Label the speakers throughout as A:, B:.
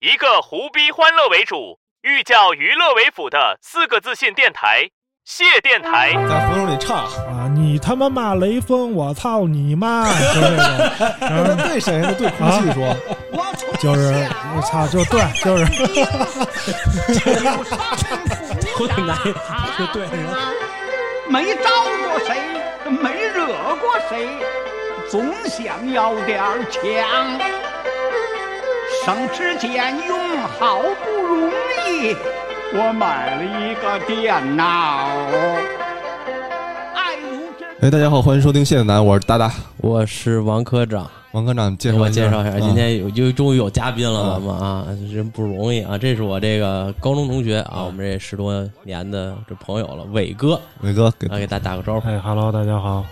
A: 一个胡逼欢乐为主、寓教于乐为辅的四个自信电台——谢电台。
B: 在胡同里唱，
C: 啊，你他妈骂雷锋，我操你妈！就那 种，然
B: 那
C: 后啊
B: 他对谁呢？对空气说，
C: 就是我操，就对，就是
D: 我很难，就对
E: 没招过谁，没惹过谁，总想要点儿强。省吃俭用好不容易，我买了一个电脑。爱如真。
B: 哎，大家好，欢迎收听《谢谢南》，我是达达，
D: 我是王科长，
B: 王科长介
D: 给
B: 绍
D: 我介绍一下，今
B: 嗯
D: 天有就终于有嘉宾了，
B: 啊
D: 咱们啊，真不容易啊！这是我这个高中同学
B: 嗯
D: 啊，我们这十多年的这朋友了，伟哥
B: 伟哥给
D: 啊，给大家打个招呼。
C: 哎哈喽，大家好，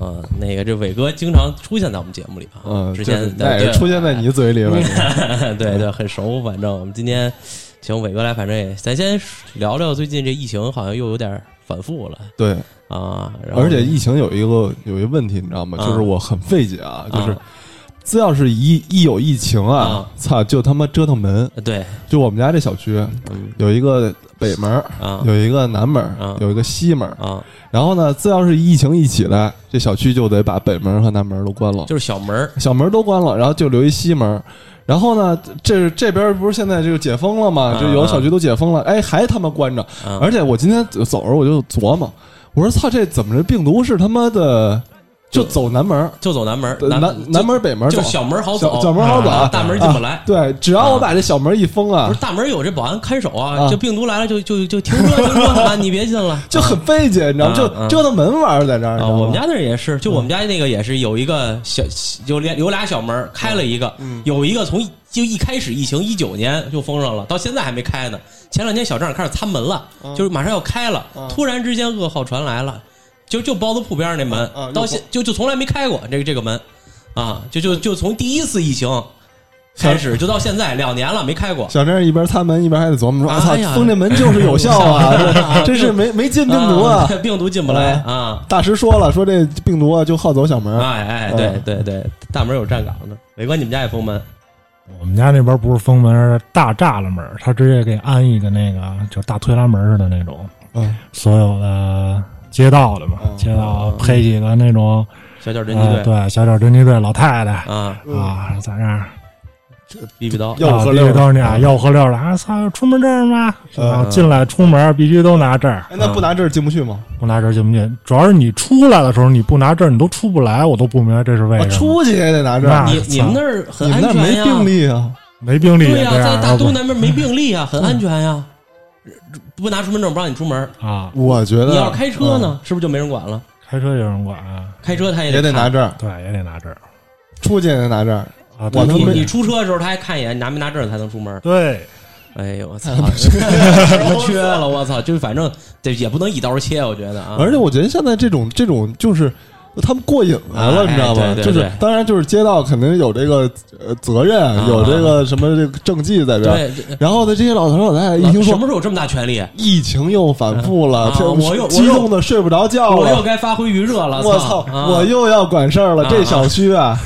D: 嗯，那个这伟哥经常出现在我们节目里啊，
B: 嗯，
D: 之
B: 就
D: 前
B: 是那也
D: 对
B: 是出现在你嘴里了，
D: 对对，很熟。反正我们今天请伟哥来，反正也咱先聊聊最近这疫情，好像又有点反复了
B: 对，
D: 啊。 然后
B: 而且疫情有一个有一个问题，你知道吗？
D: 啊
B: 就是我很费解啊，
D: 啊
B: 就是。只要是一一有疫情啊
D: 啊，
B: 操、就他妈折腾门。
D: 对
B: 就我们家这小区，
D: 嗯
B: 有一个北门儿，
D: 啊
B: 有一个南门儿，
D: 啊
B: 有一个西门儿。
D: 啊，
B: 然后呢，只要是疫情一起来，这小区就得把北门儿和南门儿都关了。
D: 就是小门儿
B: 小门都关了，然后就留一西门。然后呢，这这边不是现在就解封了吗？
D: 嗯
B: 就有的小区都解封了，哎，还他妈关着。
D: 嗯
B: 而且我今天走着我就琢磨，我说操，这怎么这病毒是他妈的就走南门儿，
D: 就走南门儿，
B: 呃南
D: 就
B: 南门儿北门儿走
D: 就，小门儿好
B: 小
D: 走，
B: 小门儿好走
D: 啊
B: 啊，
D: 大门儿进不来
B: 啊。对，只要我把这小门一封
D: 不
B: 啊
D: 是，大门儿有这保安看守啊，
B: 啊
D: 这病毒来了就就就停车停 车啊，你别进了。
B: 就很费解，你知道吗？就
D: 嗯嗯
B: 折腾门玩儿在这儿。你知
D: 啊，
B: 道吗
D: 我们家那儿也是，
B: 嗯
D: 就我们家那个也是有一个小，有俩有俩小门儿，开了一个，
B: 嗯
D: 有一个从就一开始疫情一九年就封上了，到现在还没开呢。前两天小张开始参门了，
B: 嗯
D: 就是马上要开了，突然之间噩耗传来了，就就包子铺边上那门
B: 啊啊，
D: 到现就就从来没开过这个这个门，啊，就就就从第一次疫情开始就到现在两年了没开过，
B: 小张一边擦门一边还得琢磨说：“
D: 啊
B: 我操
D: 哎呀，
B: 封这门就是有效 啊，
D: 啊
B: 这这是没没进病毒啊。”嗯
D: 啊， 病毒进不来啊。
B: 大师说了，说这病毒啊就好走小门儿，
D: 哎哎，对对对，大门有站岗的。伟哥，你们家也封门？
C: 我们家那边不是封门，是大栅栏门，他直接给安一个那个就大推拉门似的那种，
B: 嗯，
C: 所有的街道的嘛，
B: 嗯
C: 街道
D: 嗯
C: 配几个那种
D: 小脚侦
C: 呃
D: 缉队
C: 对小脚侦缉队老太太
D: 啊，
C: 啊，在那儿
D: 逼逼刀
B: 要
C: 啊
B: 嗯喝
C: 必
B: 溜
C: 须
B: 儿
C: 都是那样吆喝溜儿的啊，操，有出门证吗？
B: 嗯
C: 然后进来出门必须都拿证儿。
B: 哎，那不拿这儿进不去吗？
C: 不拿证进不进？主要是你出来的时候你不拿证，你都出不来，我都不明白这是为什
B: 啊
C: 么。
B: 出去也得拿这儿
C: 那，
D: 你你们那儿很
B: 你们
D: 安
B: 那儿没
D: 全呀？
B: 病例啊？嗯
C: 没病历
D: 对
C: 也
D: 呀，
C: 这
D: 在
C: 样，
D: 大
C: 要不
D: 东南边没病例啊，很安全呀。不拿出门证不让你出门，
C: 啊，
B: 我觉得
D: 你要是开车呢，是不是就没人管了？
C: 开车有人管，啊
D: 开车他
B: 嗯
D: 也
B: 也得拿
D: 看。
B: 证儿，
C: 对，也得拿证
B: 出去也得拿证儿，
C: 啊。
B: 我
C: 对
B: 他
D: 你
B: 妈
D: 你出车的时候，他还看一眼，拿没拿证才能出门。
C: 对，
D: 哎呦， 我操，什么缺了？我操，就是反正这也不能一刀切，我觉得啊。
B: 而且我觉得现在这种这种就是。他们过瘾来了，
D: 哎
B: 你知道吗？
D: 对对
B: 就是
D: 对啊
B: 当然，就是街道肯定有这个呃责任，有这个什么这个政绩在这儿。
D: 对，这
B: 然后呢，这些老头老太太一
D: 老
B: 听
D: 什
B: 说
D: 么时候有这么大权利？
B: 疫情又反复了
D: 啊，
B: 这
D: 我又我又
B: 激动的睡不着觉了，
D: 我又该发挥余热了。
B: 我操！
D: 啊
B: 我又要管事儿了。
D: 啊
B: 这小区啊，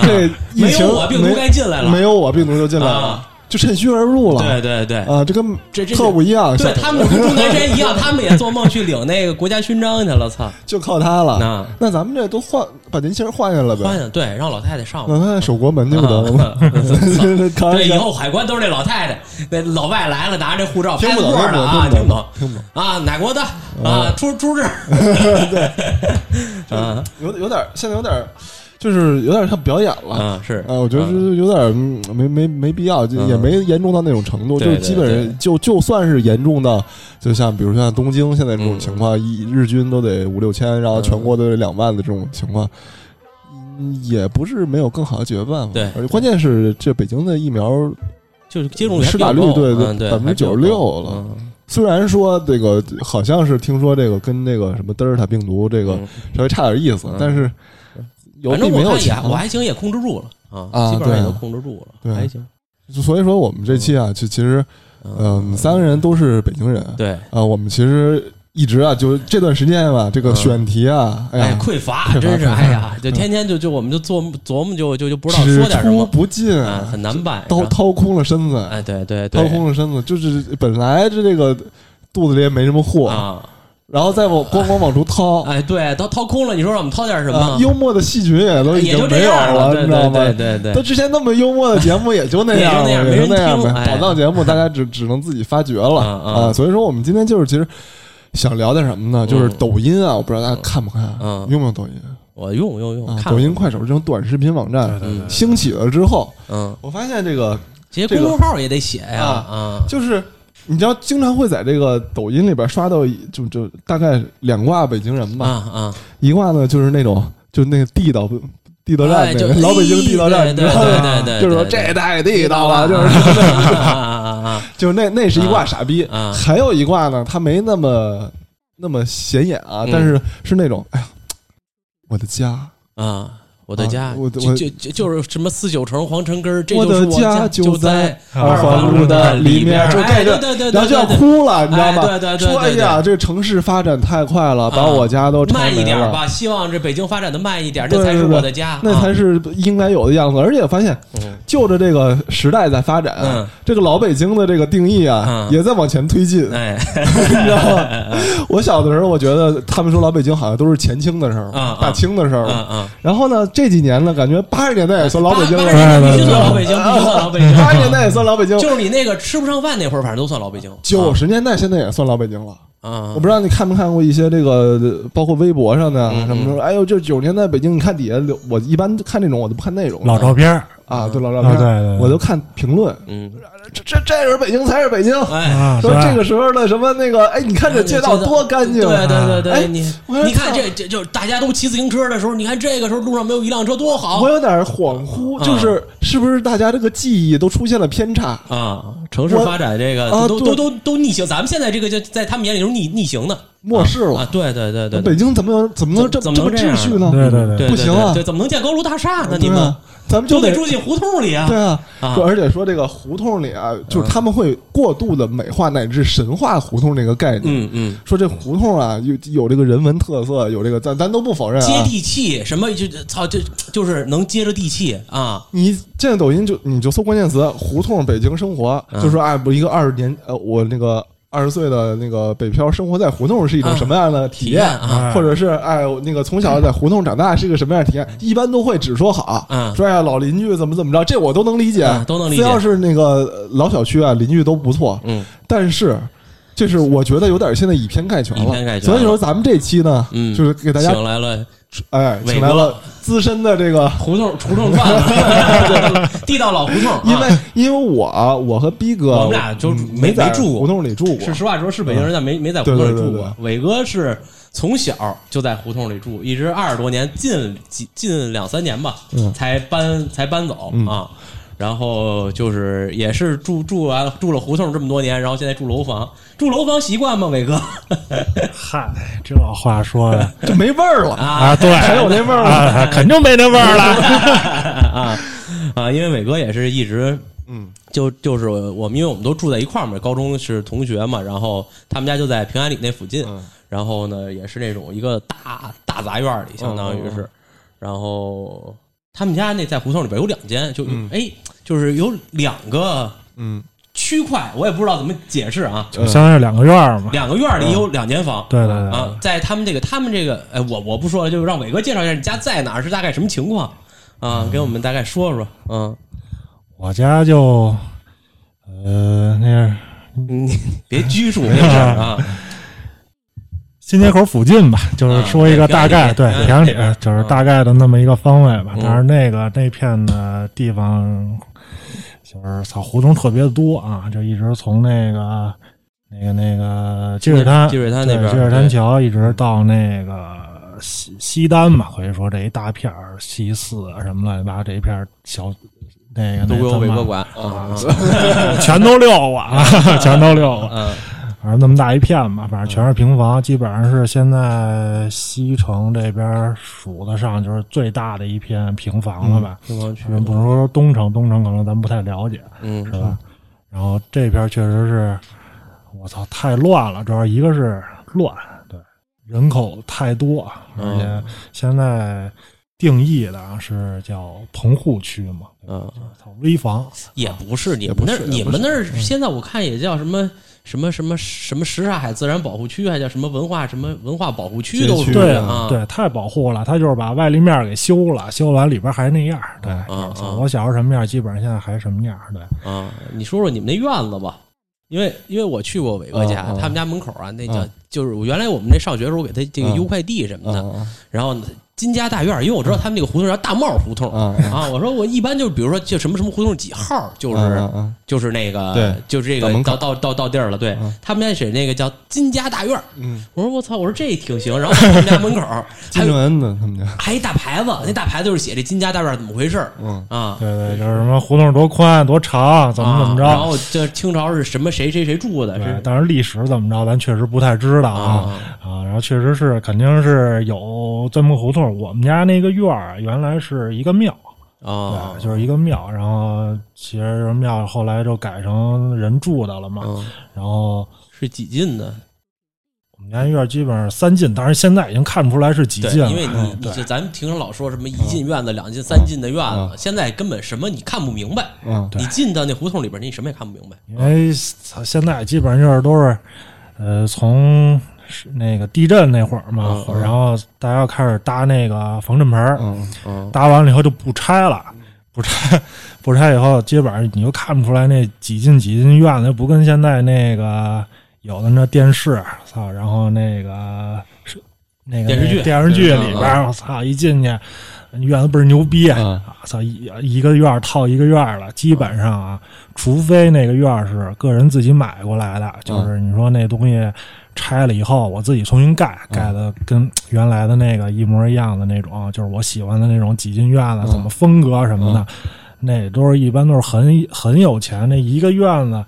B: 这疫情
D: 没有我病毒
B: 没
D: 该进来了
B: 没有我病毒就进来了
D: 啊，
B: 就趁虚而入了。
D: 对对对，
B: 啊，这跟
D: 这这
B: 特务一样，
D: 对
B: 啊小
D: 他们跟钟南山一样，他们也做梦去领那个国家勋章去了。 操，
B: 就靠他了
D: 啊。
B: 那咱们这都换，把年轻人换下来
D: 欢
B: 呗。
D: 迎对，让老太太上吧。
B: 老太太守国门就不得了
D: 啊
B: 吗？嗯 开玩
D: 对，以
B: 笑，
D: 后海关都是那老太太，那老外来了拿着这护照
B: 听
D: 拍
B: 不懂
D: 错的啊，
B: 听不懂
D: 听不懂，
B: 听不懂
D: 啊，哪国的啊，出 出这， 对，啊
B: 有有点现在有点，就是有点像表演了。
D: 啊是
B: 啊，我觉得
D: 嗯
B: 是有点嗯没没没必要，就也没严重到那种程度，
D: 对
B: 就
D: 对
B: 基本
D: 对
B: 上就就算是严重到，就像比如像东京现在
D: 嗯
B: 这种情况，一日均都得五六千，然后全国都得两万的这种情况。嗯也不是没有更好的解决办法，
D: 对
B: 而且关键是这北京的疫苗
D: 就是接种率还
B: 施
D: 比较
B: 打率
D: 高
B: 对对
D: 嗯对
B: 96%了
D: 嗯
B: 虽然说这个好像是听说这个跟那个什么德尔塔病毒这个
D: 嗯
B: 稍微差点意思，
D: 嗯
B: 但是有
D: 反
B: 比
D: 正
B: 没有
D: 我看也
B: 强
D: 我。还行，也控制住了啊
B: 啊
D: 基本上也都
B: 对
D: 控制住
B: 对
D: 了，还行，
B: 所以说嗯
D: 嗯
B: 我们这期啊，其其实嗯，我们三个人都是北京人，
D: 对
B: 啊，我们其实一直啊，就这段时间吧，这个选题啊，哎
D: 哎
B: 呀，，
D: 匮乏，
B: 匮乏
D: 真是
B: 匮乏
D: 哎呀，就天天就就我们就琢磨琢磨，就就就不知道
B: 只
D: 说点什
B: 出
D: 么，
B: 不进，
D: 啊，很难办。
B: 掏
D: 是吧
B: 掏空了身子，
D: 哎，对对
B: 掏
D: 对，
B: 空了身子，就是本来这这个肚子里也没什么货，
D: 啊，
B: 然后再往咣咣往出掏，
D: 哎，对，掏掏空了，你说让我们掏点什
B: 啊
D: 么？哎
B: 幽默的细菌也都已
D: 也就
B: 经
D: 这
B: 没有
D: 样了，对
B: 你知道
D: 对对
B: 吗？
D: 对对
B: 他之前那么幽默的节目也就那样了，
D: 也就那样
B: 也就那样
D: 没人听
B: 呗。宝
D: 哎
B: 藏节目大家只只能自己发掘了
D: 嗯嗯
B: 啊，所以说我们今天就是其实想聊点什么呢？就是抖音啊，我不知道大家看不看
D: 嗯，
B: 用不用抖音
D: 我用用用，
B: 啊？
D: 看
B: 抖音、快手这种短视频网站兴起了之后，
D: 嗯，
B: 我发现这个
D: 这些
B: 这
D: 公
B: 个
D: 众号也得写呀，啊，
B: 就是。你知道，经常会在这个抖音里边刷到一，就就大概两挂北京人
D: 啊
B: 吧，
D: 啊，
B: 一挂呢就是那种就那个地道地道战
D: 哎
B: 那
D: 就
B: 个老北京地道战，
D: 哎
B: 你
D: 对
B: 知
D: 对
B: 道吗？
D: 对对，
B: 就是说
D: 对
B: 这
D: 对
B: 太地道了，就
D: 啊
B: 是
D: 啊啊啊啊，
B: 就那那是一挂傻逼，
D: 啊啊
B: 还有一挂呢，他没那么那么显眼啊，
D: 嗯
B: 但是是那种哎呀，我的家，
D: 啊，我的家，
B: 啊我的
D: 就
B: 我
D: 就就就是什么四九城黄城根儿，这
B: 我
D: 就是
B: 的
D: 我
B: 家
D: 就
B: 在
C: 二
B: 环
C: 路的
B: 里面就
D: 哎
B: 这个
D: 对对对，
B: 然后就要哭了，你知道吗？
D: 哎对对对
B: 说哎
D: 对对
B: 呀，这城市发展太快了，把我家都
D: 对对
B: 哦拆
D: 慢一
B: 没
D: 点
B: 了，
D: 吧，希望这北京发展的慢一点，
B: 对
D: 这才是
B: 对对
D: 我的家，
B: 那才是应该有的样子。而且发现，
D: 嗯
B: 就着这个时代在发展啊
D: 嗯，
B: 这个老北京的这个定义啊，
D: 嗯
B: 也在往前推进。
D: 哎
B: 你知道吗？我小的时候，我觉得他们说老北京好像都是前清的事儿
D: 嗯，
B: 大清的事
D: 嗯
B: 儿。
D: 嗯，
B: 然后呢，这几年呢，感觉八十年代也算 老北京
D: 八
B: 了 哎
D: 八，十年代必须
C: 对对对
D: 算老北京，必须算老北京，嗯
B: 八十年代也算老北京，
D: 就是你那个吃不上饭那会儿，反正都算老北京，
B: 九十年代现在也算老北京了。
D: 啊
B: 我不知道你看没看过一些这个，包括微博上的啊什么说，哎呦，这九十年代北京，你看底下留，我一般看这种我都不看内容
C: 老照片儿
B: 啊，对老照
C: 啊对对
B: 片，
C: 对
B: 我都看评论，
D: 嗯，
B: 这这这是北京才是北京。
D: 哎。
C: 啊，
B: 说
C: 对吧
B: 这个时候的什么那个，哎，你看这街道多干净，
D: 对对对
B: 哎
D: 对，你
B: 我要
D: 你看
B: 操
D: 这这就是大家都骑自行车的时候，你看这个时候路上没有一辆车多好
B: 我有点恍惚，
D: 啊
B: 就是是不是大家这个记忆都出现了偏差？
D: 啊！城市
B: 我
D: 发展这个
B: 啊
D: 都
B: 对
D: 都都都逆行，咱们现在这个就在他们眼里就是逆逆行的，
B: 漠视
D: 啊，
B: 了，
D: 对对对对对
B: 北京怎么能怎么能这
D: 怎么
B: 么
D: 能这
B: 秩
D: 样
B: 序呢？
C: 对对对
D: 对，
B: 不行啊
D: 对，对怎么能建高楼大厦呢？
B: 对
D: 你们
B: 啊，咱们
D: 就
B: 就
D: 得住进胡同里啊！
B: 对啊，
D: 啊
B: 说而且说这个胡同里啊，就是他们会过度的美化乃至神话胡同这个概念。
D: 嗯嗯，
B: 说这胡同啊，有有这个人文特色，有这个咱咱都不否认
D: 接
B: 啊。
D: 地气，什么就操就就是能接着地气啊！
B: 你现在抖音就你就搜关键词“胡同北京生活”，
D: 嗯
B: 就说啊，不一个二十年呃，我那个二十岁的那个北漂生活在胡同是一种什么样的体验
D: 体验啊
B: 或者是哎，我那个从小在胡同长大是一个什么样的体验？一般都会只说好，
D: 嗯
B: 说哎呀老邻居怎么怎么着，这我都能理解，
D: 嗯都能理解
B: 只要是那个呃老小区啊，邻居都不错，
D: 嗯
B: 但是。这是我觉得有点现在以偏概全了，
D: 以偏概全了
B: 所以说咱们这期呢，
D: 嗯
B: 就是给大家
D: 请来了
B: 哎
D: 伟
B: 请来
D: 哥
B: 了资深的这个
D: 胡同胡同 串子， 地道老胡同啊。
B: 因为因为我啊我和逼哥，嗯
D: 我们俩就没
B: 在
D: 没住过
B: 胡同里住
D: 是
B: 过，
D: 实话说，是北京人，但没没在胡
B: 对
D: 同里
B: 对对
D: 住
B: 对
D: 过。伟哥是从小就在胡同里住，一直二十多年，近几近两三年吧，才搬才搬走
B: 嗯
D: 啊。然后就是也是住住完了住了胡同这么多年，然后现在住楼房，住楼房习惯吗？伟哥
C: 嗨，这老话 说的
B: 就没味儿了。
D: 啊
C: 啊，对，
B: 还有那味儿吗？
C: 啊，肯定没那味儿了。
D: 啊啊！因为伟哥也是一直
B: 嗯，
D: 就就是我们，因为我们都住在一块儿嘛，高中是同学嘛，然后他们家就在平安里那附近，
B: 嗯
D: 然后呢也是那种一个大大杂院儿里，相当于
B: 嗯
D: 是，然后他们家那在胡同里边有两间，就、
B: 嗯
D: 哎就是有两个
B: 嗯，
D: 区块，我也不知道怎么解释啊，
B: 嗯
C: 相当于两个院儿嘛。
D: 两个院儿里有两间房。
C: 对对对，
B: 嗯
D: 啊，在他们这个，他们这个，哎，我我不说了，就让伟哥介绍一下你家在哪儿，是大概什么情况啊？
B: 嗯
D: 给我们大概说说，嗯，
C: 我家就呃那是
D: 你别拘束，没事儿啊，
C: 新街口附近吧，就是说一个大概，
D: 啊
C: 对，
D: 平
C: 平
D: 安
C: 安
D: 里
C: 里
D: 嗯
C: 就是大概的那么一个方位吧
D: 嗯。
C: 但是那个那片的地方，就是草胡同特别多啊，就一直从那个那个那个积水滩，
D: 积水滩那边
C: 对积水滩桥一直到那个西西单吧，可以说这一大片儿西四啊什么乱七八糟这一片儿小那
B: 嗯
C: 个
D: 都归我伟
C: 那他妈
D: 哥管啊，
C: 全都溜过 啊，全都溜过。
D: 嗯
C: 反正那么大一片吧，反正全是平房，基本上是现在西城这边数得上就是最大的一片平房了吧。
D: 平房区
C: 嗯、不能说东城，东城可能咱不太了解，
D: 啊
B: 啊
D: 嗯
C: 是吧？然后这片确实是，我操，太乱了。主要一个是乱，对，人口太多，而
D: 嗯
C: 且现在定义的啊是叫棚户区嘛，
D: 嗯，
C: 操危房，
D: 也不是你
B: 也
D: 们
B: 不
D: 那
B: 是
D: 儿，你
B: 也不
D: 们
B: 是嗯
D: 那儿现在我看也叫什么什么什么什么什刹海自然保护区，还叫什么文化什么文化保护区
B: 街
D: 都
B: 区
D: 是
C: 对
D: 啊，
C: 对，太保护了，他就是把外立面给修了，修完里边还那样，对，
D: 嗯嗯
C: 我小时候什么样，基本上现在还什么样，对，
D: 啊，你说说你们那院子吧，因为因为我去过伟哥家，
B: 啊啊
D: 他们家门口啊，那叫
B: 啊
D: 就是我原来我们那上学的时候给他这个
B: 啊
D: 邮快递什么的，
B: 啊
D: 然后呢金家大院，因为我知道他们那个胡同叫大帽胡同
B: 啊
C: 嗯
B: 啊
D: 啊，我说我一般就是比如说就什么什么胡同几号，就
B: 啊
C: 嗯
D: 是
B: 啊
D: 就是那个
B: 对
D: 就是这
B: 到
D: 个
B: 门
D: 到
B: 口
D: 到到到地儿了，对
C: 嗯
B: 啊
D: 他们家写那个叫金家大院，
B: 嗯，
D: 我说我操，我说这挺行，然后他们家门 口还
B: 金
D: 有
B: 正恩呢，他们家，
D: 还一大牌子，那大牌子就是写这金家大院怎么回事儿
B: 嗯
D: 啊，
C: 对对，就是什么胡同多宽多长，怎么怎么着，
D: 啊然后这清朝是什么谁谁谁住的？
C: 对
D: 是，
C: 但是历史怎么着，咱确实不太知道
D: 嗯
C: 啊啊。然后确实是，肯定是有这么个胡同。我们家那个院儿原来是一个庙，
D: 啊
C: 对，就是一个庙。然后其实庙后来就改成人住的了嘛。
D: 嗯，
C: 然后
D: 是几进的？
C: 我们家院儿基本上三进，当然现在已经看不出来是几
D: 对
C: 进，了。
D: 因为你
C: 嗯
D: 你
C: 对
D: 就咱们平时老说什么一进院子、两进、三进的院
C: 啊
D: 子，现在根本什么你看不明白。
B: 啊，
D: 你进到那胡同里边，你什么也看不明白。
C: 因为操现在基本上就是都是，呃，从是那个地震那会儿嘛，
D: 嗯嗯
C: 然后大家要开始搭那个防震盆儿，
B: 嗯
D: 嗯
C: 搭完了以后就不拆了，不拆， 不拆以后，基本上你就看不出来那几进几进院子，不跟现在那个有的那电视，操，然后那个是那个
D: 电视剧
C: 那个电视剧里边
D: 嗯
C: 儿，我操，一进去院子倍儿牛逼，
B: 嗯
C: 啊，操，一一个院儿套一个院儿了，基本上啊，除非那个院儿是个人自己买过来
D: 嗯
C: 的，就是你说那东西。拆了以后，我自己重新盖，
D: 嗯
C: 盖的跟原来的那个一模一样的那种，就是我喜欢的那种几进院
D: 嗯
C: 子，怎么风格什么的，那都是一般都是很很有钱的一个院子。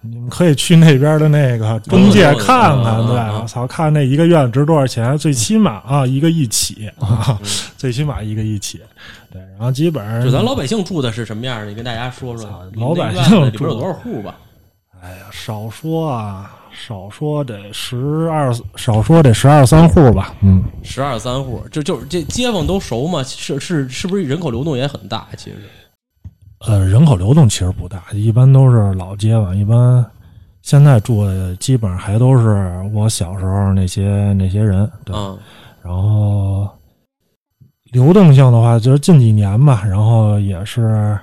C: 你们可以去那边的那个中介看看，
D: 嗯嗯嗯嗯
C: 对，
D: 嗯
C: 我操，看那一个院子值多少钱，最起码啊一个一起
D: 嗯
C: 啊，最起码一个一起，对，然后基本上
D: 就咱老百姓住的是什么样的？你跟大家说啊说
C: 操，
D: 你们
C: 老百
D: 那院子
C: 姓
D: 里边有
C: 住
D: 多少户吧？
C: 少说啊，少说得十二，少说得十二三户吧，嗯，
D: 十二三户，就就是这街坊都熟嘛？是是是不是人口流动也很大？啊其实
C: 呃，人口流动其实不大，一般都是老街坊，一般现在住的基本上还都是我小时候那些那些人，对，
B: 嗯
D: 啊，
C: 然后流动性的话，就是近几年吧，然后也是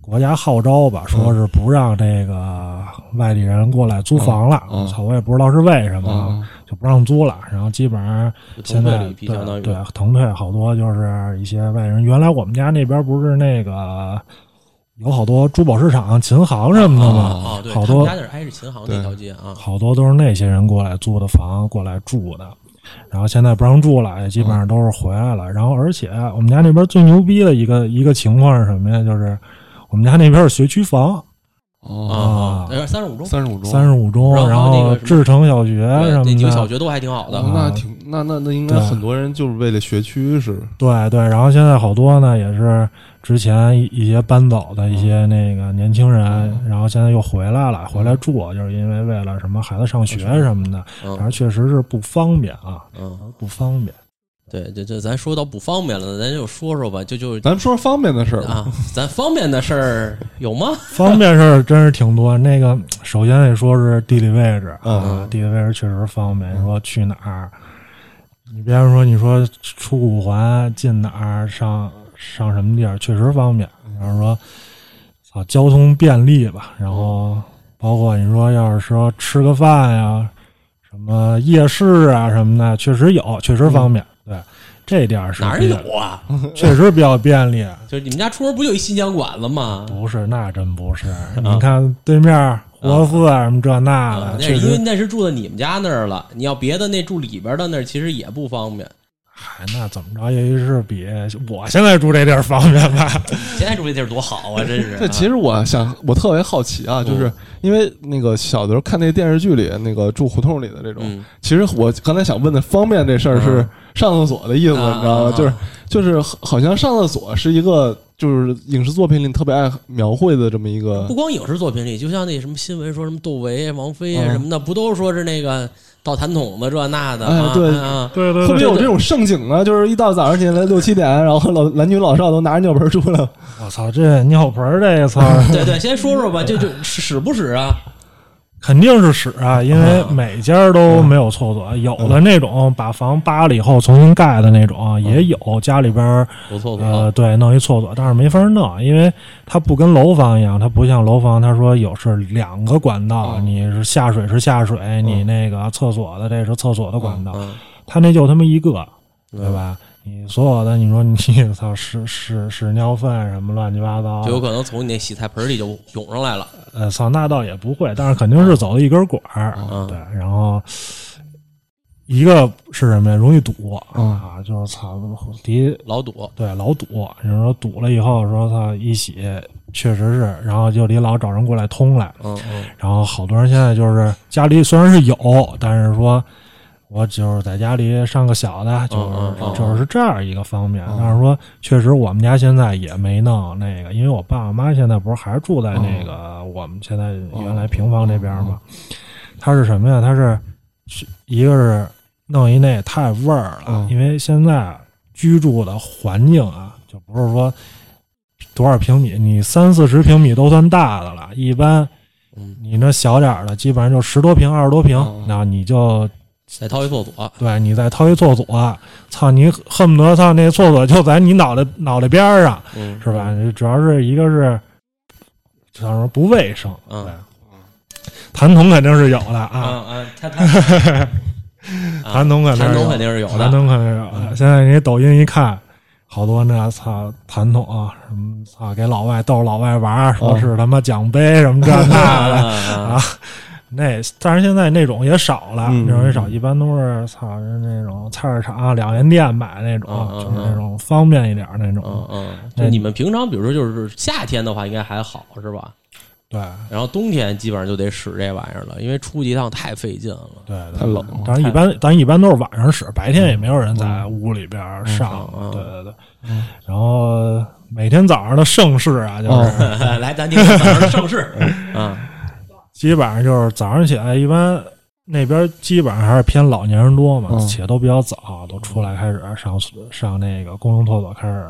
C: 国家号召
B: 嗯
C: 吧，说是不让这个外地人过来租房了。
B: 嗯嗯
C: 我操、我也不知道是为
D: 啊
C: 什么，啊
B: 嗯
C: 就不让租了。然后基本上
D: 就
C: 现
D: 腾退
C: 在
D: 了一批，相当于
C: 对对腾退好多就是一些外人。原来我们家那边不是那个有好多珠宝市场、琴行什么的吗？
D: 啊，对，
C: 好
D: 他们
C: 多
D: 家那是挨着琴行那条街啊，
C: 好多都是那些人过来租的房，过来住的。然后现在不让住了，也基
D: 哦
C: 本上都是回来了。然后，而且我们家那边最牛逼的一个一个情况是什么呀？就是我们家那边是学区房，
B: 哦，
D: 啊
C: 啊，
D: 那三十五中，
B: 三十五中，
C: 三十五中，
D: 然
C: 然
D: 后那
C: 后
D: 个什么
C: 志成小学
D: 对
C: 什
D: 那
C: 么
D: 几个小
C: 的，
D: 学都还挺好的
C: 啊
D: 啊
B: 哦，那挺那那那应该
C: 对
B: 很多人就是为了学区是
C: 对对。然后现在好多呢，也是之前一一些搬走的一些那个年轻人，
D: 嗯
C: 然后现在又回来了，回来住，就是因为为了什么孩子上学什么的，反正
D: 嗯
C: 确实是不方便啊，
D: 嗯，
C: 不方便。
D: 对，这这咱说到不方便了，咱就说说吧，就就
B: 咱们说说方便的事儿吧，
D: 啊，咱方便的事儿有吗？
C: 方便事儿真是挺多。那个首先得说是地理位置啊
B: 嗯，
C: 地理位置确实方便。
D: 嗯
C: 你说去哪儿？你别说，你说出五环进哪儿，上上什么地儿，确实方便。
D: 嗯
C: 然后说，啊，交通便利吧。然
D: 嗯
C: 后包括你说要是说吃个饭呀，什么夜市啊什么的，确实有，确实方便。对，这点儿是
D: 嗯哪儿
C: 比较
D: 有啊？
C: 确实比较便利。
D: 就是你们家出门不就一新疆馆子吗？
C: 不是，那真不是。你看对面活寺啊什么这那
D: 啊
C: 的，
D: 那是
C: 确
D: 因为
C: 实，
D: 那是住在你们家那儿了，你要别的那住里边的那儿，其实也不方便。
C: 嗨，哎那怎么着也是比我现在住这地儿方便吧？
D: 现在住这地儿多好啊，真是啊。
B: 这其实我想，我特别好奇啊，
D: 嗯
B: 就是因为那个小的时候看那电视剧里那个住胡同里的这种
D: 嗯，
B: 其实我刚才想问的方便这事儿是上厕所的意思，
D: 啊
B: 你知道
D: 啊啊
B: 吗？就是就是好像上厕所是一个就是影视作品里特别爱描绘的这么一个
D: 不光影视作品里，就像那什么新闻说什么窦唯、王菲
B: 嗯
D: 啊什么的，不都说是那个倒痰筒子这那的啊？
B: 哎对
D: 啊，
C: 对对
B: 特别
C: 对，
B: 有这种盛景啊，就是一到早上起来六七点，然后老 男女老少都拿着尿盆出来，
C: 我操，这尿盆儿这个词儿
D: 对对，先说说吧，这就使不使啊？
C: 肯定是屎啊，因为每家都没有厕所，有的那种把房扒了以后重新盖的那种啊也有，家里边儿
D: 不错不
C: 呃
D: 错，
C: 对弄一厕所，但是没法弄，因为它不跟楼房一样，它不像楼房，它说有是两个管道，
B: 嗯
C: 你是下水是下水，你那个厕所的这是厕所的管道，
D: 嗯，
C: 他那就他妈一个，对吧？你所有的，你说你操屎屎屎尿粪什么乱七八糟
D: 就，有可能从你那洗菜盆里就涌上来了。
C: 呃，操那倒也不会，但是肯定是走了一根管儿，
D: 嗯
C: 对，然后。一个是什么呀？容易堵
D: 嗯
C: 啊，就是操，离
D: 老堵，
C: 对老堵。你说堵了以后，说操一洗，确实是，然后就得老找人过来通来，
D: 嗯嗯，
C: 然后好多人现在就是家里虽然是有，但是说我就是在家里上个小的，就是、
D: 嗯嗯
C: 就是这样一个方面。但是说确实我们家现在也没弄那个，因为我爸我妈现在不是还是住在那个、我们现在原来平房那边嘛，他是什么呀？他是是一个是弄一那太味儿了，
B: 嗯
C: 因为现在居住的环境啊，就不是说。多少平米？你三四十平米都算大的了，一般
D: 嗯，
C: 你那小点儿的，基本上就十多平、二十多平，
B: 嗯
C: 然后你就
D: 再掏一厕所，
C: 对你再掏一厕所，操你恨不得操那厕所就在你脑袋脑袋边儿上，
D: 嗯，
C: 是吧？主要是一个是，怎么说不卫生，
D: 嗯
C: 对。痰桶肯定是有的
D: 嗯
C: 啊，
D: 嗯，他他
C: 痰桶肯定
D: 痰
C: 是有
D: 桶肯定
C: 嗯痰桶
D: 是有的，
C: 肯定是有的。现在你抖音一看，好多那操痰桶啊，什么操给老外逗老外玩儿，说
B: 嗯
C: 是他妈奖杯什么这那的，
D: 啊
C: 啊， 那但是现在那种也少了，
B: 嗯
C: 那种也少，一般都是操是那种菜市场、啊两元店买那种，
D: 嗯嗯
C: 就是那种方便一点儿那种。
D: 嗯嗯，就你们平常比如说就是夏天的话，应该还好是吧？
C: 对
D: 然后冬天基本上就得使这玩意儿了，因为出去一趟太费劲了。
C: 对对，
B: 太冷了
C: 但是一般咱一般都是晚上使，白天也没有人在屋里边儿上。
D: 嗯嗯嗯嗯
C: 对对对，然后每天早上的盛世啊，
D: 嗯
C: 就是。
D: 来，咱听早上上市啊，
C: 基本上就是早上起来，一般那边基本上还是偏老年人多嘛，
B: 嗯
C: 起的都比较早，都出来开始上上那个公用厕所开始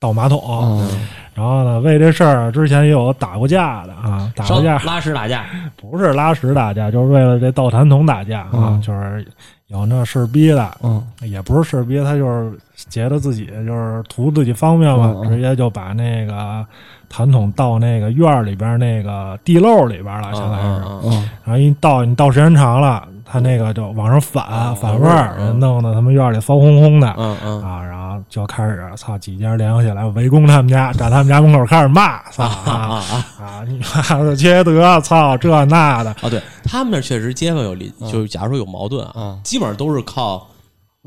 C: 倒马桶。
B: 嗯
C: 然后呢，为这事儿之前也有打过架的
B: 嗯
C: 啊，打过
D: 上
C: 架
D: 拉屎打架，
C: 不是拉屎打架，就是为了这倒痰桶打架啊，
B: 嗯
C: 就是有那事儿逼的，
B: 嗯
C: 也不是事儿逼，他就是觉得自己就是图自己方便嘛，
B: 嗯嗯
C: 直接就把那个痰桶倒那个院儿里边儿那个地漏里边儿了，
D: 啊
C: 相当于是。
D: 啊啊！
B: 嗯
C: 然后一倒你倒时间长了，它那个就往上反、
D: 啊
C: 反味儿，
D: 嗯嗯
C: 弄得他们院里骚烘烘的、
D: 嗯嗯，
C: 啊，然后就开始操几家联合起来围攻他们家，在他们家门口开始骂，操啊啊你妈的缺德，操这那的，
D: 啊，对他们那确实街坊有邻，就是假如说有矛盾啊
B: 嗯，
D: 基本上都是靠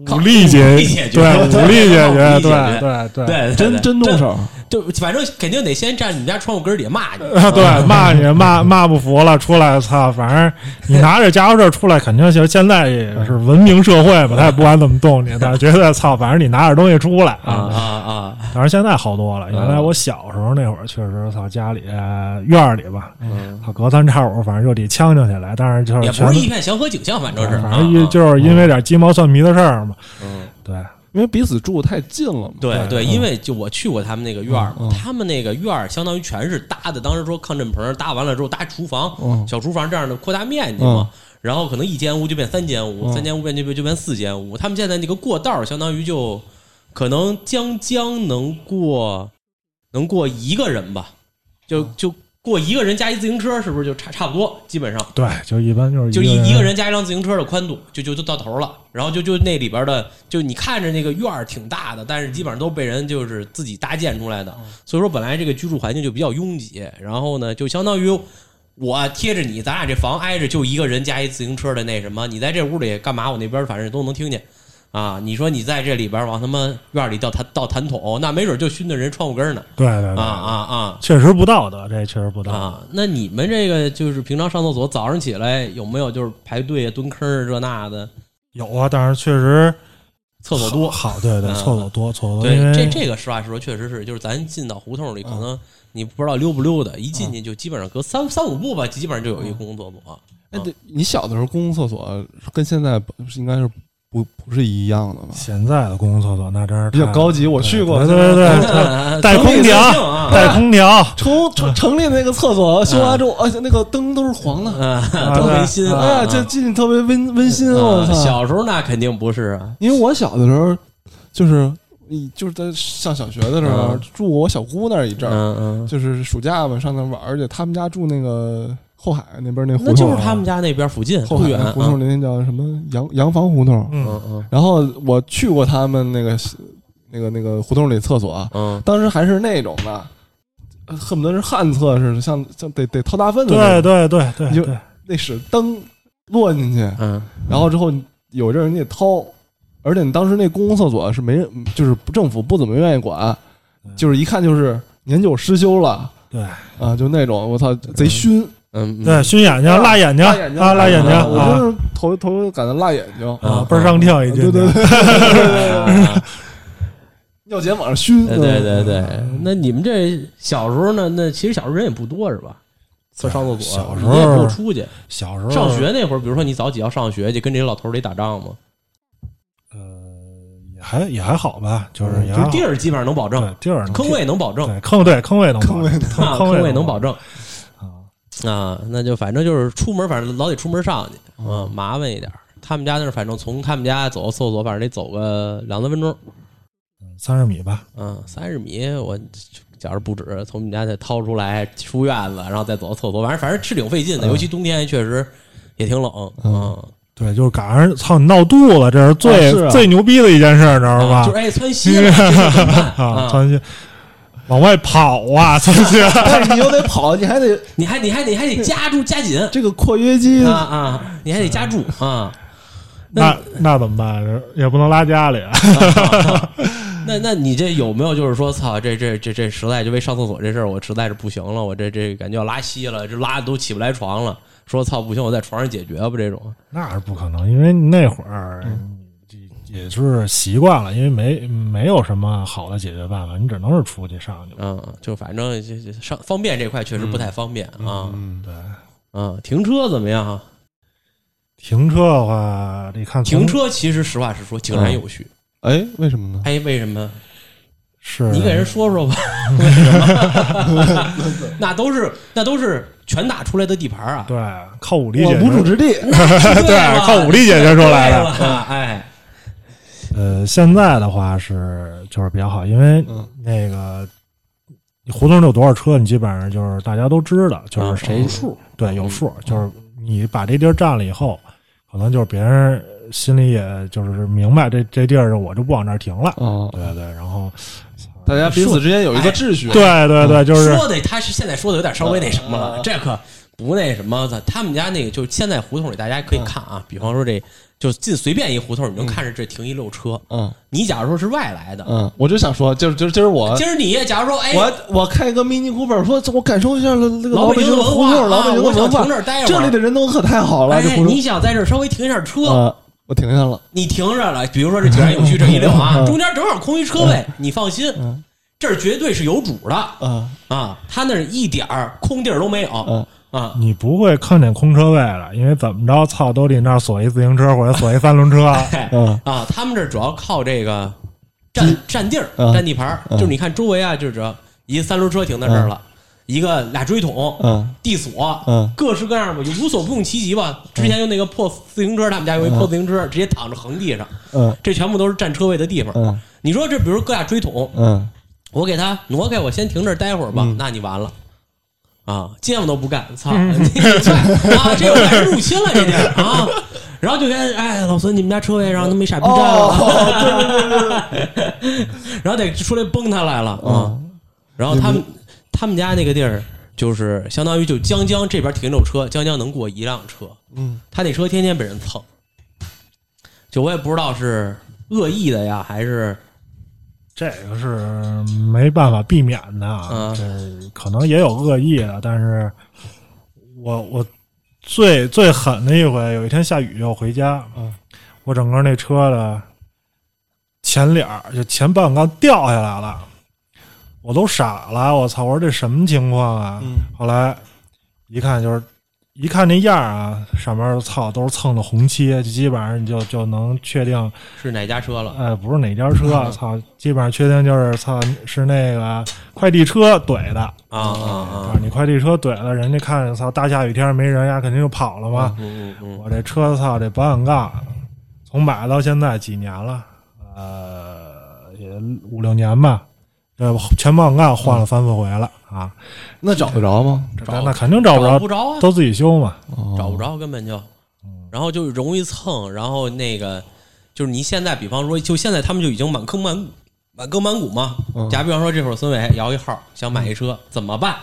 D: 靠
C: 武力解
D: 解决，
C: 对武力解决，
D: 武力解
C: 对
D: 决
C: 对对。
D: 嗯对，
B: 真真动手，
D: 就反正肯定得先站你们家窗户根儿底下骂你，
C: 啊， 对，骂你骂骂不服了，出来操，反正你拿着家伙事儿出来，肯定就是现在也是文明社会嘛，他也不管怎么动你，但是觉得操，反正你拿着东西出来
D: 啊啊啊！
C: 当然现在好多了。原
B: 嗯
C: 来我小时候那会儿，确实操家里呃院儿里吧，
B: 嗯
C: 操隔三差五，反正就得呛呛起来。但是就是
D: 也
C: 啊全
D: 不是一片祥和景象，反正是，
C: 反
D: 啊
C: 正一
D: 啊
C: 就是因为点鸡毛蒜皮的事儿嘛。
D: 嗯
C: 对，
B: 因为彼此住太近了嘛。
D: 对对，
C: 嗯
D: 因为就我去过他们那个院儿
B: 嗯嗯
D: 嘛，他们那个院儿相当于全是搭的，当时说抗震棚搭完了之后搭厨
B: 嗯
D: 房、小厨房这样的扩大面积嘛，然后可能一间屋就变三间屋，三间屋变就变就变四间屋。他们现在那个过道儿相当于就可能将将能过能过一个人吧，就就过一个人加一自行车，是不是就差差不多？基本上
C: 对，就一般就是
D: 就
C: 一
D: 一一个人加一辆自行车的宽度，就就就到头了。然后就就那里边的，就你看着那个院儿挺大的，但是基本上都被人就是自己搭建出来的。所以说本来这个居住环境就比较拥挤，然后呢，就相当于我贴着你，咱俩这房挨着，就一个人加一自行车的那什么，你在这屋里干嘛？我那边反正都能听见。啊，你说你在这里边往他妈院里倒痰倒痰桶，那没准就熏着人窗户根儿呢。
C: 对对
D: 啊
C: 对，
D: 啊啊！
C: 确实不道德，这确实不道德。
D: 啊，那你们这个就是平常上厕所，早上起来有没有就是排队啊、蹲坑儿这那的？
C: 有啊，但是确实
D: 厕所多，
C: 好，对对，
D: 嗯
C: 厕所多，厕所多，
D: 对
C: 因，为
D: 这这个实话实说，确实是，就是咱进到胡同里，可能你不知道溜不溜达，一进去就基本上隔三三五步吧，基本上就有一公共厕所。
B: 哎，对你小的时候公共厕所跟现在不应该是不不是一样的吧？
C: 现在的公共厕所那真是
B: 比较
C: 太
B: 高级，我去过。
C: 对对对 对，带空调，
D: 啊，
C: 带空调，
B: 城城城里那个厕所修完之后，而啊且那个灯都是黄的，
D: 多温馨
B: 哎
D: 啊！
B: 呀，这进去特别温温馨，我操！
D: 小时候那肯定不是啊，
B: 因为我小的时候，就是你就是在上小学的时候
D: 嗯
B: 住我小姑那儿一阵儿，
D: 嗯嗯，
B: 就是暑假嘛上那玩儿，而且他们家住那个后海那边那胡
D: 那
B: 同，
D: 就是他们家那边附近
B: 后
D: 不
B: 海
D: 远
B: 那
D: 啊，
B: 胡同里那叫什么洋洋房胡同。
C: 嗯，
D: 嗯嗯
B: 然后我去过他们那个那个那个胡同里厕所啊，
D: 嗯，
B: 当时还是那种的，呃恨不得是旱厕似的，像像得得掏大粪的那
C: 对
B: 种，
C: 对对对
B: 你就
C: 对，
B: 那屎灯落进去，
D: 嗯
B: 然后之后你有一阵儿人家掏，而且你当时那公共厕所是没人，就是政府不怎么愿意管，就是一看就是年久失修了，
C: 对
B: 啊，就那种我操贼熏，
D: 嗯，
C: 对，熏眼睛、
B: 啊
C: 辣眼睛
B: 辣眼睛
C: 啊，辣眼睛
B: 我
C: 啊
B: 就是头头感觉辣眼睛，
C: 啊，倍儿上跳一进去，
B: 对对
D: 对
B: 尿检往上熏，嗯
D: 对对对对。那你们这小时候呢？那其实小时候人也不多是吧？厕上厕所，
C: 小时
D: 你也不
C: 候
D: 用出去。
C: 小时候
D: 上学那会儿，比如说你早起要上学，就跟这些老头儿得打仗嘛，
C: 也还也还好吧，呃嗯就是也
D: 就
C: 还
D: 是
C: 好
D: 地儿基本上能保证
C: 对，地儿能
D: 坑位能保证，
C: 对坑对坑位能保 证
D: 啊
C: 坑
D: 位能
C: 能
D: 保
C: 证
D: 证啊，那就反正就是出门，反正老得出门上去，嗯，麻烦一点儿。他们家那儿反正从他们家走到厕所，反正得走个两三分钟，
C: 三十米吧，
D: 嗯，三十米，我觉着不止，从我们家再掏出来出院子，然后再走到厕所，反正反正是挺费劲的，尤其冬天确实也挺冷，嗯，
C: 对，就是赶上操你闹肚子，这是
B: 啊是
C: 最
B: 啊
C: 最牛逼的一件事，知道
D: 啊
C: 吧
D: 就是？哎窜稀了，这事儿怎么办
C: 啊，
D: 啊？
C: 窜去往外跑啊，窜去，
B: 但是你又得跑，你还得
D: 你还你还你还得夹住夹紧
B: 这个括约肌
D: 啊啊，你还得夹住啊。
C: 那那怎么办？也不能拉家里，啊
D: 那那你这有没有就是说，操，这这这这实在就为上厕所这事儿，我实在是不行了，我这这感觉要拉稀了，这拉的都起不来床了，说操不行，我在床上解决吧这种。
C: 那是不可能，因嗯为那会儿也是习惯了，因为没没有什么好的解决办法，你只能是出去上去。
D: 嗯，就反正这这上方便这块确实不太方便啊。
B: 嗯，
C: 对，
D: 嗯，停车怎么样啊？
C: 停车的话，你看从
D: 停车其实实话实说井然有序。
B: 哎，为什么呢？
D: 嗯哎，为什么？
C: 是
D: 你给人说说吧，为什么？那都是那都是拳打出来的地盘儿啊，
C: 对靠武力
B: 我
C: 解决
B: 无 主之地，
D: 对
C: 对，靠武力解决出来的。
D: 的。哎，
C: 呃，现在的话是就是比较好，因为
B: 嗯
C: 那个胡同里有多少车，你基本上就是大家都知道，就
D: 嗯
C: 是谁、
D: 有数，
C: 对有数，
D: 嗯
C: 就是你把这地儿占了以后，可能就是别人心里也就是明白这这地儿我就不往这儿停了，
D: 嗯
B: 啊，
C: 对对，然后
B: 大家彼此之间有一个秩序，
C: 对对对，就是
D: 说的他是现在说的有点稍微那什么了，这可不那什么的。他们家那个就是现在胡同里，大家可以看啊，比方说这就进随便一胡同，你能看着这停一溜车。
B: 嗯
D: 你假如说是外来的，
B: 嗯，我就想说，就是就是今儿我
D: 今儿你也假如说哎，
B: 嗯我我开一个 Mini Cooper，说我感受一下那个
D: 老
B: 老
D: 北
B: 北
D: 京
B: 京
D: 的
B: 的
D: 文
B: 胡
D: 化
B: 同，老
D: 啊
B: 北京
D: 我
B: 的
D: 想
B: 文化
D: 停这儿待，会儿
B: 这里的人都可太好了，这
D: 哎，
B: 胡
D: 你
B: 同
D: 想在这儿稍微停一下车，
B: 啊，我停下了，
D: 你停着了，比如说这井然有序这一溜啊，
B: 嗯
D: 中间正好空一车位，你放心
B: 嗯，
D: 这儿绝对是有主的
B: 啊
D: 啊，他那儿一点儿空地儿都没有
B: 啊，
D: 啊。
C: 你不会看见空车位了，因为怎么着，操，都得那儿锁一自行车或者锁一三轮车，
D: 哎
B: 嗯
D: 啊，他们这主要靠这个占占地儿、
B: 嗯
D: 占地盘儿，就是你看周围啊，就只要一个三轮车停在这儿了，一个俩锥桶、
B: 嗯
D: 地锁，
B: 嗯
D: 各式各样吧，就无所不用其极吧。之前就那个破自行车，他们家有一破自行车，直接躺着横地上，
B: 嗯
D: 这全部都是占车位的地方。
B: 嗯
D: 你说这，比如搁俩锥桶，
B: 嗯
D: 我给他挪开，我先停这儿待会儿吧，那你完了。啊，见我都不干，操！你这啊，这又开始入侵了，这地儿啊，然后就跟哎，老孙，你们家车位让他们傻逼占了， 然后得出来崩他来了
B: 哦
D: 啊。然后他们他们家那个地儿，就是相当于就江江这边停着车，江江能过一辆车，
B: 嗯，
D: 他那车天天被人蹭，就我也不知道是恶意的呀，还是
C: 这个是没办法避免的啊，
D: 嗯
C: 这可能也有恶意的，但是我我最最狠的一回，有一天下雨要回家，
B: 嗯
C: 我整个那车的前脸儿就前半杠掉下来了，我都傻了，我操！我说这什么情况啊？后来一看就是。一看那样儿啊，上面儿操都是蹭的红漆，就基本上你就就能确定
D: 是哪家车了？
C: 呃，不是哪家车， 操，基本上确定就是操是那个快递车怼的
D: 啊啊
C: 啊
D: 啊！！
C: 你快递车怼了，人家看着操大下雨天没人呀，肯定就跑了嘛。
D: 嗯嗯
C: 我这车操这保险杠，从买到现在几年了，呃，也五六年吧。这全保险杠换了三四回了啊，
B: 那找得着吗？
C: 这
D: 找
C: 那肯定找
D: 嗯，
C: 不
D: 找
C: 着，
D: 不着啊，
C: 都嗯自己修嘛。
B: 哦
D: 找不着，根本就，然后就是容易蹭，然后那个就是你现在，比方说，就现在他们就已经满坑满谷满坑满谷嘛。
B: 嗯
D: 假比方说，这会儿孙伟摇一号想买一车，怎 么办？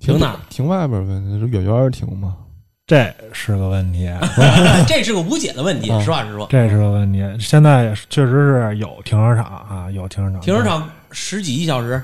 D: 停哪儿？
B: 停外边呗，那就远远儿停嘛。
C: 这是个问 题，
D: 这是个无解的问题，
B: 嗯
D: 实话实说。
C: 这是个问题。现在确实是有停车场啊，有停车场，
D: 停车场十几一小时，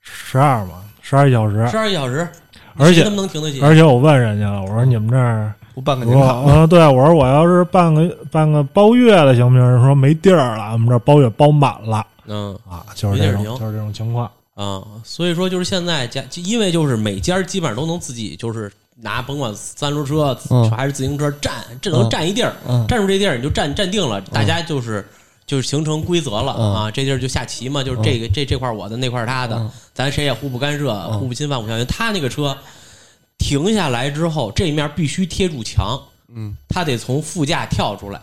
C: 十二嘛，十二小时。
D: 十二一小时，
C: 嗯而且
D: 他们能停得起？
C: 而且我问人家了，我说你们这儿，
B: 不办
C: 我嗯
B: 个啊年卡吗？
C: 说对，我说我要是办个办个包月的行不行？人说没地儿了，我们这儿包月包满了
D: 嗯
C: 啊，就是这种
D: 没地儿停
C: 就是这种情况。
D: 啊，所以说就是现在家，因为就是每家基本上都能自己就是拿，甭管三轮车
B: 嗯
D: 还是自行车占，这能
B: 嗯
D: 占一地儿。
B: 嗯
D: 站住这地儿你就站站定了，大家就是就形成规则了
B: 嗯
D: 啊，这地儿就下棋嘛，就是这个这这块儿我的，那块儿他的
B: 嗯，
D: 咱谁也互不干涉，互不侵犯，互不相侵。他那个车停下来之后，这面必须贴住墙，
B: 嗯，
D: 他得从副驾跳出来，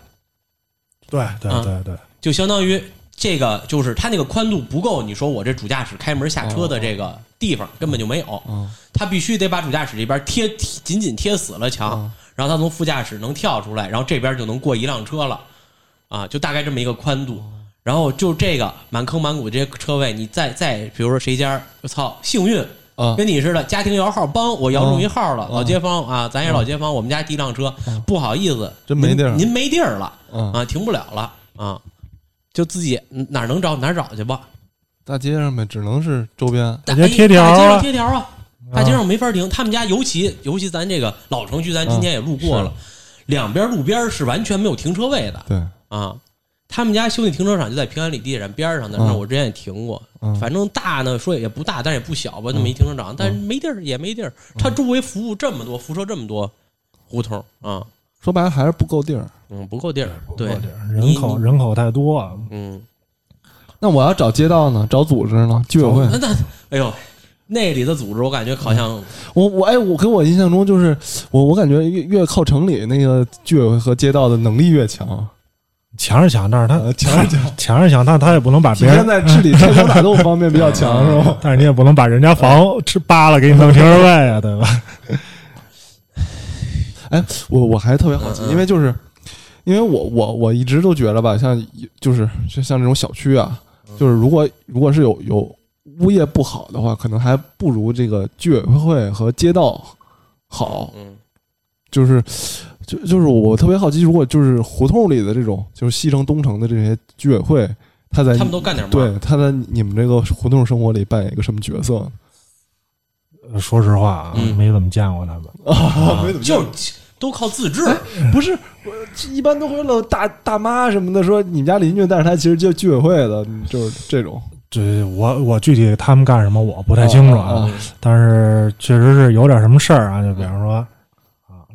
C: 对对
D: 啊
C: 对对，
D: 就相当于这个就是他那个宽度不够，你说我这主驾驶开门下车的这个地方根本就没有，
B: 嗯
D: 他必须得把主驾驶这边贴贴紧紧贴死了墙
B: 嗯，
D: 然后他从副驾驶能跳出来，然后这边就能过一辆车了，啊，就大概这么一个宽度。然后就这个满坑满谷这些车位，你再再比如说谁家，我操，幸运
B: 啊
D: 跟你似的，家庭摇号，帮我摇中一号了，
B: 嗯
D: 老街坊啊，咱也是老街坊，我们家第一辆车，不好意思，
B: 真没地儿
D: 您您没地儿了
B: 嗯，
D: 啊，停不了了啊，就自己哪儿能找哪儿找去吧，大
B: 大街上呗，只能是周边。
D: 大
C: 街贴条啊
D: 大哎街上贴条啊，
C: 啊
D: 大街上没法停。他们家尤其尤其咱这个老城区，咱今天也路过了，两边路边是完全没有停车位的
B: 对，
D: 啊。他们家修那停车场就在平安里地铁站边上的，
B: 嗯
D: 那我之前也停过。
B: 嗯
D: 反正大呢，说也不大，但是也不小吧，那么一停车场，但是没地儿，也没地儿。它周围服务这么多，辐射这么多胡同啊，
B: 说白了还是不够地儿。
D: 嗯，不够地儿。对，
C: 或者人
D: 你
C: 口
D: 你
C: 人口太多，
D: 嗯，
B: 那我要找街道呢，找组织呢，居委会
D: 那。那哎呦，那里的组织我感觉好像
B: 我我哎，我给我印象中就是我我感觉越越靠城里那个居委会和街道的能力越强，
C: 强是强，但是他
B: 呃，强是强，
C: 强是强，但他也不能把
B: 体
C: 别
B: 现
C: 人，
B: 在治理车流打斗方面比较 强，是吧？
C: 但是你也不能把人家房
D: 呃
C: 吃扒了给你弄 停车位啊，对吧？
B: 哎，我我还特别好奇
D: 嗯，嗯
B: 因为就是因为我我我一直都觉得吧，像就是就像这种小区啊，就是如果如果是有有物业不好的话，可能还不如这个居委会和街道好。
D: 嗯
B: 就是就就是我特别好奇，如果就是胡同里的这种，就是西城、东城的这些居委会，他在
D: 他们都干点嘛？
B: 对他在你们这个胡同生活里扮演一个什么角色呢？
C: 呃说实话啊
D: 嗯，
C: 没怎么见过他们。
D: 啊，就是都靠自制。
B: 不是，我一般都会有大大妈什么的说你们家邻居，但是他其实就居委会的，就是这种。
C: 这我我具体他们干什么我不太清楚啊，
B: 啊
C: 但是确实是有点什么事儿啊，就比方说啊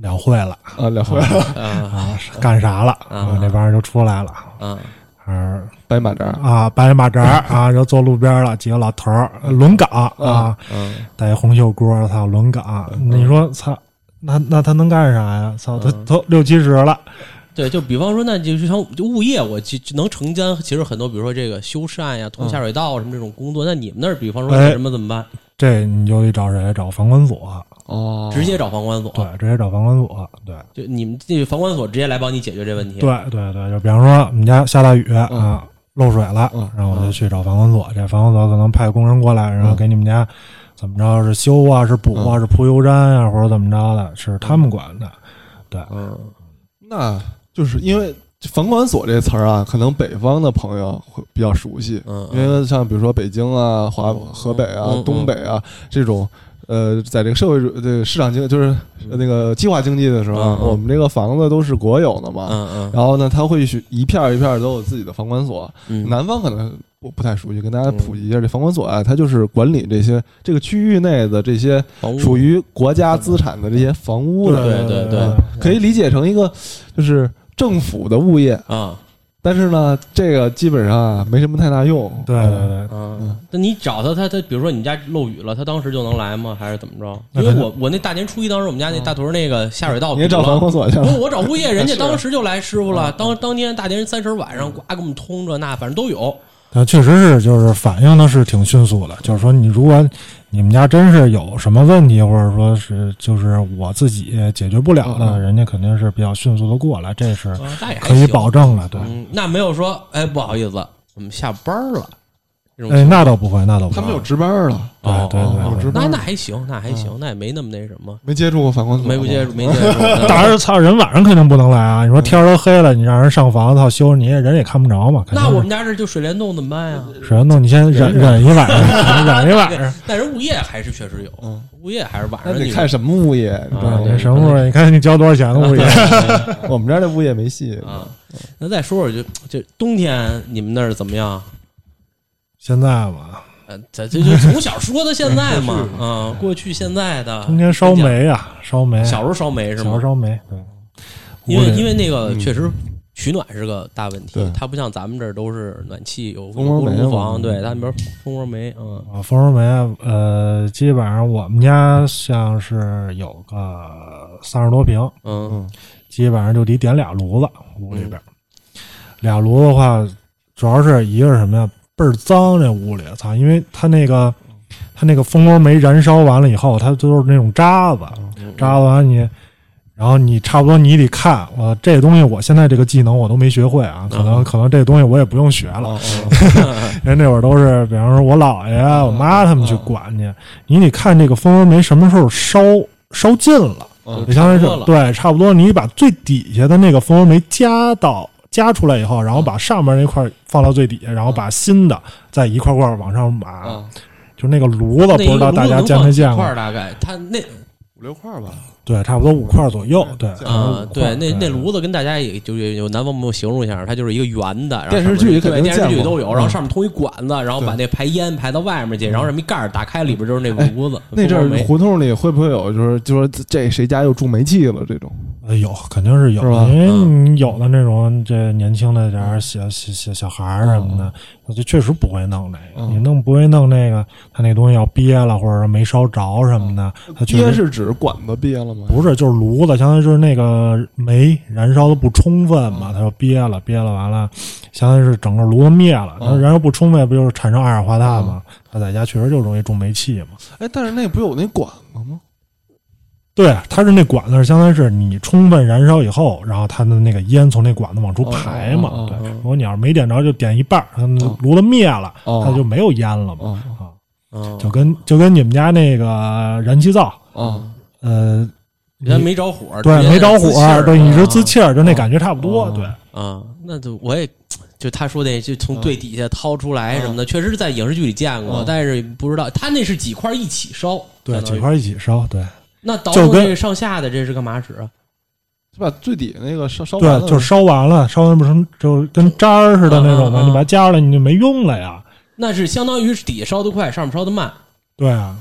C: 两会了
B: 啊，两回
D: 啊
C: 啊，干啥了
D: 啊
C: 那帮人就出来了，
D: 啊
C: 还是
B: 白马扎，
C: 啊白马扎儿啊，就坐路边了，几个老头儿轮岗啊，
D: 嗯
C: 戴一红袖锅，操轮岗，你说操那那他能干啥呀？操，他都六七十了，，
D: 对，就比方说，那就是像就物业，我就就能承担，其实很多，比如说这个修缮呀、通下水道啊什么这种工作。那你们那儿，比方说
C: 哎
D: 什么怎么办？
C: 这你就得找谁？找房管所，
B: 哦
D: 直接找房管所。
C: 对，直接找房管所，对。
D: 就你们这房管所直接来帮你解决这问题。
C: 对对对，就比方说我们家下大雨啊，漏水了
B: 嗯，
C: 然后我就去找房管所，这房管所可能派工人过来，然后给你们家怎么着是修啊，是补
B: 嗯
C: 啊，是铺油毡啊，或者怎么着的，是他们管的。对，
D: 嗯，
B: 那就是因为房管所这词儿啊，可能北方的朋友会比较熟悉，
D: 嗯
B: 因为像比如说北京啊、华河北啊、
D: 嗯嗯
B: 东北啊这种。呃，在这个社会主这个市场经就是那个计划经济的时候，
D: 嗯
B: 啊
D: 嗯嗯
B: 我们这个房子都是国有的嘛，
D: 嗯嗯
B: 然后呢，他会去一片儿一片儿都有自己的房管所，
D: 嗯，
B: 南方可能不不太熟悉，跟大家普及一下，这房管所啊，它就是管理这些这个区域内的这些
D: 房屋
B: 属于国家资产的这些房屋的，
D: 嗯
B: 嗯
D: 对对对
B: 可以理解成一个就是政府的物业，
D: 啊
B: 但是呢，这个基本上啊没什么太大用。
C: 对对对，
D: 嗯，那你找他，他他比如说你们家漏雨了，他当时就能来吗？还是怎么着？因为我我那大年初一，当时我们家那大屯那个下水道
B: 你
D: 堵
B: 也找房管所
D: 了。
B: 去
D: 不是
B: 了，
D: 我找物业，人家当时就来师傅了。当当天大年三十晚上，呱给我们通这那，反正都有。
C: 那确实是，就是反应的是挺迅速的。就是说，你如果你们家真是有什么问题，或者说是就是我自己解决不了
B: 嗯
C: 的，
B: 嗯
C: 人家肯定是比较迅速的过来，这是
D: 啊那也
C: 嗯
D: 还
C: 可以
D: 行
C: 保证的。对，
D: 嗯，那没有说，哎，不好意思，我们下班了。这种
C: 哎，那倒不会，那倒不会。
B: 他们有值班儿了，
C: 对对
D: 哦
B: 有
C: 对
B: 值
C: 对，
B: 班儿
D: 那那
B: 了，
D: 还行，那还
C: 嗯
D: 行，那也没那么那什么，
B: 没接触过房管所，
D: 没不接触，没接触。
C: 当然，操，嗯人晚上肯定不能来啊！你说天儿都黑了，你让人上房，操，修你也人也看不着嘛。肯定
D: 那
C: 是
D: 我们家这就水帘洞怎么办呀？
C: 是吧弄你先忍忍一晚 上，忍一晚上。
D: 但是物业还是确实有，
C: 嗯
D: 物业还是晚
B: 那
D: 上
B: 得
D: 你
B: 看什么物业，你知道
C: 对，
B: 吗
D: 啊对
C: 你什么时候？你看你交多少钱了？物 业？嗯
B: 我们这儿这物业没戏。
D: 啊。那再说说，就就冬天你们那儿怎么样？
C: 现在嘛，
D: 呃，这这 就从小说到现在嘛，啊，过去现在的
C: 冬天烧，煤啊，烧煤，
D: 小时候烧煤是
C: 小时候烧
D: 吗？
C: 煤，对。
D: 因
C: 屋
D: 为
C: 里
D: 因为
C: 嗯
D: 那个确实取暖是个大问题
B: 对，
D: 它不像咱们这儿都是暖气有有
B: 蜂窝
D: 锅
B: 煤
D: 炉
B: 嘛
D: 房，对，它那边蜂窝煤，嗯
C: 啊，蜂窝煤，呃，基本上我们家像是有个三十多平，
D: 嗯
C: 基本上就得点俩炉子，屋里边儿。俩炉子的话，主要是一个是什么呀？倍儿脏，这屋里，操，因为它那个它那个蜂窝煤燃烧完了以后，它都是那种渣子，渣子完你。然后你差不多你得看，我这东西我现在这个技能我都没学会啊，可能可能这东西我也不用学了，
D: 啊
B: 哦哦
C: 人那会儿都是，比方说我姥爷、啊我妈他们
D: 嗯
C: 去管去，你得看这个蜂窝煤什么时候烧烧尽了，
B: 嗯
C: 就相当于
D: 差不多
C: 是
D: 了
C: 对，差不多你把最底下的那个蜂窝煤加到加出来以后，然
D: 嗯
C: 后把上面那块儿放到最底下，然后把新的再一块块儿往上码，
B: 哦，
C: 就那个炉子
D: 啊嗯那
C: 不
D: 一
C: 知道
D: 个
C: 大
D: 炉
C: 家
D: 能
C: 见
D: 放
C: 没
D: 几
C: 见
D: 块
C: 过？嗯
D: 儿大概它那
B: 五六块儿吧，
C: 对，差不多五块儿左右，对，
B: 见
D: 啊，对，那那
C: 炉
D: 炉子跟大家也就有有南方朋友形容一下，它就是一个圆的，然后
B: 电视
D: 上
B: 剧
D: 面
B: 肯定
D: 对电视
B: 见
D: 剧
B: 过
D: 都有，
B: 嗯
D: 然后上面通一管子，然后把那排烟排到外面去，
C: 嗯
D: 然后这么一盖儿打开，里边就是那
C: 哎
D: 炉子。
B: 那阵
D: 蜂窝煤
B: 儿胡同里会不会有，就是就说这谁家又住煤气了这种？
C: 呃有肯定是有
B: 是吧，嗯
C: 因为你有的那种这年轻的点儿小小小小孩儿什么的，
B: 哦
C: 他就确实不会弄这个，
B: 嗯
C: 你弄不会弄那个，他那东西要憋了，或者说没烧着什么的，他
B: 哦
C: 确
B: 憋
C: 实
B: 是指管子憋了吗？
C: 不是就是炉子，相当于就是那个煤燃烧的不充分
B: 哦
C: 嘛，它就憋了，憋了完了，相当于是整个炉子灭了，它
B: 嗯
C: 燃烧不充分，不就是产生二氧化
B: 哦
C: 碳嘛？他在家确实就容易中煤气嘛。
B: 哎，但是那不有那管子吗？
C: 对，它是那管子，相当于是你充分燃烧以后，然后它的那个烟从那管子往出排嘛。
B: 哦哦哦哦
C: 对，如果你要是没点着，就点一半儿，它那
B: 哦
C: 炉子灭了，
B: 哦
C: 它就没有烟了嘛。
B: 哦
C: 啊，
D: 嗯
C: 就跟就跟你们家那个燃气灶，
B: 哦，
C: 呃，
D: 人家没着火，
C: 对
D: 直，接
C: 没着火
D: 滋气儿，
C: 对，你是滋
D: 啊
C: 气儿，就那感觉差不多
B: 哦。
C: 对，
D: 啊，那就我也就他说那就从最底下掏出来
C: 啊
D: 什么的，确实是在影视剧里见过
B: 嗯，
D: 但是不知道他那是几块一起烧，
C: 对，
D: 相当于
C: 几。块一起烧，对，
D: 那倒
C: 就
D: 腾
C: 跟
D: 这上下的这是干嘛使啊？
B: 是把最底下那个烧烧完
C: 对，
B: 了，
C: 就是烧完了，烧完不成就跟渣儿似的那种嘛，
D: 嗯嗯嗯
C: 你把它加出来，你就没用了呀。
D: 那是相当于是底下烧得快，上面烧得慢。
C: 对啊，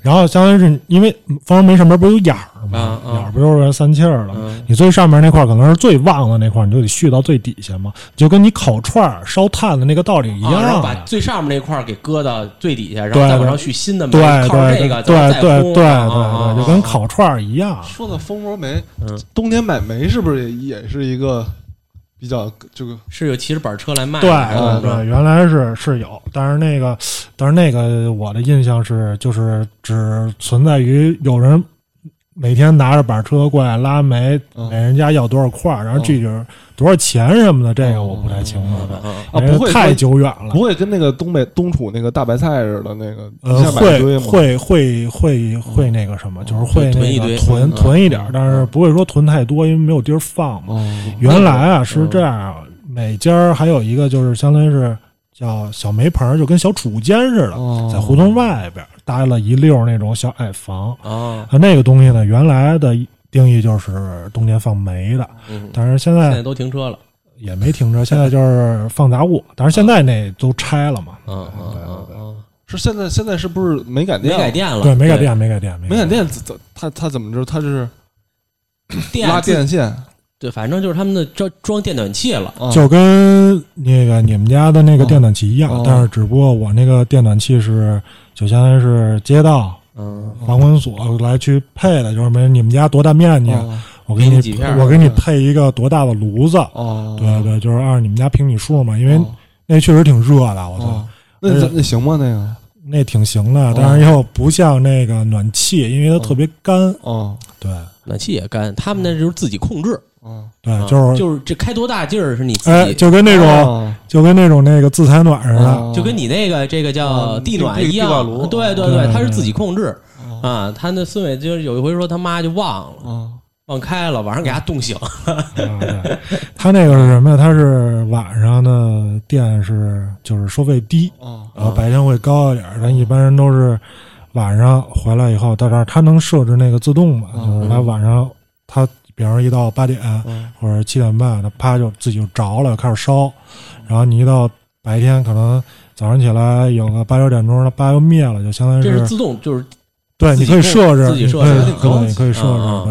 C: 然后相当于是因为蜂窝煤上面不是有眼儿吗？
D: 啊啊
C: 眼儿不就是散气儿了吗？
D: 嗯
C: 你最上面那块儿可能是最旺的那块儿，你就得续到最底下嘛，就跟你烤串儿烧炭的那个道理一样
D: 啊，然后把
C: 呀。
D: 最上面那块儿给搁到最底下，然后
C: 对
D: 再往上续新的煤，
C: 对
D: 靠着这
C: 对
D: 个
C: 对
D: 咱们再
C: 对对
D: 铺
C: 对
D: 啊啊
C: 对，就
D: 啊
C: 跟烤串儿一样。
B: 说的蜂窝煤
D: 嗯，
B: 冬天买煤是不是也也是一个比较啊这个？
D: 是有骑着板车来卖的，
C: 对
D: 还是怎么
C: 对
D: 着
C: 对，原来是是有，但是那个，但是那个，我的印象是，就是只存在于有人每天拿着板车过来拉煤，
B: 嗯
C: 每人家要多少块儿，然后
B: 嗯
C: 具体是多少钱什么的，这个我不太清楚
D: 嗯
C: 了，
D: 嗯
B: 啊
C: 因为
B: 不会
C: 哎太
B: 说
C: 久远了
B: 不。会跟那个东北东楚那个大白菜似的，那个一
C: 呃，
B: 下买一堆
C: 会
B: 吗？
C: 会会会会那个什么，就是会
D: 囤一
C: 那
D: 堆
C: 个囤
D: 嗯
C: 囤一点儿，但是不会说囤太多，因为没有地儿放嘛。
B: 哦，
C: 原来啊是这样，每家儿还有一个就是相当于是叫小煤棚儿，就跟小储物间似的，
B: 哦
C: 在胡同外边儿，搭了一溜儿那种小矮房。
D: 啊，
C: 啊，那个东西呢，原来的定义就是冬天放煤的，
D: 嗯，
C: 但是现
D: 现在
C: 在
D: 都停车了，
C: 也没停车，现在就是放杂物。但是现在那都拆了嘛，
D: 嗯嗯嗯嗯，
B: 是现在现在是不是没改
D: 没
B: 电了？
D: 改电了，
C: 对，没改，电，没改电，
B: 没
C: 没
B: 改
C: 改。
B: 电怎怎他他怎么知道他是
D: 电
B: 拉电线？
D: 对，反正就是他们的装装电暖气了，
B: 啊
C: 就跟那个你们家的那个电暖气一样，
B: 哦
C: 但是只不过我那个电暖气是就相当于是街道
D: 嗯，
C: 房管所来去配的，就是没你们家多大面积，啊
B: 哦
C: 我给
D: 给
C: 你
D: 你嗯几片儿嗯
C: 我给你配一个多大的炉子，
B: 哦，
C: 对对，就是按你们家平米数嘛，因为
D: 嗯
B: 哦
C: 那确实挺热的，我操，
B: 哦，那
C: 呃
B: 咱那行吗？那个
C: 那挺行的，
D: 嗯
C: 但是又不像那个暖气，因为它特别干，
D: 嗯
B: 哦
C: 对
D: 暖气也干，他们那就是自己控制，
B: 哦，
C: 对，
D: 啊
C: 嗯就是
D: 就是嗯这开多大劲儿是你自
C: 哎，
D: 己，
C: 就跟那种、啊
B: 哦
C: 就跟那种那个自采暖似的，
B: 哦
D: 就跟你那个这个叫
B: 哦
D: 地暖
B: 地
D: 一样
B: 地暖炉，
D: 对对
C: 对
D: 对，他是自己控制
B: 哦
D: 啊。他那孙伟就是有一回说他妈就忘了，
B: 哦
D: 忘开了，晚上给他冻醒。嗯
C: 啊，对，他那个是什么呀？他是晚上呢，电是就是收费低，
B: 哦
D: 啊
C: 然后啊白天会高一点儿，但一般人都是晚上回来以后到这儿，他能设置那个自动嘛，
D: 啊
B: 嗯
C: 就是他晚上他比方说一到八点
B: 嗯
C: 或者七点半，他啪就自己就着了，开始烧，然后你一到白天可能早上起来有个八九点钟，它叭又灭了，就相当于
D: 这是自动，
C: 啊
D: 就是
C: 对，你可以
D: 自己控
C: 设置，
D: 自己设
C: 你可以
D: 置的
C: 对，你可以设置，
D: 嗯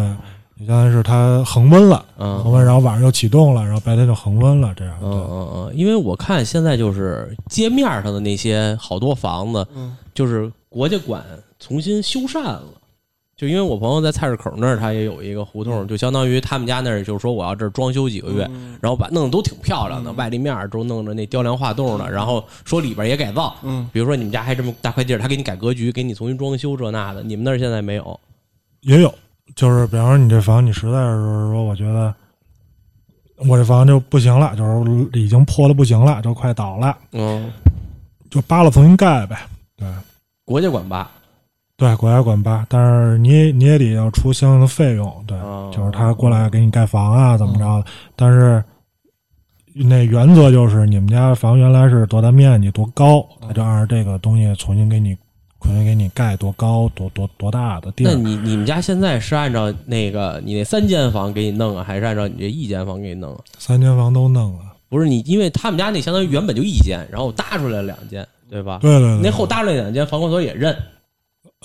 C: 对，就相当于是它恒温了，
D: 嗯
C: 恒温，然后晚上又启动了，然后白天就恒温了，这样，
D: 嗯
C: 对，
D: 嗯嗯，因为我看现在就是街面上的那些好多房子，
B: 嗯
D: 就是国家管重新修缮了。就因为我朋友在菜市口那儿，他也有一个胡同，就相当于他们家那儿，就是说我要这儿装修几个月，然后把弄得都挺漂亮的，外立面儿都弄着那雕梁画栋的，然后说里边儿也改造，
B: 嗯
D: 比如说你们家还这么大块地儿，他给你改格局，给你重新装修这那的，你们那儿现在没有。
C: 也有，就是比方说你这房，你实在是说，我觉得我这房就不行了，就是已经破的不行了，就快倒了，
D: 嗯，
C: 就扒了重新盖呗，对。
D: 国家管吧。
C: 对，国家管吧，但是你也你也得要出相应的费用，对，
D: 哦
C: 就是他过来给你盖房啊，怎么着的，但是那原则就是你们家房原来是多大面积多
D: 哦
C: 高，他就按照这个东西重新给你重新给你盖多高多多多大的地
D: 那
C: 儿。
D: 你你们家现在是按照那个你那三间房给你弄啊，还是按照你这一间房给你弄啊？
C: 三间房都弄了，
D: 不是你，因为他们家那相当于原本就一间，然后搭出来两间，对吧？
C: 对对对，
D: 那后搭出来两间，房管所也认。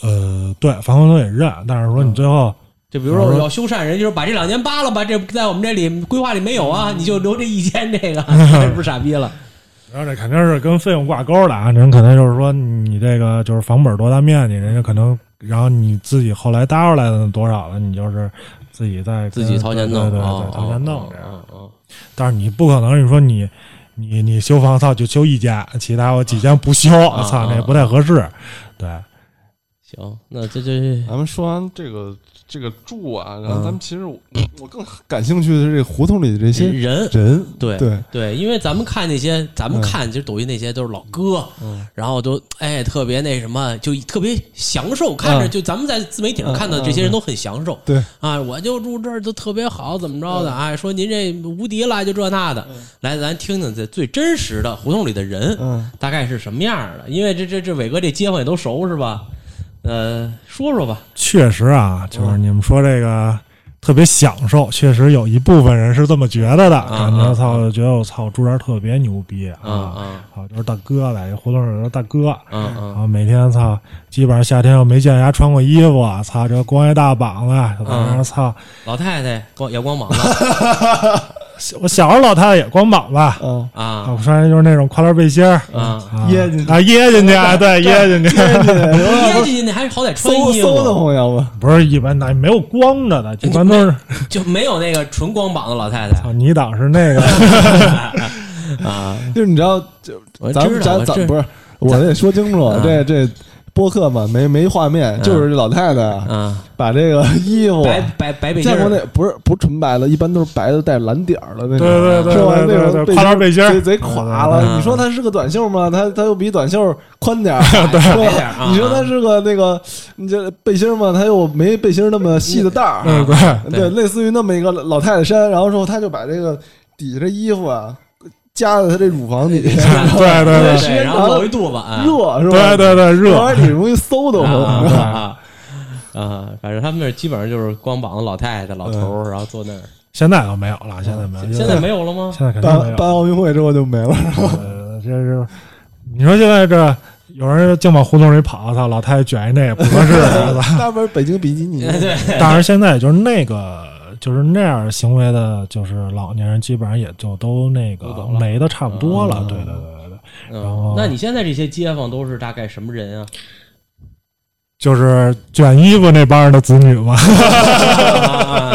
C: 呃对，房管所也认，但是说你最
D: 嗯
C: 后、
D: 就比如说我要修缮，人家就是把这两间扒了吧，这在我们这里规划里没有啊，你就留这一间 这个，是不是傻逼了？
C: 嗯然后这肯定是跟费用挂钩的啊，人可能就是说你这个就是房本多大面积，人家可能，然后你自己后来搭出来的多少了，你就是自己再跟
D: 自己掏钱弄
C: 对对
D: 啊，
C: 对，掏钱弄这样。
D: 啊啊！啊
C: 但是你不可能，你说你你你修房操就修一家，其他我几间不修，我操那也不太合适。对，
D: 行，那这这
C: 嗯
B: 咱们说完这个这个住啊，然后
D: 嗯
B: 咱们其实我我更感兴趣的是这胡同里的这些
D: 人
B: 人，
D: 对
B: 对，
D: 对，因为咱们看那些，咱们
B: 嗯
D: 看其实抖音那些都是老哥，
B: 嗯
D: 然后都哎特别那什么，就特别享受，看着
B: 嗯
D: 就咱们在自媒体上
B: 嗯
D: 看到的这些人都很享受。
B: 对嗯
D: 啊，我就住这儿都特别好，怎么着的啊？说您这无敌了，就这那的。来，咱听听这最真实的胡同里的人
B: 嗯
D: 大概是什么样的，因为这这这伟哥这街坊也都熟是吧？呃，说说吧，
C: 确实啊，就是
D: 嗯
C: 你们说这个特别享受，确实有一部分人是这么觉得的，感
D: 啊
C: 觉
D: 啊
C: 操，觉得我操住这儿特别牛逼
D: 啊啊
C: 啊，就是大哥来，胡同里的大哥，
D: 嗯
C: 然
D: 嗯
C: 后每天操，基本上夏天要没见人家穿过衣服，啊操，这光一大膀子，啊
D: 嗯
C: 就在那儿操。
D: 老太太光阳光膀子
C: 我小时候老太太也光膀子，啊，
B: 啊，
D: 啊
C: 我穿的就是那种跨栏背心儿，
D: 啊，
C: 啊
B: 掖进去
C: 啊掖进去， 对掖进去，
B: 哎
D: 掖进去那还好歹穿
B: 搜
D: 衣
B: 搜的
D: 服，
B: 慌， 要不
C: 不是一般的，没有光 着的，一般都是
D: 就没有那个纯光膀子老太太
C: 啊，你党是那个，
D: 啊。
B: 就是你知道，就
D: 我
B: 咱
D: 知
B: 们咱
D: 道我
B: 咱
D: 这
B: 不是，我得说清楚
D: 啊，
B: 这这播客嘛，没没画面，就是这老太太啊
D: 啊，
B: 把这个衣服啊
D: 白白白背心
B: 哦见过
D: 儿，
B: 那不是不是纯白的，一般都是白的带蓝点儿的那
C: 对
B: 种，
C: 对对
B: 是吧？
C: 对
B: 那
C: 对
B: 种
C: 对，
B: 背
C: 跨
B: 心
C: 栏背心儿
B: 贼贼垮了。
D: 嗯
B: 你说它是个短袖吗？它它又比短袖宽点儿，
D: 白点儿啊
B: 你说它是个那个你这背心吗？它又没背心那么细的带儿，
C: 嗯 对，
B: 对，类似于那么一个老太太衫。然后之后，她就把这个底下这衣服啊夹在他这乳房里，
C: 对对对
B: 时间
D: 然
B: 长
D: 后
B: 了
D: 露一肚子 啊，
B: 热是吧？
C: 对对对，
B: 这玩意儿
C: 热
B: 挺容易馊的
D: 啊
B: 慌。
D: 啊啊啊啊！反正他们那儿基本上就是光膀子老太太、老头
B: 嗯
D: 儿，然后坐那儿。
C: 现在都啊没有了，现在
B: 哎
C: 没有，
D: 现在没有 了吗？
C: 现在肯定没
B: 办
C: 有。
B: 办奥运会之后就没了，
C: 呃，这是你说现在这有人净往胡同里跑，操，老太太卷一那也不合适， 操
B: 那不是北京比基尼
D: 哎对，
C: 啊但是现在就是那个就是那样行为的，就是老年人基本上也就都那
D: 都
C: 个
D: 懂了
C: 没的差不多了。
B: 嗯
C: 对对对对对，然
D: 嗯
C: 后，
D: 那你现在这些街坊都是大概什 么人啊？
C: 就是卷衣服那帮人的子女嘛。
D: 啊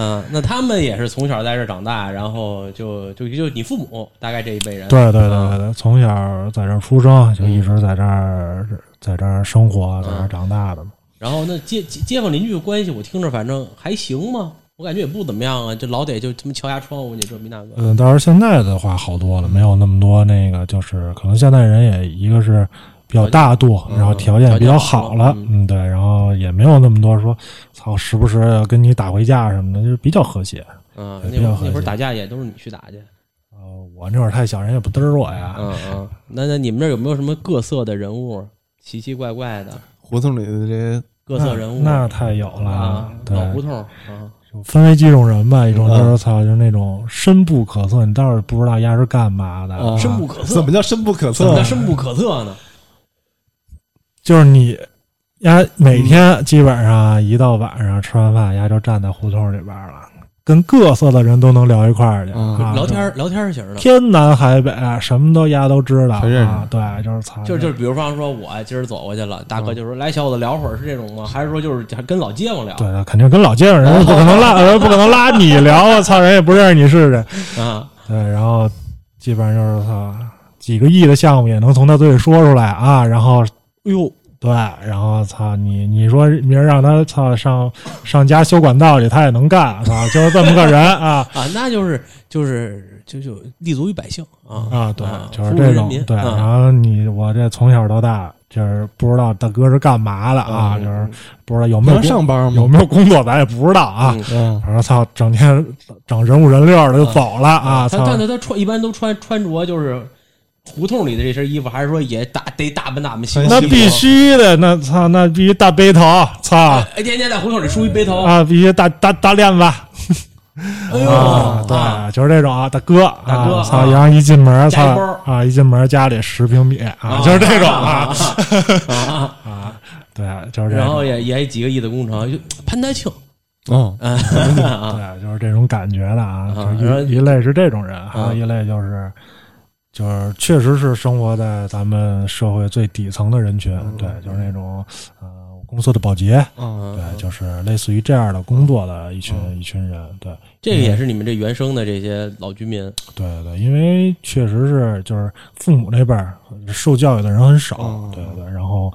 D: 嗯，那他们也是从小在这儿长大，然后就就就你父母大概这一辈人。
C: 对对对
D: 嗯
C: 对对，从小在这儿出生，就一直在这儿在这儿生活，在这
D: 嗯
C: 儿长大的嘛。
D: 然后那街街街坊邻居的关系，我听着反正还行嘛，我感觉也不怎么样啊，就老得就他妈敲压窗户，你这逼那个。
C: 嗯，但是现在的话好多了，没有那么多那个，就是可能现在人也一个是比较大度，
D: 嗯
C: 然后条件比较好了，嗯，对，然后也没有那么多说操时不时要跟你打回架什么的，就是比较和谐。
D: 嗯，
C: 对
D: 那
C: 呃比较
D: 会儿
C: 和
D: 那会儿
C: 谐
D: 打架也都是你去打去。
C: 呃，我那会儿太小，人也不嘚儿我呀。
D: 嗯嗯，那那你们那儿有没有什么各色的人物，奇奇怪怪的
B: 胡同里的这些
D: 各色人物？
C: 那太有了，
D: 啊，
C: 对
D: 老，胡同嗯啊，
C: 就分为几种人吧，一种就是操，就是那种深不可测，你倒是不知道丫是干嘛的，
B: 啊
D: 深不可测
B: 怎么叫深不可
D: 怎么
B: 测
D: 叫？深不可测呢？
C: 就是你丫每天基本上一到晚上吃完饭，丫就站在胡同里边儿了，跟各色的人都能聊一块儿去，
B: 嗯
C: 啊
D: 聊天儿聊天儿型的
C: 就。天南海北什么都丫都知道，
B: 全认识
C: 啊，对，就是操，
D: 就是就是，比如方说，我今儿走过去了，大
C: 嗯
D: 哥就说：“来，小伙子，聊会儿，是这种吗？还是说就是跟老街坊聊
C: 对，肯定跟老街坊人不可能拉，人不可能拉你聊，我操，人也不认识你是谁，
D: 啊？
C: 对，然后基本上就是操几个亿的项目也能从他嘴里说出来啊，然后
D: 哎呦，
C: 对，然后操你你说明儿让他操上上家修管道去，他也能干，操，就是这么个人啊
D: 啊，那就是就是就就立足于百姓啊
C: 啊，对，就是
D: 服务
C: 这
D: 人
C: 种
D: 民
C: 对，
D: 啊
C: 然后你我这从小到大就是不知道大哥是干嘛的啊，
D: 嗯
C: 就是不知道有没有
B: 能
C: 工
B: 上班
C: 有
B: 吗？
C: 没有工作，咱也不知道啊。
D: 嗯
B: 嗯，
C: 反正操，整天整人五人六的就走了啊！
D: 嗯他
C: 操，
D: 但是他穿一般都穿穿着就是胡同里的这身衣服，还是说也打得打扮打扮西服？
C: 那必须的，那操，那必须大背头，操
D: 哎，天天在胡同里梳一背头，
C: 啊，必须大大大链子，
D: 哎呦，
C: 啊，
D: 啊
C: 对，就是这种啊，大哥，啊
D: 大哥啊
C: 操，然后一进门，
D: 加一
C: 操
D: 包，
C: 啊，一进门家里十平米啊，就是这种啊，
D: 啊啊，
C: 啊， 对，就是这
D: 然后
C: 种，
D: 也也几个亿的工程，就潘大庆
B: 嗯，
D: 啊啊
C: 对，就是这种感觉的啊，
D: 啊
C: 就
D: 然后啊
C: 是一一类是这种人，还有一类就是。就是确实是生活在咱们社会最底层的人群，
D: 嗯
C: 对，就是那种呃公司的保洁，
B: 嗯
C: 对，就是类似于这样的工作的一群
D: 嗯
C: 一群人，对，
D: 这个也是你们这原生的这些老居民，
C: 对对，因为确实是就是父母那辈儿受教育的人很少，
B: 嗯
C: 对对，然后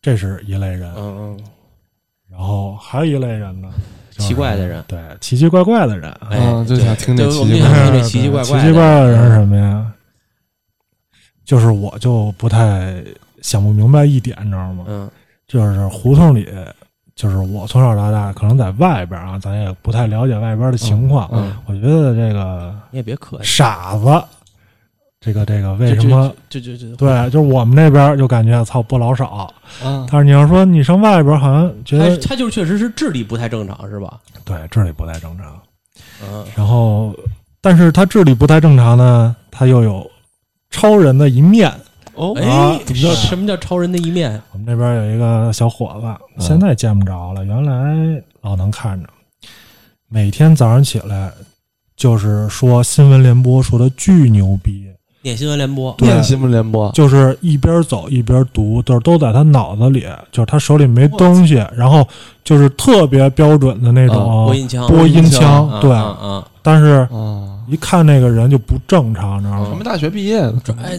C: 这是一类人，
D: 嗯嗯，
C: 然后还有一类人呢，就是
D: 奇怪的人
C: 对，奇奇怪怪的人，
D: 哎
B: 嗯，就
D: 对
B: 想听这
D: 对
B: 奇
D: 我们
B: 奇
D: 就
B: 怪怪
D: 想听
B: 的
D: 这奇奇怪怪
C: 怪
D: 的
C: 奇怪的人是什么呀？就是我就不太想不明白一点，你知道吗？
D: 嗯
C: 就是胡同里，就是我从小到大，可能在外边啊，咱也不太了解外边的情况，
B: 嗯嗯
C: 我觉得这个。
D: 你也别客气，
C: 傻子，这个这个为什么？
D: 就就就
C: 对，就是我们那边儿就感觉操不老少，
B: 嗯
C: 但是你要说你上外边儿，好像觉
D: 啊他
C: 得
D: 他就是确实是智力不太正常，是吧？
C: 对智力不太正常。
D: 嗯
C: 然后，但是他智力不太正常呢，他又有超人的一面。
B: 哦
D: 哎，
C: 怎么叫
D: 什么叫超人的一面？
C: 我们那边儿有一个小伙子，
D: 嗯
C: 现在见不着了，原来老能看着，每天早上起来就是说新闻联播说的巨牛逼，
D: 念新闻联播，
B: 念新闻联播，
C: 就是一边走一边读，就是都在他脑子里，就是他手里没东
D: 哦
C: 西，然后就是特别标准的那
B: 啊
C: 种
D: 播音腔，
C: 播音腔，
D: 啊
C: 对。
D: 啊啊，
C: 但是
B: 啊，
C: 一看那个人就不正常，你知道
B: 传
D: 哦
C: 吗？
B: 媒大学毕业的，
D: 哎，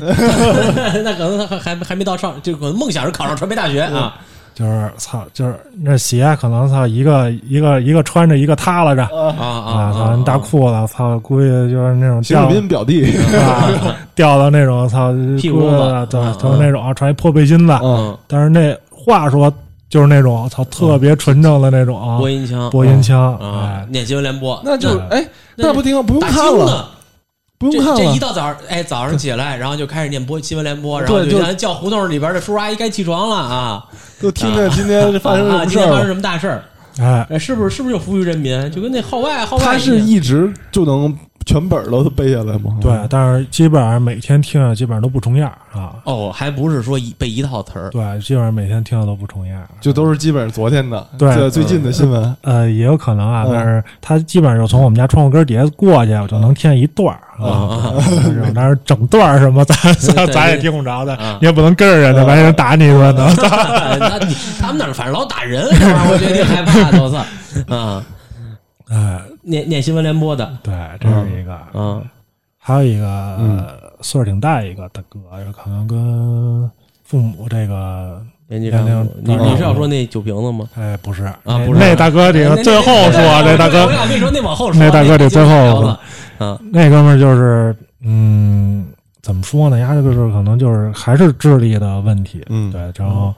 D: 那可能还还还没到上，就可能梦想是考上传媒大学啊。
C: 就是操，就是那鞋可能操一个一个一个穿着一个塌拉着
D: 啊啊
C: 啊，操
D: 啊！
C: 那大裤子，操估计就是那种
B: 习
C: 掉
B: 近平表弟，
C: 啊掉到那种操
D: 屁股子
C: 对
D: 啊，哦
C: 就是那种啊穿一破背心的，
B: 嗯，
C: 但是那话说就是那种操
D: 哦
C: 特别纯正的那种啊
D: 播音腔
C: 播音腔，
D: 啊
C: 哎，，
D: 念新闻联播，
B: 那就是
C: 嗯
B: 哎，那不听不用
D: 大
B: 看
D: 清
B: 了，
D: 呢？
B: 不
D: 这
B: 用看
D: 这
B: 了
D: 一。到早上，哎，早上起来，然后就开始念播新闻联播，然
B: 对
D: 后就
B: 就
D: 像叫胡同里边的叔叔阿姨该起床了啊，
B: 就听听今天哎发生
D: 啊，
B: 了
D: 今
B: 什
D: 天发
B: 么事儿。
D: 生什么大事儿？
C: 哎，
D: 哎，是不是是不是就服务于人民？就跟那号外号外
B: 他
D: 样，
B: 是一直就能全本儿都背下来吗？
C: 对，但是基本上每天听的基本上都不重样啊。
D: 哦，还不是说一背一套词儿，
C: 对，基本上每天听的都不重样。
B: 就都是基本上昨天的，
C: 对
B: 最最近的新闻。
C: 呃，也有可能啊，
B: 嗯
C: 但是他基本上就从我们家窗户根儿底下过去，我就能听见一段儿 啊。对但是整段儿什么，咱咱
D: 对
C: 咱也听不着的
D: 嗯，
C: 你也不能跟着人家，万一人打你说呢？
D: 他你他 们那儿反正老打 人，这玩意儿我觉得挺害怕的，我操啊！
C: 哎，
D: 念念新闻联播的，
C: 对，这是一个。
D: 嗯，
C: 还有一个、呃岁数挺大一个大哥，可能跟父母这个，
D: 编辑干部，你
C: 嗯
D: 你是要说那酒瓶子吗？
C: 哎，不是啊
D: 不是
C: 那大哥这个最后说，那
D: 那
C: 大
D: 我
C: 哥
D: 想跟你说，那往后说，
C: 那大哥得最后
D: 那
C: 说
D: 嗯
C: 那哥们儿就是，嗯，怎么说呢？丫这个就是可能就是还是智力的问题，
B: 嗯
C: 对。然后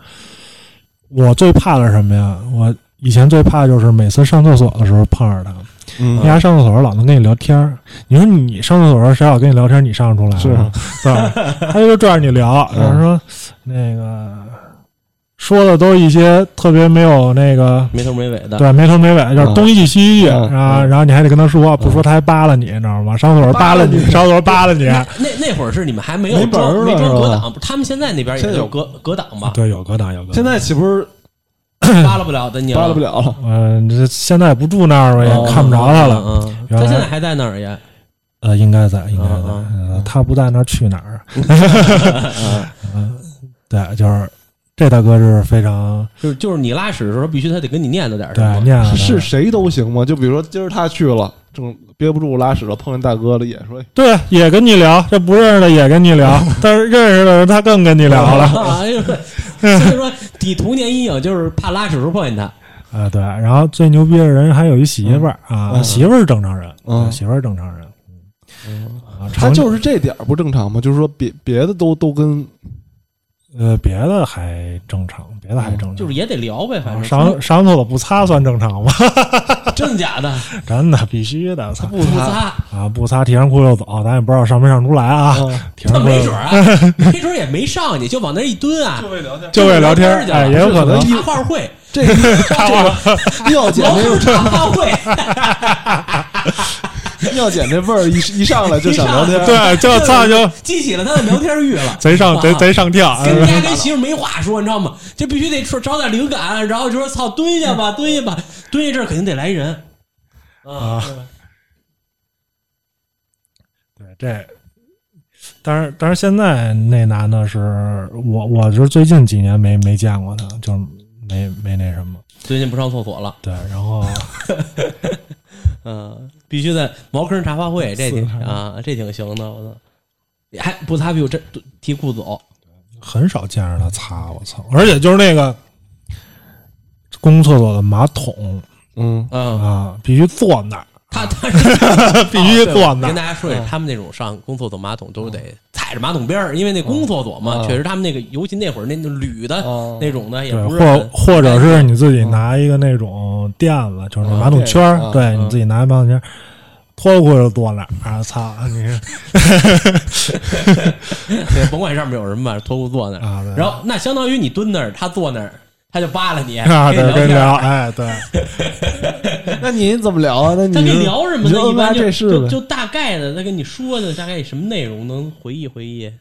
C: 我最怕的是什么呀？我以前最怕就是每次上厕所的时候碰着他，人
B: 嗯，
C: 家上厕所老能跟你聊天儿，你说你上厕所的时候谁老跟你聊天儿，你上得出来
B: 是啊嗯
C: 吗？是吧？他就拽着你聊，然后说那个说的都一些特别没有那个
D: 没头没尾的，
C: 对没头没尾，就是
B: 嗯
C: 东一句西一句
B: 嗯
C: 啊，然后你还得跟他说，不说他还扒拉你，你知道吗？上厕所扒拉你， 上厕所扒拉你，
D: 那那会儿是你们还没有
B: 没本
D: 装
B: 儿
D: 没
B: 了
D: 装
B: 是吧
D: 隔挡，他们现在那边也
B: 现在
D: 有
B: 有
D: 隔隔挡吧，
C: 对，有隔挡有隔挡。
B: 现在岂不是
D: 扒拉不了的你哦
B: 扒拉不，了了？
C: 嗯，这现在不住那儿了，也看不着他了。
D: 嗯，嗯嗯
C: 原
D: 他
C: 来
D: 现在还在哪儿呀？
C: 呃，应该在，应该在
D: 嗯。
C: 呃他不在那儿去哪儿？嗯，对，就是这大哥是非常
D: 就是就是你拉屎的时候，必须他得跟你念叨点儿什
C: 对
D: 么，
C: 念叨的
B: 是谁都行吗？就比如说今儿他去了，正憋不住拉屎了，碰见大哥了，也说
C: 对，也跟你聊，这不认识的也跟你聊，但是认识的人他更跟你聊了。
D: 啊，就是所以说你童年阴影就是怕拉屎时候碰见他，
C: 啊，对，然后最牛逼的人还有一媳妇儿啊，媳妇儿是正常人，
B: 嗯
C: 对媳妇儿是正常人，嗯，啊
B: 他
C: 常
B: 就是这点儿不正常吗？就是说别别的都都跟
C: 呃，别的还正常，别的还正常，
D: 就是也得聊呗，反
C: 啊
D: 正
C: 上上厕所不擦算正常吗？
D: 真的假的，
C: 真的必须的，
B: 嗯
C: 擦
D: 不擦，
C: 啊不擦，提上裤就走，咱也不知道上没上出来啊，提
D: 他
C: 上裤
D: 没
C: 就
D: 准
C: 走
D: 儿 啊，没准儿也没上去，就往那儿一蹲啊，
C: 就为聊天
D: 就
C: 儿，
D: 是
C: 哎，也有可能
B: 就。是
D: 茶话会，
B: 这个这个 尿检
D: 老
B: 这
D: 鼠茶话会，
B: 尿检这味儿一一上 来就想聊 天，
C: 对，就操就
D: 激起了他的聊天欲了，
C: 贼上贼
D: 啊
C: 贼上跳，
D: 跟家跟媳妇没话说，你知道吗？这必须得说找点灵感，然后就说操，蹲下吧，蹲下吧，蹲下这儿肯定得来人啊。
C: 对，这，但是但是现在那男的是我，我就是最近几年没没见过他，就是没没那什么。
D: 最近不上厕所了，
C: 对，然后
D: 嗯，必须在茅坑茶话会，这挺啊，这挺行的，我操。还不擦屁股，这提裤子走，
C: 很少见着他擦，我操！而且就是那个公共厕所的马桶
B: 嗯，
D: 嗯，
C: 啊，必须坐那儿，
D: 他他是哦
C: 必须坐那
D: 跟
C: 儿。
D: 大家说一下，他们那种上公厕所马桶都得踩着马桶边儿，因为那公厕所嘛，
B: 嗯
D: 确实他们那个，尤其那会儿那那铝的
B: 嗯
D: 那种的，也
C: 对，
D: 不是
C: 或
D: 很嗯
C: 或者是你自己拿一个那种垫子，就是
D: 哦
C: 那马桶圈儿，
B: 嗯
C: 对，你自己拿一马桶圈儿，脱了裤子就坐那儿，啊，操 你！
D: 对，甭管上面有人吧，脱裤坐那儿。
C: 啊对
D: 然后那相当于你蹲那儿，他坐那儿，他就扒拉你，
C: 啊，
D: 跟
C: 对
D: 你，
C: 跟
D: 天儿
C: 聊，哎，对，
B: 那您怎么聊啊？那你
D: 他跟你聊什么
B: 你
D: 呢？
B: 就
D: 一般
B: 按
D: 就
B: 这事
D: 就
B: 呗。
D: 就大概的，他跟你说的大概什么内容，能回忆回忆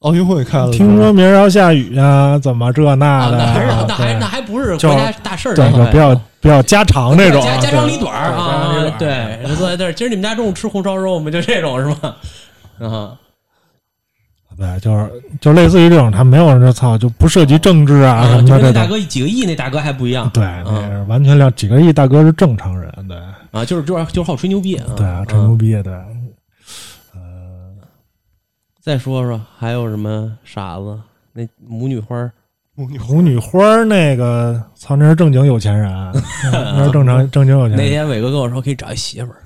B: 奥运哦会看了，
C: 听说明儿要下雨啊，怎么这那
D: 啊？
C: 的
D: 那还是
C: 啊？
D: 那还
C: 对
D: 那还不是国
C: 就
D: 家大事儿
C: 对，
D: 那
C: 就
D: 块
C: 比较比较家常那种啊，
D: 家家长里
C: 对
D: 短儿
C: 对
D: 啊，
C: 家长里短儿
D: 对，就坐在这儿。今儿你们家中午吃红烧肉吗？就这种是吗？ 啊，
C: 对，就是就类似于这种，他没有人就操，就不涉及政治啊什
D: 就
C: 么
D: 跟那
C: 的
D: 大
C: 这种。
D: 哥几个亿那大哥还不一样，
C: 对，那是完全了几个亿大哥是正常人，对
D: 啊，就是就是就是好吹牛逼啊，
C: 对
D: 啊
C: 啊，，吹牛逼，对，
D: 再说说还有什么傻子？那母女花儿
C: 红女花儿那个操，那是正经有钱人，啊 那是正常正经有钱
D: 那
C: 人。
D: 天伟哥跟我说可以找一媳妇儿，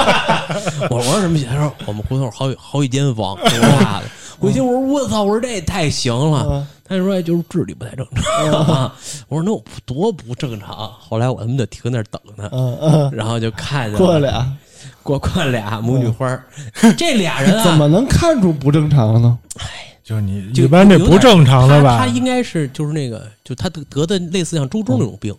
D: 我我说什么媳妇儿？我们胡同好几好几间房，我妈的！我一听我说我操，我说这也太行了。他就说哎就是智力不太正常。 我说那我多不正常。后来我他妈就停那儿等他，然后就看见
B: 嗯过
D: 了
B: 俩，
D: 给我灌俩母女花儿。这俩人
B: 怎么
D: 啊，
B: 能看出不正常呢？
C: 就是你
D: 就
C: 一般这不正常的吧
D: 他他？应该是就是那个，就他得得的类似像周周那种病，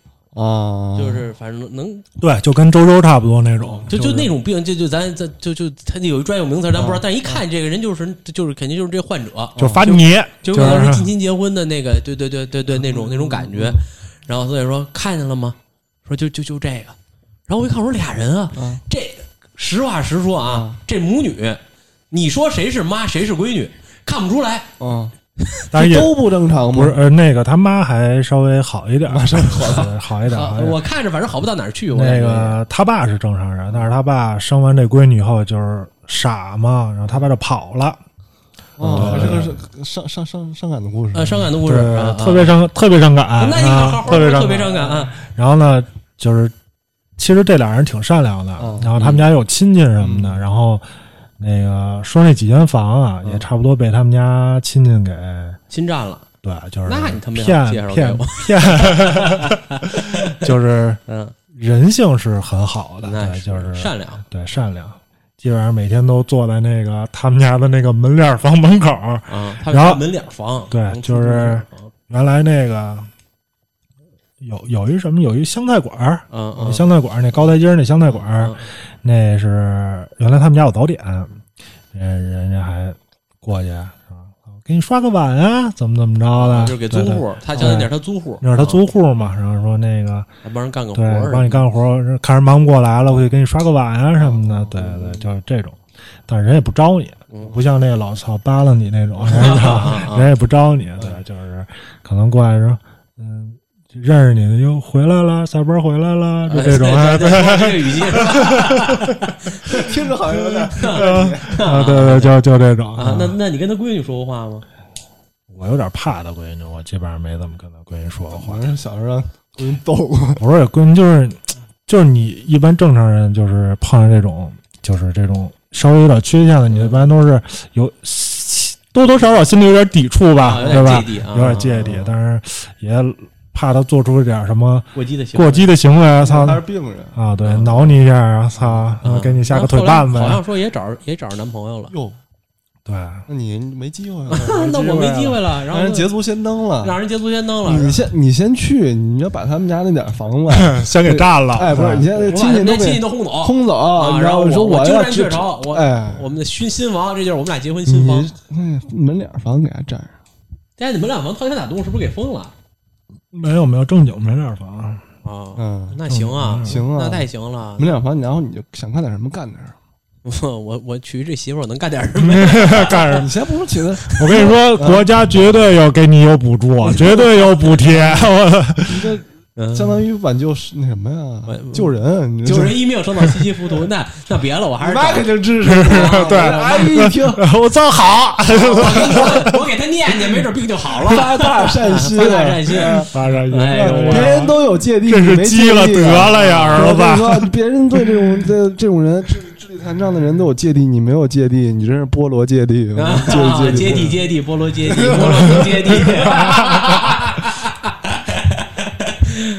B: 啊，
C: 哦
D: 就是反正能
C: 对，就跟周周差不多那种，
D: 就是就那种病，就就咱咱就就他有一专有名词，咱不知道，但一看这个人就是就是肯定就是这患者，
C: 嗯就发捏，
D: 哦就
C: 就
D: 可能是近
C: 是嗯
D: 亲结婚的那个，对对对对对，那种那种感觉。然后所以说看见了吗？说就就就这个。然后我一看，我说俩人啊，
B: 嗯
D: 这实话实说啊，
C: 嗯
D: 这母女，你说谁是妈，谁是闺女，看不出来。
B: 嗯，
C: 但是也
B: 都不正常吗？
C: 不是呃那个他妈还稍微好一点儿，稍微好一点儿，
D: 啊
C: 好一点儿
D: 我看着反正好不到哪儿去。我
C: 哎那
D: 感觉
C: 个他爸是正常人，但是他爸生完这闺女以后就是傻嘛，然后他爸就跑了，
B: 啊，
C: 嗯
B: 还是个是伤伤伤伤感的故事
D: 呃，伤感的故事，
C: 对
D: 啊，
C: 特别伤，特别伤感，
D: 啊那你好好
C: 啊，特别
D: 特别
C: 伤
D: 伤感。啊，
C: 然后呢，就是其实这俩人挺善良的
D: 哦
B: 嗯，
C: 然后他们家有亲戚什么
D: 嗯
C: 的，然后那个说那几间房啊，
B: 嗯
C: 也差不多被他们家亲戚给。
D: 侵占了，
C: 对，就是
D: 那你他妈要
C: 骗
D: 介绍给
C: 骗
D: 我
C: 骗，就是
D: 嗯，
C: 人性是很好的，
D: 那
C: 对，就是
D: 善良，
C: 对，善良，基本上每天都坐在那个他们家的那个门脸房门口儿。
D: 啊，他
C: 然后
D: 有门脸房，
C: 对
D: 能
C: 就
D: 出
C: 是
D: 门脸房
C: 原来那个有有一什么，有一湘菜馆儿，
D: 嗯
C: 有
D: 嗯，
C: 湘菜馆儿那高台阶儿那湘菜馆儿，
D: 嗯
C: 那是原来他们家有早点，人人家还过去是吧？我给你刷个碗啊，怎么怎么着的，
D: 就是给租
C: 对。对嗯
D: 户，他相当于是他租户，啊
C: 那是他租户嘛，然后说那个
D: 还帮人干个活儿，
C: 对，帮你干活儿，看人忙不过来了，我得给你刷个碗啊什么的，对对，就是这种，但是人也不招你，
D: 嗯
C: 不像那个老操扒拉你那种， 人也
D: 啊啊
C: 不人也不招你，对，就是可能过来说，嗯，认识你的又回来了，下班回来了，就这种
D: 哎
C: 啊，对
D: 这个语气 是吧
B: 听着好像有 点
C: 啊，对对，就就这种
D: 啊，那那你跟他闺女说过话吗？
C: 我有点怕他闺女，我基本上没怎么跟他闺女说过话
B: 好，像是小时候让闺女揍过，
C: 我说也闺女就是就是你一般正常人就是碰上这种就是这种稍微有点缺陷的，你一般都是有多多少少心里有点抵触吧，
D: 啊有
C: 对
D: 点
C: 吧？
D: 芥蒂啊
C: 有点芥蒂，但是也怕他做出点什么
D: 啊过激的行为
C: 过激的行为 啊，操
B: 她是病人。
C: 啊！对，
D: 嗯
C: 挠你一下啊，操，
D: 啊
C: 给你下个腿绊
D: 后
C: 呗
D: 来好像。说也找也找着男朋友 了，
B: 哟，
C: 对，
B: 那你没机会了，
D: 那我没机会了，然
B: 让
D: 后
B: 人捷
D: 就
B: 足先登了。
D: 让人捷足先登
B: 你
D: 了。
B: 先你先去，你要把他们家那点房 子，
C: 先给占了。
B: 哎，不是，你先
D: 我
B: 那
D: 把
B: 亲戚
D: 那
B: 都
D: 亲戚
B: 给
D: 都轰走，
B: 轰走，
D: 啊，
B: 然
D: 然后
B: 后说
D: 我
B: 我
D: 鸠
B: 要
D: 占
B: 去
D: 鹊，巢，我
B: 哎，
D: 我们的新新房，这就是我们俩结婚新房
B: 你。那门脸房给他占上，
D: 啊但是你们俩房掏钱打洞是不是给封了
C: 没有没有正经没 点房，
D: 啊？
B: 嗯，
D: 那行啊，
C: 嗯
B: 行啊
D: 那太行了
B: 门。脸房，然后你就想干点什么干点什么。
D: 我 我我娶这媳妇儿，我能干点 什么？嗯
C: 干什么
B: 你？先不说起来，
C: 我跟你说，国家绝对有给你有补助，绝对有补贴。 我
B: 你这
D: 嗯
B: 相当于挽救是那什么呀？救人，你这
D: 救人一命胜造七级浮屠，那那别了，我还
B: 你
D: 是
B: 妈
D: 找啊哎
B: 肯定 支持。对，哎阿姨一听，
C: 我操，好，
D: 我给他念念，没准病就好了。
B: 发大善心，啊
D: 发大善心
C: 发展一
D: 哎呦
B: 别人都有芥蒂，
C: 这是
B: 积
C: 积了德。了呀，儿
B: 我跟你
C: 子。
B: 说，别人对这种这这种人智智力残障的人都有芥蒂，你没有芥蒂，你真是菠萝芥 蒂，
D: 啊，
B: 芥
D: 接
B: 蒂
D: 地
B: 嗯
D: 接地，菠萝接地，菠萝不接地。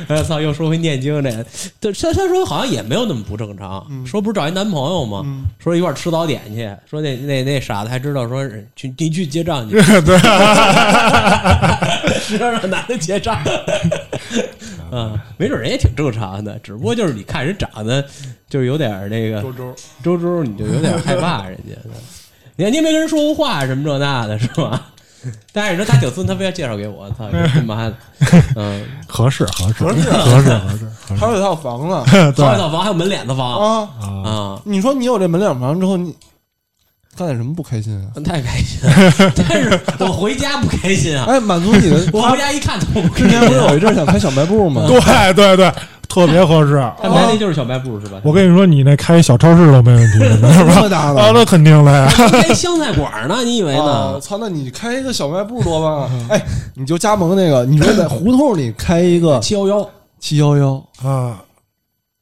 D: 哎操！又说回念经这，对，他他说好像也没有那么不正常，
B: 嗯
D: 说不是找一男朋友吗？说一块儿吃早点去，说那那那傻子还知道说是去你去结账去，对，是 让男的结账，嗯，没准人也挺正常的，只不过就是你看人长得就是有点儿那个
B: 周，
D: 周周，你就有点害怕人家。你看，你也没跟人说过话，什么这那的，是 吧？但是你说他挺孙，他非要介绍给我，操，他妈的，嗯，
C: 合适，合适，合适，合适，合适，合
B: 还有一套房 呢
D: 好几套房，还有门脸子房
B: 啊！
C: 啊！
D: 啊，
B: 你说你有这门脸房之后，你干点什么不开心 啊？
D: 太开心了。 但是我回家不开心啊，
B: 哎，满足你的。
D: 我回家一看都不开
B: 之
D: 心啊
B: 前不是有一阵儿想开小卖部 吗？
C: 对对对，特别合适。
D: 他
B: 哦
D: 们家那就是小卖部是吧？
C: 我跟你说，你那开小超市都没问题，
B: 这么大
C: 啊，
B: 了。
C: 那肯定的呀。
D: 开湘菜馆呢，你以为
B: 啊！
D: 哎呢？
B: 操，那你开一个小卖部多棒啊！ 哎，你就加盟那个，你说在胡同里开一个
D: 七幺幺
B: 七幺幺，
C: 啊，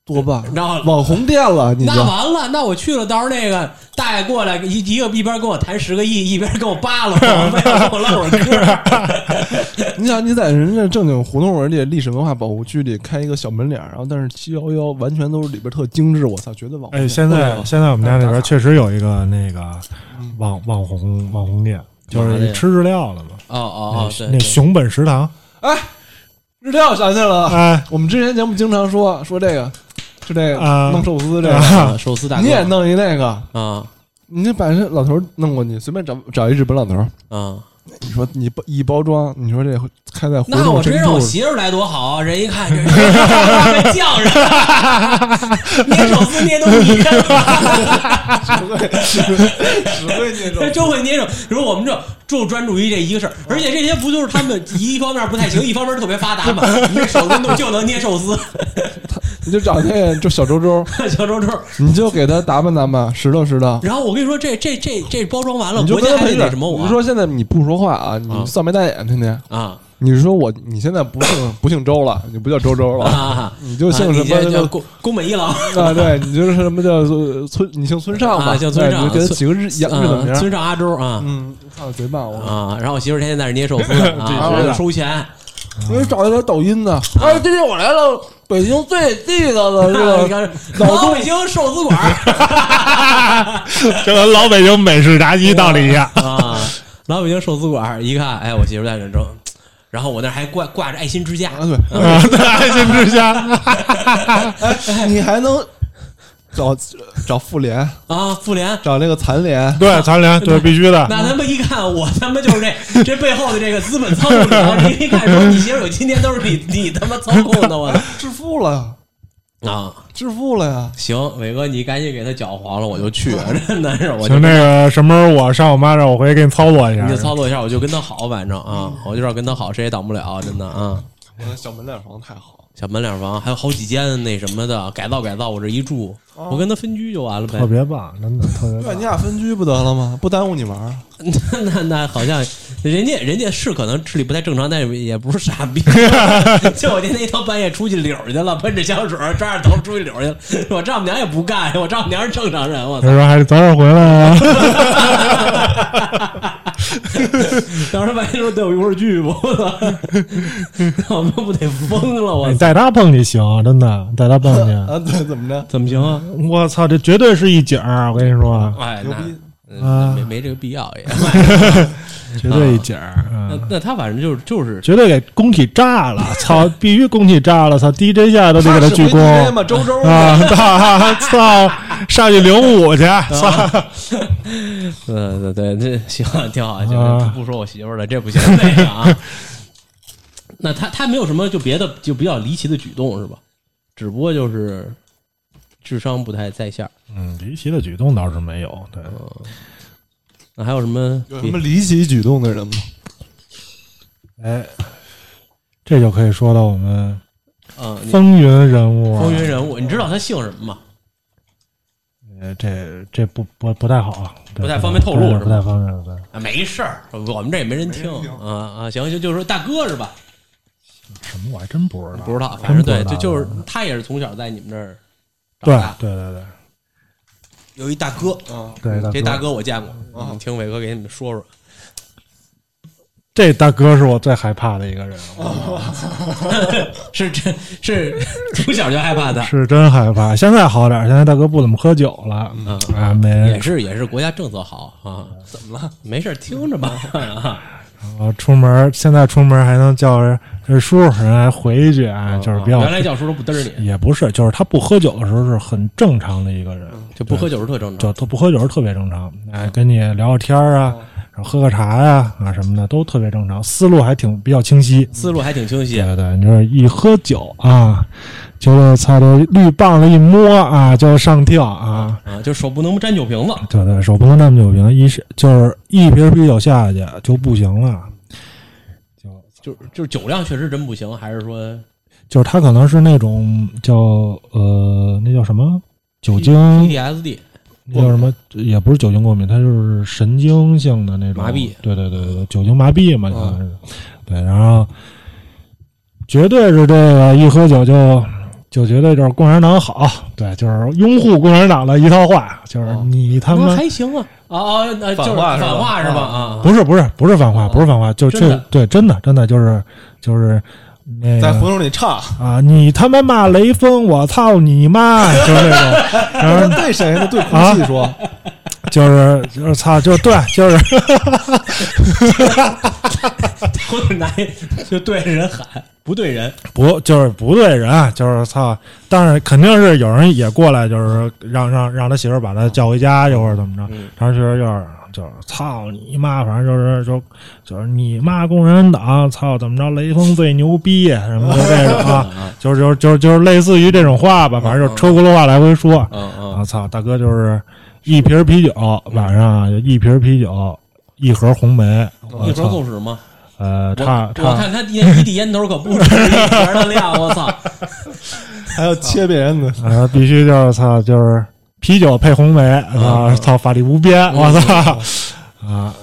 B: 多 棒，
D: 然后
B: 网红店了，你就
D: 那完了，那我去了，到时候那个大爷过来一一个一边跟我谈十个亿，一边跟我扒拉我，非要跟我唠会 儿嗑。
B: 你想你在人家正经胡同文里历史文化保护区里开一个小门脸儿，然后但是七幺幺完全都是里边特精致，我操，绝对网红
C: 哎，
B: 店。
C: 现
B: 特别
C: 在
B: 好
C: 现在我们家那边确实有一个那个网网红嗯网红店，就是吃日料的嘛。
D: 哦哦哦，对，
C: 那
D: 对
C: 熊本食堂，
B: 哎，日料想起来了，
C: 哎，
B: 我们之前节目经常说说这个，就这个、
C: 啊
B: 弄寿司这个，
D: 啊寿司大哥，
B: 你也弄一那个，
D: 啊
B: 你就把这老头儿弄过去，随便找找一日本老头儿，
D: 啊！
B: 你说你包一包装，你说这开在胡
D: 那我
B: 同
D: 直接
B: 深
D: 让
B: 处
D: 我，媳妇儿来多好啊！人一看这 是匠人，捏手撕捏东 西，
B: 只会那种
D: 这周会捏手。你说我们这就专注于这一个事儿，而且这些不就是他们一方面不太行，一方面特别发达嘛？你这手工都就能捏寿司，
B: 你就找那个就小周 周，
D: 小周周。
B: 你就给他打扮打扮，拾掇拾掇。
D: 然后我跟你说，这这这这包装完了，
B: 你就
D: 国
B: 跟
D: 家
B: 他
D: 还
B: 没
D: 得
B: 事
D: 那
B: 儿，
D: 什么我
B: 你说现在你不说话啊，
D: 啊
B: 你丧眉大眼天天。
D: 啊
B: 你说我，你现在不姓不姓周了，你不叫周周了，
D: 啊，
B: 你就姓什
D: 啊你这叫
B: 么？
D: 宫宫本一郎
B: 啊，对，你就是什么叫做村？你姓村上吧？
D: 啊姓村
B: 对你
D: 上
B: 就给他
D: 村
B: 起个日洋日本名
D: 啊
B: 儿。
D: 村上阿周啊
B: 嗯，操，贼棒！我
D: 啊！然后我媳妇儿天天在那捏寿 司啊，
B: 对
D: 我
B: 是
D: 就
B: 的
D: 收钱。
B: 我给你找一个抖
D: 啊
B: 音的。哎，今天我来了，北京最地道的这 个
D: 你看，
B: 老
D: 老北京寿司馆儿
C: 这 跟老北京美式炸鸡道理一样。
D: 啊，老北京寿司馆儿一看，哎，我媳妇儿在那蒸，然后我那儿还挂挂着爱心支架
B: 啊，对，
C: 啊，在爱心之下，
B: 哎，你还能找找妇联，
D: 啊，妇联。
B: 找那个残联，
C: 对，残联，对，必须的。
D: 那他们一看我他妈就是这这背后的这个资本操纵者，人一看说你媳妇儿有今天都是你 你他妈操控的我的
B: 致富了，
D: 啊！
B: 致富了呀！
D: 行，伟哥，你赶紧给他搅黄了，我就去，真的是我就
C: 行，那个什么时候我上我妈这儿，我回去给你操作一下
D: 你就。操作一下，我就跟他好，反正啊，我就要跟他好，谁也挡不了，真的啊。
B: 我的小门脸房太好，
D: 小门脸房还有好几间那什么的，改造改造，我这一住，
B: 哦
D: 我跟他分居就完了呗
C: 特。别棒，真的特别
B: 对，你
C: 棒。
B: 俩分居不得了吗？不耽误你玩儿。
D: 那那那好像人家人家是可能智力不太正常，但是也不是傻 逼。就我天天一到半夜出去溜去了，喷着香水，抓着头出去溜去了。我丈母娘也不干，我丈母娘是正常人，我
C: 他
D: 操！
C: 说还是早点回来啊。
D: 当时万一说对我一会儿去不，我操！ 那我们不得疯了，我
C: 你
D: 操！
C: 带他蹦去行，真的带他蹦去。
B: 啊，对，怎么着？
D: 怎么行啊？
C: 我操，这绝对是一景儿！我跟你说，
D: 哎，
B: 牛逼
D: 那呃
C: 啊
D: 没没这个必要 也。
C: 绝对一景儿。
D: 那
C: 嗯
D: 那他反正就是就是
C: 绝对给工体炸了！操，必须工体炸了！操，DJ 下都得给
B: 他
C: 他鞠
B: 是 DJ
C: 躬
B: 嘛，周周嘛，
C: 啊！ 操操，上去领舞去！操，
B: 啊
D: 对对对，这行挺好，行，
C: 啊
D: 不说我媳妇儿了，这不行，那个啊。 那他他没有什么就别的就比较离奇的举动是吧？只不过就是智商不太在线儿。
C: 嗯，离奇的举动倒是没有，对，
D: 那还有什么
B: 有
D: 别
B: 什么离奇举动的人吗？
C: 哎，这就可以说到我们
D: 啊？你
C: 风云人物啊，
D: 风云人物，你知道他姓什么吗？
C: 呃，这这不不不太好啊，对
D: 不太方便透露
C: 对
D: 是吧
C: 不太方便。对，
D: 啊，没事儿，我们这也没人听
B: 没人听
D: 啊啊，行行，就是说大哥是吧？
C: 什么我还真不知道，
D: 不知道，反正对，
C: 真不知
D: 就
C: 道
D: 就是他也是从小在你们这儿
C: 对
D: 长大，
C: 对对
D: 有一大哥，
B: 啊
C: 对对，
D: 这
C: 大
D: 大哥我见过，你听伟哥给你们说 说。
C: 这大哥是我最害怕的一个人，
D: 哦是真是 从小就害怕的，
C: 是真害怕。现在好点儿，现在大哥不怎么喝酒了，
D: 嗯
C: 啊，没
D: 也
C: 人。
D: 是也是国家政策好啊。怎么了？没事儿，听着吧。啊
C: 我出门现在出门还能叫人这叔，人还回一句啊，就是比较
D: 哦原来叫叔都不嘚儿你，
C: 也不是，就是他不喝酒的时候是很正常的一个人，
D: 就不喝酒是特正常。
C: 就他不喝酒是特别正常，哎，跟你聊聊天儿
D: 哦
C: 啊，然后喝个茶呀啊什么的都特别正常，思路还挺比较清晰。
D: 思路还挺清晰，
C: 对对，你说一喝酒啊，觉得操这绿棒子一摸啊就上跳啊，
D: 啊，就手不能沾酒瓶子，
C: 对对，手不能那么酒瓶，一是就是一瓶啤酒下去就不行了，就
D: 就就是酒量确实真不行，还是说
C: 就是他可能是那种叫呃那叫什么酒精
D: PTSD
C: 叫什么？也不是酒精过敏，它就是神经性的那种
D: 麻痹啊
C: 对对对对，对酒精麻痹嘛，
B: 嗯
C: 就算是。对，然后绝对是这个一喝酒就就觉得就是共产党好，对，就是拥护共产党的一套话，就是
D: 啊
C: 你他
D: 我
C: 妈
D: 说还行啊，哦哦，那就是
F: 反话是吧
D: 反话是吧？啊，
C: 不是不是不是反话，不是反话，就
D: 真
C: 确
D: 的
C: 对，真的真的就是就是那
B: 在胡
C: 个
B: 同里唱，
C: 啊，你他妈骂雷锋，我操你妈，就是那 种，然
D: 嗯
C: 后
B: 那对谁呢？对空气
D: 啊
B: 说，
C: 就是就是操，就对，就是
D: 我得拿一就对着人喊，不对人，
C: 不就是不对人，啊就是操！但是肯定是有人也过来，就是让让让他媳妇儿把他叫回家，又或者怎么着
D: 嗯。
C: 他媳妇儿就是就是操你妈，反正就是就就是你妈共产党，操怎么着，雷锋最牛逼什么的这种 啊， 就是就是就是就是类似于这种话吧，反正就是车轱辘话来回说。
D: 嗯嗯
C: 啊操，大哥就是一瓶啤酒，晚上就一瓶啤酒，一盒红梅，我
D: 一盒
C: 操
D: 够使吗？
C: 呃
D: 我
C: 差
D: 我
C: 差
D: 看他烟一递烟头可不止一 盒的量，我操！
B: 还要切别人的，
C: 啊，必须就是操，就是啤酒配红梅，
D: 嗯
C: 啊，操，法力无边，我操，啊，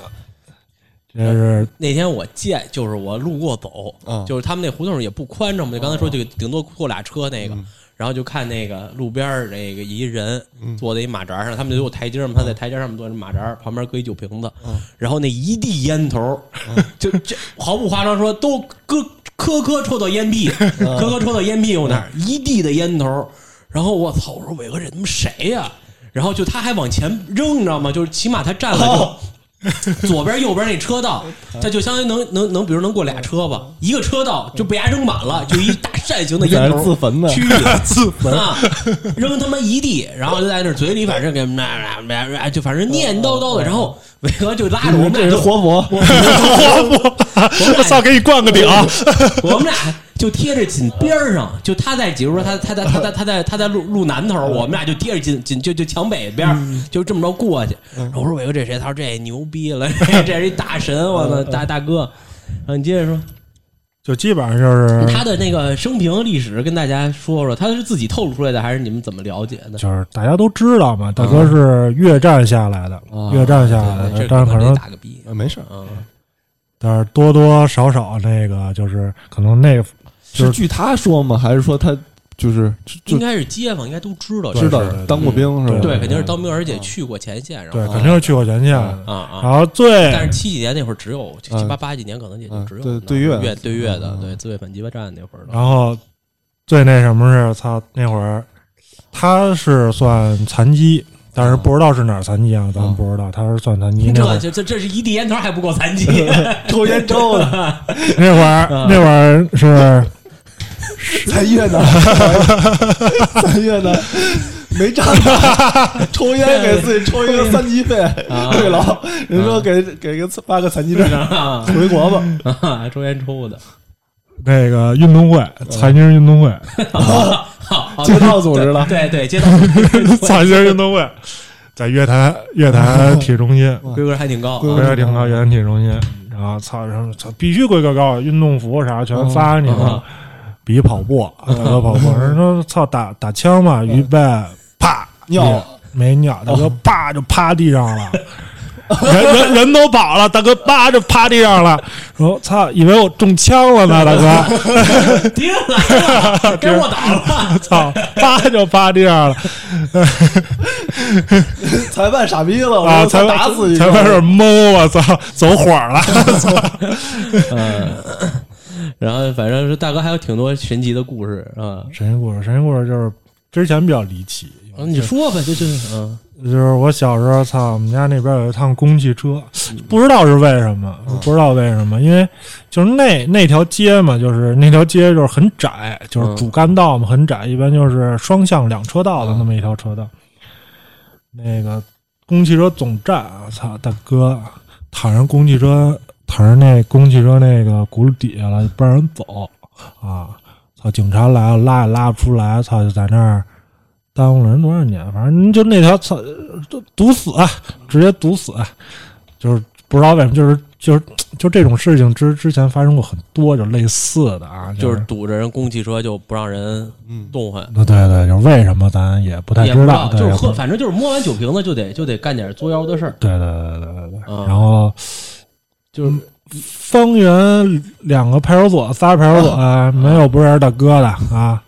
C: 这是
D: 那天我见，就是我路过走，
B: 嗯
D: 就是他们那胡同也不宽敞嘛，就刚才说就顶多过俩车那个，然后就看那个路边儿那个一人坐在一马扎上，他们就有台阶嘛，他在台阶上面坐着马扎，旁边搁一酒瓶子，然后那一地烟头， 就这毫不夸张说，都搁磕磕抽到烟屁，磕磕抽到烟屁股那儿，一地的烟头，然后我操，我说伟哥这他妈谁呀、然后就他还往前扔，你知道吗？就是起码他站了就。左边右边那车道，它就相当于能能能，比如能过俩车吧，一个车道就被压扔满了，就一大扇形的烟
B: 在
D: 头
B: 那自焚呢，
D: 区 域自焚啊，扔他妈一地，然后就在那嘴里反正给那那那就反正念叨叨的，然后伟哥就拉着我们
B: 哦这
D: 俩
B: 人
D: 就
B: 活佛，
D: 嗯
C: 我操，给你灌个顶，啊
D: 我们俩就贴着紧边儿上，就他在，比如说他他在他在他在他在路路南头儿，我们俩就贴着紧紧就就墙北边儿，
C: 嗯
D: 就这么着过去。然后我说伟哥这谁？他说这牛逼了，这这是一大神，我
C: 嗯
D: 操大大哥。然后你接着说，
C: 就基本上就是
D: 他的那个生平历史跟大家说说，他是自己透露出来的，还是你们怎么了解的？
C: 就是大家都知道嘛，大哥是越战下来的，
D: 嗯
B: 啊
C: 越战下来
D: 对
C: 的
D: 这，
C: 但是可
D: 能
C: 能
D: 打个逼，
B: 呃没事儿，
D: 嗯，
C: 但是多多少少那个就是可能那就是
B: 是据他说吗？还是说他就是就
D: 应
B: 就
D: 该是街坊应该都知道，
B: 知道
C: 对对对
B: 当过兵是吧？
C: 对嗯
D: 对，肯定是当兵，而且去过前线，然
C: 对
D: 后
C: 肯定是去过前线的，
D: 啊啊，
C: 然后最
D: 但是七几年那会儿只有七
B: 哎嗯
D: 七八八几年可能也就
B: 嗯
D: 只有
B: 对
D: 那
B: 对越的
D: 越对越的
B: 嗯嗯
D: 对自卫反击战那会儿
C: 然
D: 的，
C: 后最那什么是操那会儿，他是算残疾，但是不知道是哪儿残疾啊，咱们不知道，他是算残疾。那会
D: 这
C: 儿
D: 这这这是一地烟头还不够 残疾，
B: 抽烟抽的，
C: 那会儿那会儿是
B: 在越南，在越南没站呢，抽烟给自己抽一个三级费退牢，人说给给个发个残疾证，
D: 啊
B: 回国吧。
D: 啊抽烟 抽的，
C: 那个运动会，残疾人运动会，
D: 好
B: 街道组织了
D: 对对，街道 组织
C: 残疾人运动会，在乐坛乐坛体育中心，
D: 规格还挺高
B: 规
D: 啊
B: 格
C: 规格挺高，乐坛体育中心。然后啊操，然后操，必须规格高，运动服啥全发
B: 啊
C: 你
D: 嗯
C: 了，比跑步，比跑步。人说操打打枪嘛，预备，啪
B: 啊尿
C: 也没尿，大哥啪就趴地上了，
B: 啊
C: 人人人都跑了，大哥啪就趴地上了，说操，以为我中枪了呢，大哥，
D: 定了，该卧倒 了，
C: 操，啪就趴地上了
B: 裁判傻逼了，
C: 啊，
B: 我
C: 裁
B: 说
C: 判
B: 打死一
C: 裁
B: 个
C: 判是懵，我啊操，走火了，
D: 然后反正是大哥还有挺多神奇的故事啊，
C: 神仙故事，神仙故事就是之前比较离奇，
D: 嗯你说吧，这这嗯
C: 就是我小时候，操，我们家那边有一趟公汽车，不知道是为什么，不知道为什么，因为就是那那条街嘛，就是那条街就是很窄，就是
D: 嗯
C: 主干道嘛，很窄，一般就是双向两车道的那么一条车道。那个公汽车总站啊，操，大哥躺上公汽车，躺上那公汽车那个轱辘底下了，不让人走啊！操，警察来了，拉也拉不出来，操，就在那儿耽误了人多少年，反正就那条操，都堵死，啊直接堵死，啊就是不知道为什么，就是就是就这种事情之之前发生过很 多，就类似的啊，
B: 嗯
D: 就是是堵着人公汽车就不让人动换。
C: 对对，就是为什么咱也不太
D: 也不
C: 知
D: 嗯知
C: 道，
D: 道，
C: 对
D: 就是
C: 也不
D: 喝，反正就是摸完酒瓶子就得就得干点作妖的事儿，
C: 对对对对对对，
D: 嗯
C: 然后
D: 就是
C: 方圆两个派出所，仨派出所、没有不认识大哥的啊。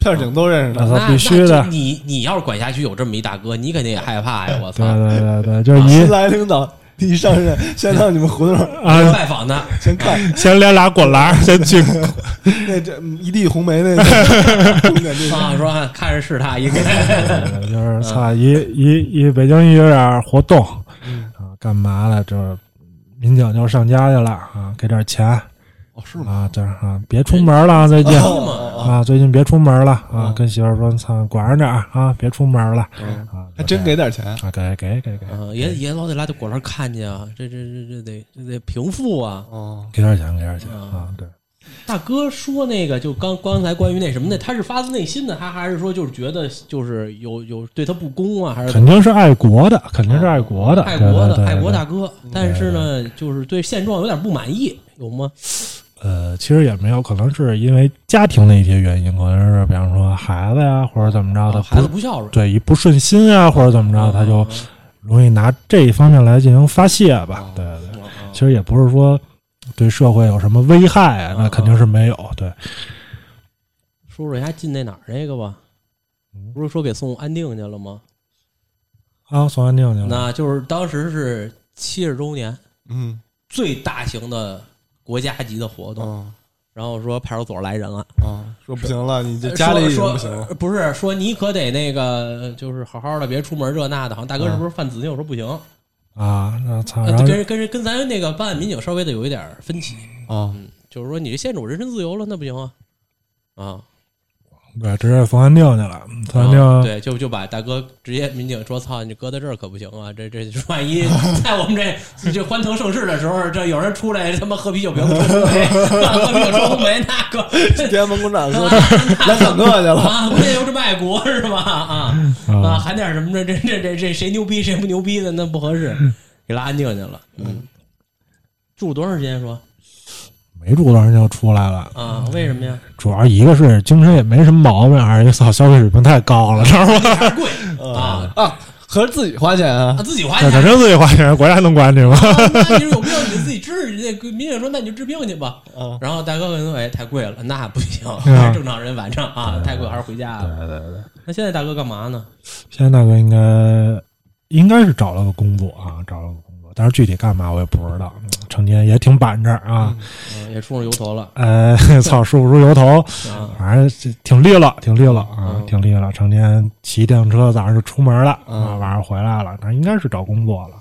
B: 片警都认识
C: 啊
B: 他。
D: 那
C: 必须的
D: 那这你你要是管辖区有这么一大哥，你肯定也害怕呀！我操
C: 对，啊对对对，就是
B: 新
C: 一
B: 来领导一上任，先到你们胡同儿
C: 啊，
D: 拜访他，
B: 先看
C: 先连俩滚篮儿先去，
B: 那这一地红梅那个重点地方
D: 啊，说看看着是他应该。
C: 就是操一一一北京一有点活动啊，干嘛了？就是民警就上家去了啊，给点钱
B: 哦，是吗？
C: 啊，这样啊，别出门了啊，最近啊，最近别出门了啊，跟媳妇儿说，操，管着点儿啊，别出门了啊，
B: 还真给点钱，
C: 啊，给给给给
D: 嗯，也也老得拉着果篮看见啊，这这这这得这得平复啊。
B: 哦，
C: 给点钱，给点钱啊，对。
D: 大哥说那个就刚刚才关于那什么的，他是发自内心的，他还是说就是觉得就是有有对他不公啊，还是
C: 肯定是爱国的，肯定是爱国的，嗯
D: 啊爱国
C: 对
D: 的
C: 对对
D: 爱国
C: 对
D: 大哥，但是呢，就是对现状有点不满意，有吗？
C: 呃，其实也没有，可能是因为家庭的一些原因，可能是比方说孩子呀，或者怎么着的，
D: 哦啊孩子
C: 啊
D: 哦
C: 不
D: 不孝顺，
C: 对一不顺心啊，或者怎么着，他就容易拿这一方面来进行发泄
D: 哦
C: 吧。对对，对其实也不是说对社会有什么危害啊，那肯
D: 哦
C: 定是没有。对，
D: 说说人家进那哪儿那个吧，
C: 嗯
D: 不是说给送安定去了吗？
C: 啊，送安定去了，
D: 那就是当时是七十周年
B: 嗯，
D: 最大型的国家级的活动，
B: 哦，
D: 然后说派出所来人了，
B: 哦，说不行了，你这家里已经
D: 呃说
B: 不行了，
D: 说不是说你可得那个就是好好的别出门这那的，好像大哥是
B: 嗯
D: 不是犯紫禁？我说不行，
C: 啊，那操，
D: 呃
C: 然后
D: 跟跟跟咱那个办案民警稍微的有一点分歧，
B: 哦，
D: 就是说你这限制我人身自由了，那不行啊啊！
C: 对，直接送安定去了，送安
D: 啊
C: 定
D: 对，就就把大哥直接民警说：“操，你搁在这儿可不行啊！这这万 一在我们这这欢腾盛世的时候，这有人出来他妈喝啤酒别喝红 梅，喝啤酒说红梅，那 可
B: 天安门广场说 来坦克去了，
D: 啊，关键又是卖国是吧？啊啊，喊点什么的，这这这这谁牛逼谁不牛逼的，那不合适，给拉安静去了。嗯，住多长时间说
C: 没住多长时间就出来了，
D: 啊？为什么呀？
C: 主要一个是精神也没什么毛病，二一个操消费水平太高了，知道吗？
D: 还是贵啊？
B: 啊，合着自己花钱啊
D: 啊，，自己花
C: 那
D: 钱
C: 肯定自己花钱，国家能管你吗？
D: 啊那你是有病你自己治。那个民警说：“那你就治病去吧。
B: 嗯”
D: 然后大哥跟他说：“哎，太贵了，那不行，
C: 嗯
D: 还是正常人晚上啊，太贵还是回家了。”那现在大哥干嘛呢？
C: 现在大哥应该应该是找了个工作啊，找了个工作，但是具体干嘛我也不知道，嗯成天也挺板正啊，
D: 嗯也出上油头了
B: 嗯
C: 呃， 操，梳不出油头，
D: 啊
C: 反正这挺利落，挺利落啊
D: 嗯，
C: 挺利落，成天骑电动车，早上就出门了啊，
B: 嗯
C: 晚上回来了，但应该是找工作了。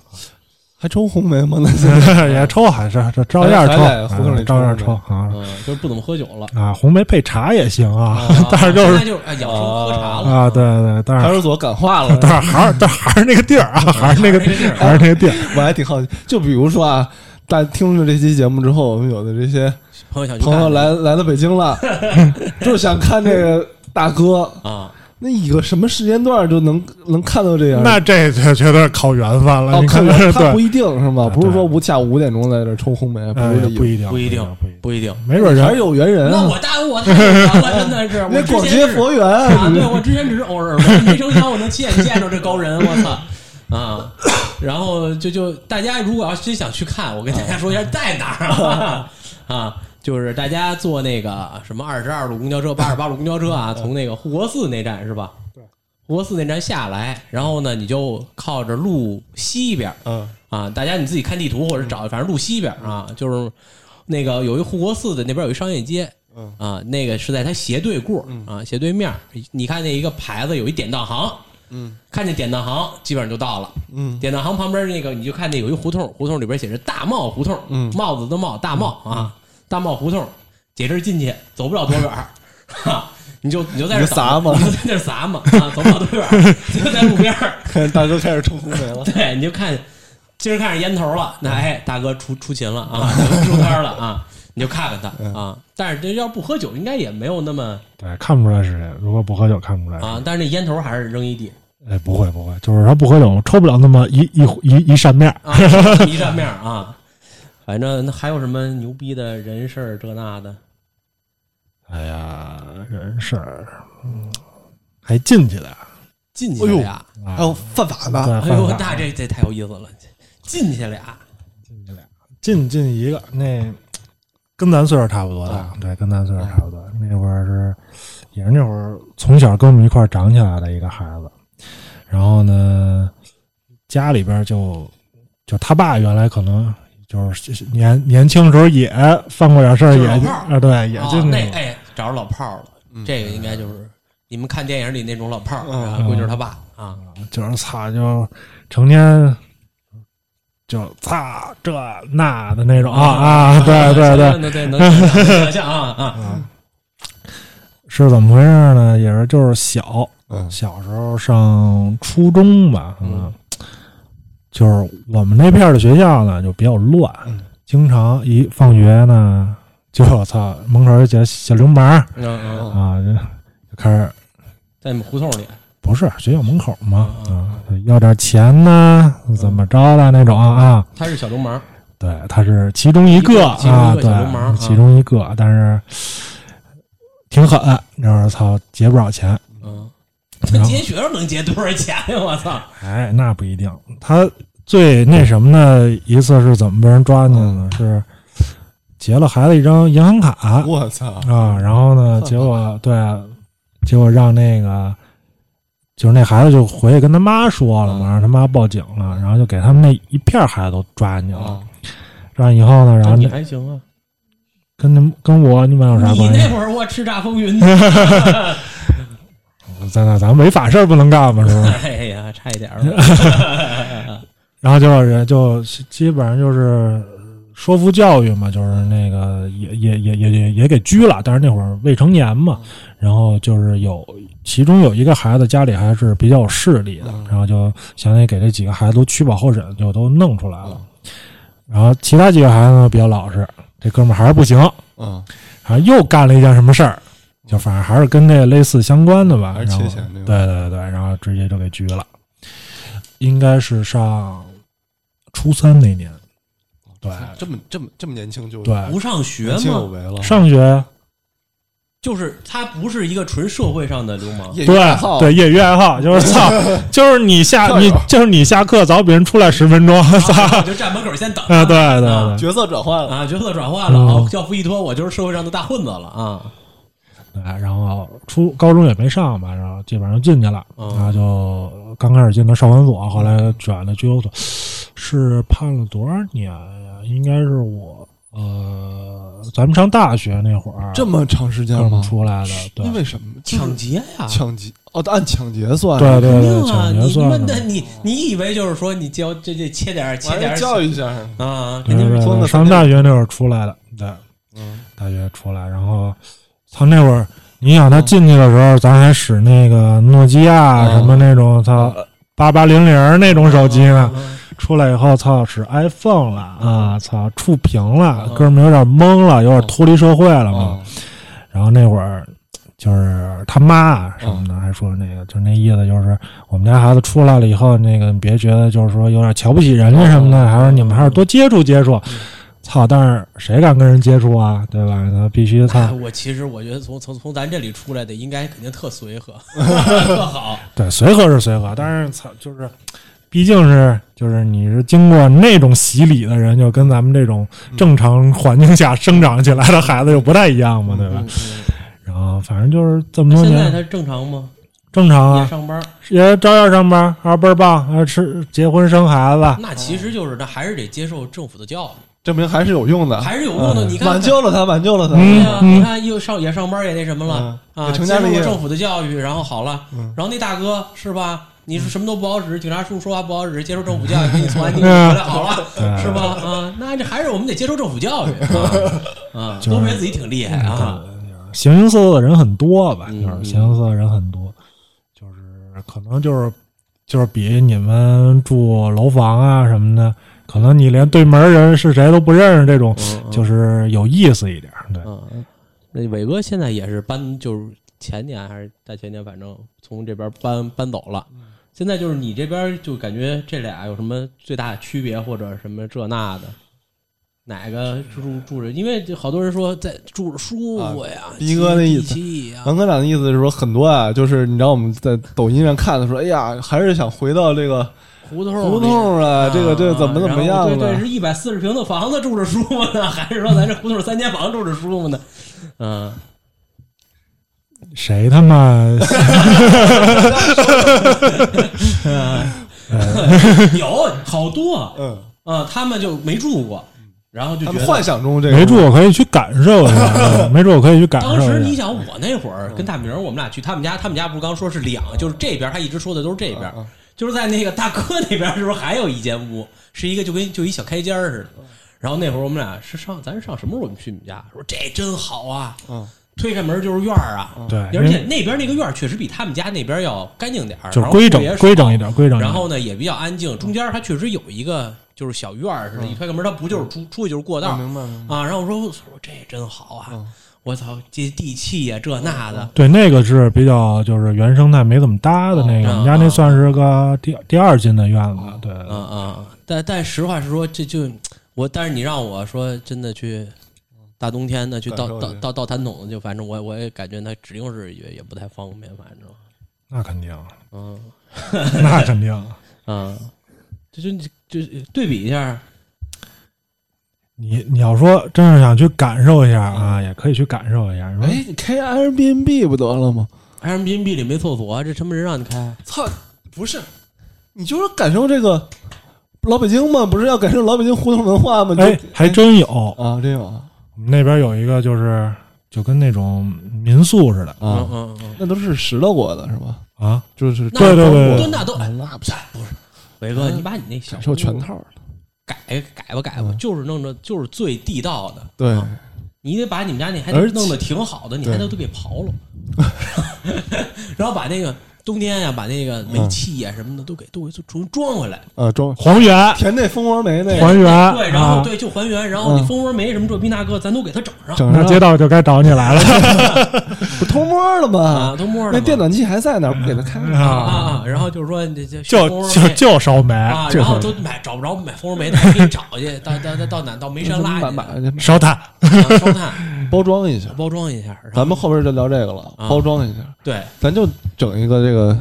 B: 还抽红梅吗？那是
C: 也抽还是这照样抽，
B: 还在胡同里
C: 啊照样
B: 抽
C: 抽啊
D: 嗯，就是不怎么喝酒 了。
C: 啊！红梅配茶也行啊
D: 啊，
C: 但是就
D: 现在
C: 是
D: 就是哎养生喝茶了
C: 啊，对对，但
B: 派
C: 是，
B: 出所感化了
C: 但是还是但是还是那个地儿啊，还是那个
D: 还是那个地儿
C: 还是那个地儿，
B: 我还挺好奇。就比如说啊，大家听了这期节目之后，我们有的这些
D: 朋友想去
B: 朋友
D: 看
B: 来来到北京了， 就是想看这个大哥，
D: 啊，
B: 那一个什么时间段就能能看到这样？
C: 那这这绝对是靠缘分了。
B: 哦，
C: 你
B: 看
C: 看这
B: 他他不
C: 对，
B: 一定是吗？
C: 啊
B: 不是说
C: 对
B: 五下午五点钟在这抽红梅，不
C: 呃
B: 是这
C: 不
B: 意思，
C: 一定，
D: 不一定
C: 不一定，嗯
D: 不一定。
C: 没准
B: 还
C: 人
B: 是有缘人
D: 那
B: 啊。
D: 我大我太有缘了，真的是。我
B: 那
D: 之
B: 广
D: 前
B: 结
D: 是
B: 佛缘
D: 啊，对我之前只是偶尔闻，没成想我能亲眼见着这高人，我操啊！然后就就大家如果要真想去看，我跟大家说一下在哪儿啊 啊，就是大家坐那个什么二十二路公交车、八十八路公交车啊，从那个护国寺那站是吧？对，护国寺那站下来，然后呢，你就靠着路西边儿
B: 嗯，
D: 啊，大家你自己看地图或者找，反正路西边儿啊，就是那个有一护国寺的那边有一商业街，
B: 嗯
D: 啊，那个是在它斜对过儿啊，斜对面儿，你看见一个牌子有一典当行，
B: 嗯，
D: 看见典当行基本上就到了，
B: 嗯，
D: 典当行旁边那个你就看见有一胡同，胡同里边写着大帽胡同，
B: 嗯
D: 帽子的帽大帽啊，大帽胡同，解身进去走不了多远儿，哈。你就你就在这
B: 你就撒嘛
D: 嘛，你就在那儿撒嘛啊，走不了多远儿，就在路边儿，。
B: 看大哥开始抽红梅了
D: 对，你就看今儿看上烟头了，那哎，大哥出出勤了啊， 出摊了啊，你就看看
C: 嗯
D: 他啊。但是这要不喝酒，应该也没有那么
C: 对哎看不出来是谁，如果不喝酒看不出来。
D: 啊。但是那烟头还是扔一地
C: 哎，不会不会，就是他不喝酒抽不了那么一一一一扇面儿。
D: 啊， 一扇面儿啊。反正那还有什么牛逼的人事儿这那的
C: 哎呀，人事儿，嗯还进去的呀
D: 进去了呀？
B: 还有犯法的，
C: 对
D: 哎呦，
C: 犯法
D: 那这这太有意思了，进去俩
C: 进进一个那跟咱岁数差不多
D: 啊
C: 大，对，跟咱岁
D: 哎
C: 数差不多。那会儿是也是那会儿从小跟我们一块儿长起来的一个孩子，然后呢，家里边就就他爸原来可能就是年年轻时候也犯过点事儿，
D: 就是
C: 也
D: 老炮儿
C: 啊对，也就
D: 哦那
C: 那
D: 哎，找着老炮儿了，这个应该就是你们看电影里那种老炮儿，
B: 嗯
D: 啊估计就是他爸啊。
C: 就是操，就成天就操这那的那种啊
D: 嗯
C: 啊，对对对，
D: 对对，能想象啊啊，
C: 是怎么回事呢？也是就是小，
B: 嗯
C: 小时候上初中吧，可能、
D: 嗯
C: 就是我们那片儿的学校呢就比较乱，
D: 嗯
C: 经常一放学呢，就我操门口有几个小流氓儿
D: 嗯嗯，
C: 啊，就就开始
D: 在你们胡同里，
C: 不是学校门口嘛
D: 嗯
C: 啊，就要点钱呢，怎么着的那种啊。
D: 他是小流氓，
C: 对，他是其中一个
D: 其中一个
C: 啊，
D: 小流氓啊
C: 对，其中一个，但是挺狠，就是操，劫不少钱。
D: 嗯，
C: 然后
D: 劫学生能劫多少钱呀？我操！
C: 哎，那不一定。他最那什么呢？一次是怎么被人抓进去呢？是劫了孩子一张银行卡
B: 我操！
C: 啊，然后呢，结果对，结果让那个就是那孩子就回去跟他妈说了
D: 嗯
C: 嘛，让他妈报警了，然后就给他们那一片孩子都抓进去
D: 哦
C: 了。
B: 啊，
C: 抓进以后呢，然后
D: 你
C: 那
D: 还行啊，
C: 跟他们跟我你们有啥
D: 你
C: 关系
D: 那？会儿我叱咤风云呢，
C: 咱咱咱违法事儿不能干嘛，是吧？
D: 哎呀，差一点儿了。
C: 然后就是人就基本上就是说服教育嘛，就是那个也也也也也也给拘了，但是那会儿未成年嘛，然后就是有其中有一个孩子家里还是比较有势力的，然后就相当于给这几个孩子都取保候审，就都弄出来了。然后其他几个孩子呢比较老实，这哥们儿还是不行，
B: 嗯，
C: 然后啊又干了一件什么事儿，就反正还是跟这类似相关的吧，
B: 还是
C: 然后
B: 切钱这个
C: 对对对，然后直接就给拘了，应该是上初三那年，
B: 哦
C: 对
B: 这么这么这么年轻就
C: 对，
D: 不上学
B: 年轻有
D: 嘛，
B: 为了，
C: 上学呀，
D: 就是他不是一个纯社会上的流氓，
B: 业余爱好
C: 对对，业余爱好就是 操，就是你下
B: 校
C: 你
B: 友
C: 就是你下课早比人出来十分钟，
B: 啊
C: 操
D: 我就站门口 先等
C: 啊，对对
D: 啊
C: 对
B: 角色转换了，
D: 啊，角色转换了，
C: 嗯
D: 哦教父一脱，我就是社会上的大混子了啊。
C: 对，哎然后初高中也没上吧，然后基本上就进去了，
D: 嗯
C: 然后就刚开始进的少管所，后
B: 嗯
C: 来转了拘留所，是判了多少年呀？应该是我呃，咱们上大学那会儿
B: 这么长时间
C: 刚
B: 吗？
C: 出来的，
B: 嗯
C: 对
B: 因为什么？就是
D: 抢劫呀，
B: 抢劫哦，按抢劫算，
C: 对对
D: 肯定
C: 对，
D: 啊！
C: 抢劫
D: 你他妈
C: 算
D: 的
C: 的，
D: 你你以为就是说你教这这切点儿
B: 我
D: 切
B: 还
D: 点
B: 是
D: 儿
B: 教育一下，
D: 啊，
C: 对
D: 人家
C: 对
D: 是
B: 装
C: 对，
B: 的
C: 上大学那会儿出来的，对，
B: 嗯，
C: 大学出来，然后他那会儿，你想
D: 嗯
C: 他进去的时候，咱还使那个诺基亚
B: 嗯
C: 什么那种，操八八零零那种手机呢。
D: 嗯嗯
C: 出来以后，操，使 iPhone 了啊，操，触屏了
D: 嗯，
C: 哥们儿有点懵了，有点脱离社会了嘛。
B: 啊，
C: 然后那会儿就是他妈啊什么的，
D: 嗯
C: 还说那个，就那意思就是我们家孩子出来了以后，那个你别觉得就是说有点瞧不起人家什么的，
D: 嗯
C: 还是你们还是多接触接触。操，但是谁敢跟人接触啊？对吧？那必须操
B: 啊
D: 哎，。 我其实我觉得从从从咱这里出来的，应该肯定特随和， 特好。
C: 对，随和是随和，但是操，就是，毕竟是就是你是经过那种洗礼的人，就跟咱们这种
D: 嗯
C: 正常环境下生长起来的孩子就不太一样嘛，对吧？
B: 嗯
C: 然后反正就是这么多
D: 嗯现在
C: 年，
D: 他正常吗？
C: 正常
D: 也
C: 啊，
D: 上班，
C: 也照样上班，还倍儿棒，还吃结婚生孩子，
D: 那其实就是那还是得接受政府的教育，
B: 证明还是有用的，嗯
D: 还是有用的。你看，
B: 挽救了他，挽救了他，
D: 对
C: 嗯
D: 呀，你看又上也上班也那什么了
B: 嗯
D: 啊，
B: 也
D: 接
B: 成
D: 受
B: 家立业了
D: 了政府的教育，然后好了
B: 嗯，
D: 然后那大哥是吧？你是什么都不好使，警察叔说话不好使，接受政府教 育，给你送安定回来好了，
C: 嗯
D: 是吧？啊，那这还是我们得接受政府教育
B: 嗯
D: 啊，啊
C: 就是
D: 都觉得自己挺厉害啊。
C: 形形色色的人很多吧，
D: 嗯
C: 就是形形色色的人很多，就是可能就是就是比你们住楼房啊什么的，可能你连对门人是谁都不认识，这种就是有意思一点儿。对，
D: 嗯，那伟哥现在也是搬，就是前年还是大前年，反正从这边搬搬走了。
B: 嗯
D: 现在就是你这边就感觉这俩有什么最大的区别，或者什么这那的？哪个住住着，因为这好多人说在住着舒服呀，
B: 逼啊哥那意思嗯
D: 气呀，
B: 王科长的意思是说，很多啊，就是你知道我们在抖音上看的时候，哎呀，还是想回到这个
D: 胡同
B: 胡同
D: 里
B: 啊，这个这个怎么怎么样啊
D: 然后对 对，
B: 了
D: 是？一百四十平的房子住着舒服呢， 还是说咱这胡同三间房住着舒服呢？嗯，
C: 谁他 妈
D: 有好多，
B: 嗯，
D: 嗯，他们就没住过，然后就
B: 他
D: 觉
B: 们
D: 得
B: 幻想中这个
C: 没住，我可以去感受一下，没住我可以去感受
D: 当时你
C: 一下。
D: 想，我那会儿
B: 嗯
D: 跟大明儿我们俩去他们家，他们家不是刚说是两，就是这边儿他一直说的都是这边儿嗯
B: 啊啊，
D: 就是在那个大哥那边儿是不是还有一间屋，是一个就跟就一小开间儿似的。
B: 嗯
D: 然后那会儿我们俩是上，咱是上什么时候我们去你们家？说这真好啊！
B: 嗯，
D: 推开门就是院儿啊，
C: 对，
D: 而
C: 因
D: 且
C: 为
D: 那边儿那个院儿确实比他们家那边儿要干净点
C: 嗯
D: 儿，
C: 就是
D: 然后
C: 规整
D: 也少
C: 规整一点，规整一点。
D: 然后呢也比较安静，中间儿它确实有一个就是小院儿似的，一推开门它不就是出出去就是过道
B: 嗯哦明白明
D: 啊？然后我说我操，这真好啊！
B: 嗯
D: 我操，接地气呀、这那的，
C: 对，那个是比较就是原生态没怎么搭的那个，
D: 哦
C: 我们家那算是个第第二进的院子，对，
D: 嗯嗯。但但实话实说，这就我，但是你让我说真的去大冬天的去
B: 感
D: 倒
B: 受一
D: 倒
B: 下
D: 倒倒痰桶，就反正我我也感觉那指定是也也不太方便，反正
C: 那肯定，
D: 嗯
C: 那肯定。
D: 嗯，这就就就对比一下，
C: 你你要说真是想去感受一下
D: 嗯
C: 啊，也可以去感受一下。你
B: 白。
C: 说
B: 哎，你开 Airbnb 不得了吗？
D: Airbnb 里没厕所，啊这什么人让你开？
B: 操，不是，你就是感受这个老北京嘛，不是要感受老北京胡同文化吗？
C: 哎，还真有，我
B: 啊，这种
C: 们那边有一个就是就跟那种民宿似的
D: 嗯
B: 啊，
D: 嗯嗯，
B: 那都是拾掇过的是吧？
C: 啊，
B: 就是
D: 那
C: 对对对
D: 多那都哎，
B: 那不是
D: 不是，伟哥，你把你那小
B: 感受全
D: 屋
B: 套的，
D: 改改吧改吧，
B: 嗯
D: 就是弄着就是最地道的，
B: 对，
D: 你得把你们家那还得
B: 而且
D: 弄得挺好的，你
B: 对
D: 还得都给刨了， 然后把那个冬天呀、把那个煤
B: 嗯
D: 气呀、什么的都给都给重装回来，
B: 呃，装
C: 还原
B: 填那蜂窝煤那个
C: 还原，
D: 对，然后
C: 啊
D: 对就还原，然后
B: 嗯
D: 你蜂窝煤什么这逼那个，咱都给它整上
B: 整
C: 那
B: 上
C: 街道就该找你来了
D: 嗯
B: 不偷摸了
D: 啊，
B: 吗？
D: 都摸上
B: 那
D: 了
B: 电暖气还在那儿，不给他开？
D: 啊
C: 啊，
D: 啊，然后就是说这这
C: 就
D: 蜂窝煤
C: 就就烧煤，
D: 啊，
B: 这
D: 然后
B: 会
D: 都买找不着买蜂窝煤的，还给你找去，到到到到哪到煤山拉
B: 买
D: 去，
B: 买去
C: 烧炭，
D: 啊烧炭
B: 包装一下。
D: 包装一下，然后
B: 咱们后边就聊这个了，
D: 啊
B: 包装一下，
D: 对。
B: 咱就整一个这个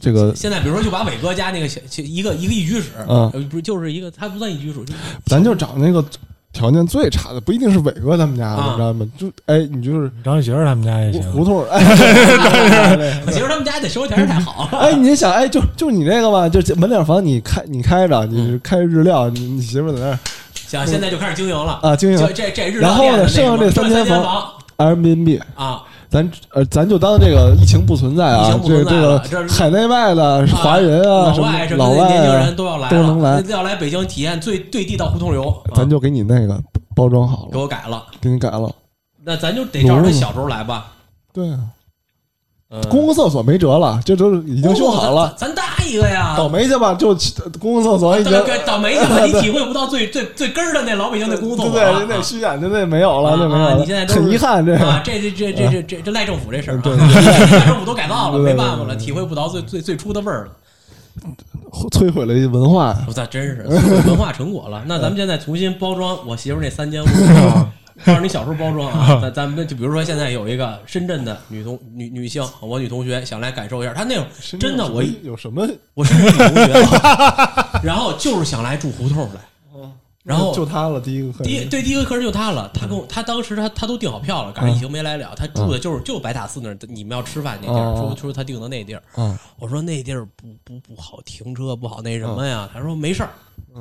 B: 这个，
D: 现在比如说就把伟哥家那个小小一个一个一居室，
B: 嗯
D: 呃，不是就是一个，它不算一居 室，就
B: 咱就找那个条件最差的，不一定是伟哥他们家的，
D: 啊
B: 你知道吗？就哎，你就是
C: 张玉杰他们家也行，
B: 胡同， 哎，对
D: 其实他们家那生活条件太好了，
B: 哎，你想，哎，就就你这个吧，就门脸房，你开你开着，
D: 嗯
B: 你开日料，你你媳妇在那儿
D: 想现在就开始经营了，
B: 啊，经营
D: 就这这日
B: 然
D: 料
B: 后
D: 店的
B: 呢
D: 那什
B: 剩下这
D: 么这
B: 三
D: 间
B: 间房，Airbnb，
D: 啊，
B: 咱呃咱就当这个疫情不存在
D: 疫
B: 啊
D: 情，不
B: 这
D: 存在
B: 个
D: 了
B: 这个
D: 这是
B: 海内外的华人啊，
D: 老外
B: 什
D: 什
B: 么
D: 么
B: 老
D: 的年轻
B: 外啊
D: 人都要来了，
B: 都能来，
D: 要来北京体验最最地道胡同游，啊
B: 咱就给你那个包装好
D: 给
B: 了，
D: 我改了，
B: 给你改了。
D: 那咱就得照着他小时候来吧，
B: 对啊，
D: 嗯
B: 公共厕所没辙了，这都是已经修好了，
D: 咱咱搭一个呀，
B: 倒霉去吧，就去公共厕所已经
D: 倒霉倒霉去 吧，你体会不到最最最根儿的那老北京那工作
B: 对
D: 啊，
B: 对，人那虚掩，真的没有了，
D: 啊
B: 那没
D: 啊
B: 有
D: 你现在
B: 了，
D: 都是
B: 很遗憾，这
D: 啊
B: 个，
D: 这这这这这这这赖政府这事儿、啊，
B: 对
D: 赖政府都改造了，
B: 对对
D: 没
B: 对
D: 办法了，
B: 对对
D: 体会不到最最最初的味儿了。
B: 摧毁了一文化呀。
D: 我操，真是文化成果了。那咱们现在重新包装我媳妇儿那三间屋， 告诉你小时候包装啊，咱咱们就比如说现在有一个深圳的女同女女性，我女同学想来感受一下，她那会儿真的我
B: 有什么？
D: 我是女同学啊， 然后就是想来住胡同来，然后
B: 就他了，第一个客人
D: 第一对第一个客人就他了，他跟我他当时他他都订好票了，赶上
B: 嗯
D: 疫情没来了，他住的就是就白塔寺那儿，你们要吃饭那地儿，
B: 哦
D: 说说他订的那地儿
B: 嗯，
D: 我说那地儿不不不好停车，不好那什
B: 嗯
D: 么呀，他说没事儿，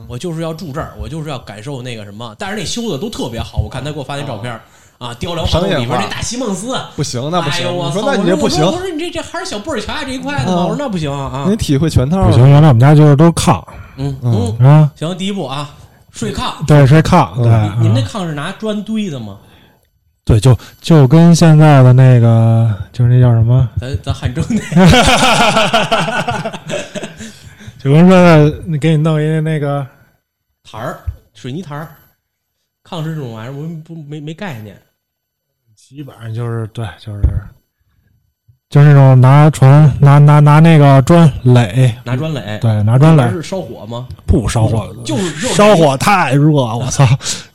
D: 我就是要住这儿，我就是要感受那个什么，但是那修的都特别好，我看他给我发那照片儿啊，雕梁画
B: 哦商
D: 栋
B: 业化
D: 里边那大西梦寺，
B: 不行，那不
D: 哎
B: 行。
D: 呦我
B: 你说
D: 操，
B: 那你这不行
D: 我，说我说你这这还是小布尔乔亚这一块的
B: 啊
D: 吗？我说那不行啊啊
B: 你，体会全套
C: 不行，
B: 了。
C: 原来我们家就是都是炕
D: 嗯嗯，
C: 啊，
D: 行，第一步啊，睡炕。
C: 对，是炕，对，
D: 嗯
B: 嗯
D: 你你们
C: 啊
D: 那炕是拿砖堆的吗？
C: 对，就就跟现在的那个，就是那叫什么，
D: 咱咱汗蒸那
C: 就跟说那给你弄一那个
D: 台儿，水泥台儿，炕是这种玩意儿，我们不没没概念。
C: 基本上就是对，就是就是那种拿床拿拿拿那个砖垒，
D: 拿砖垒，
C: 对，拿砖垒
D: 是烧火吗？
C: 不烧火，
D: 就是
C: 烧火太热，我操，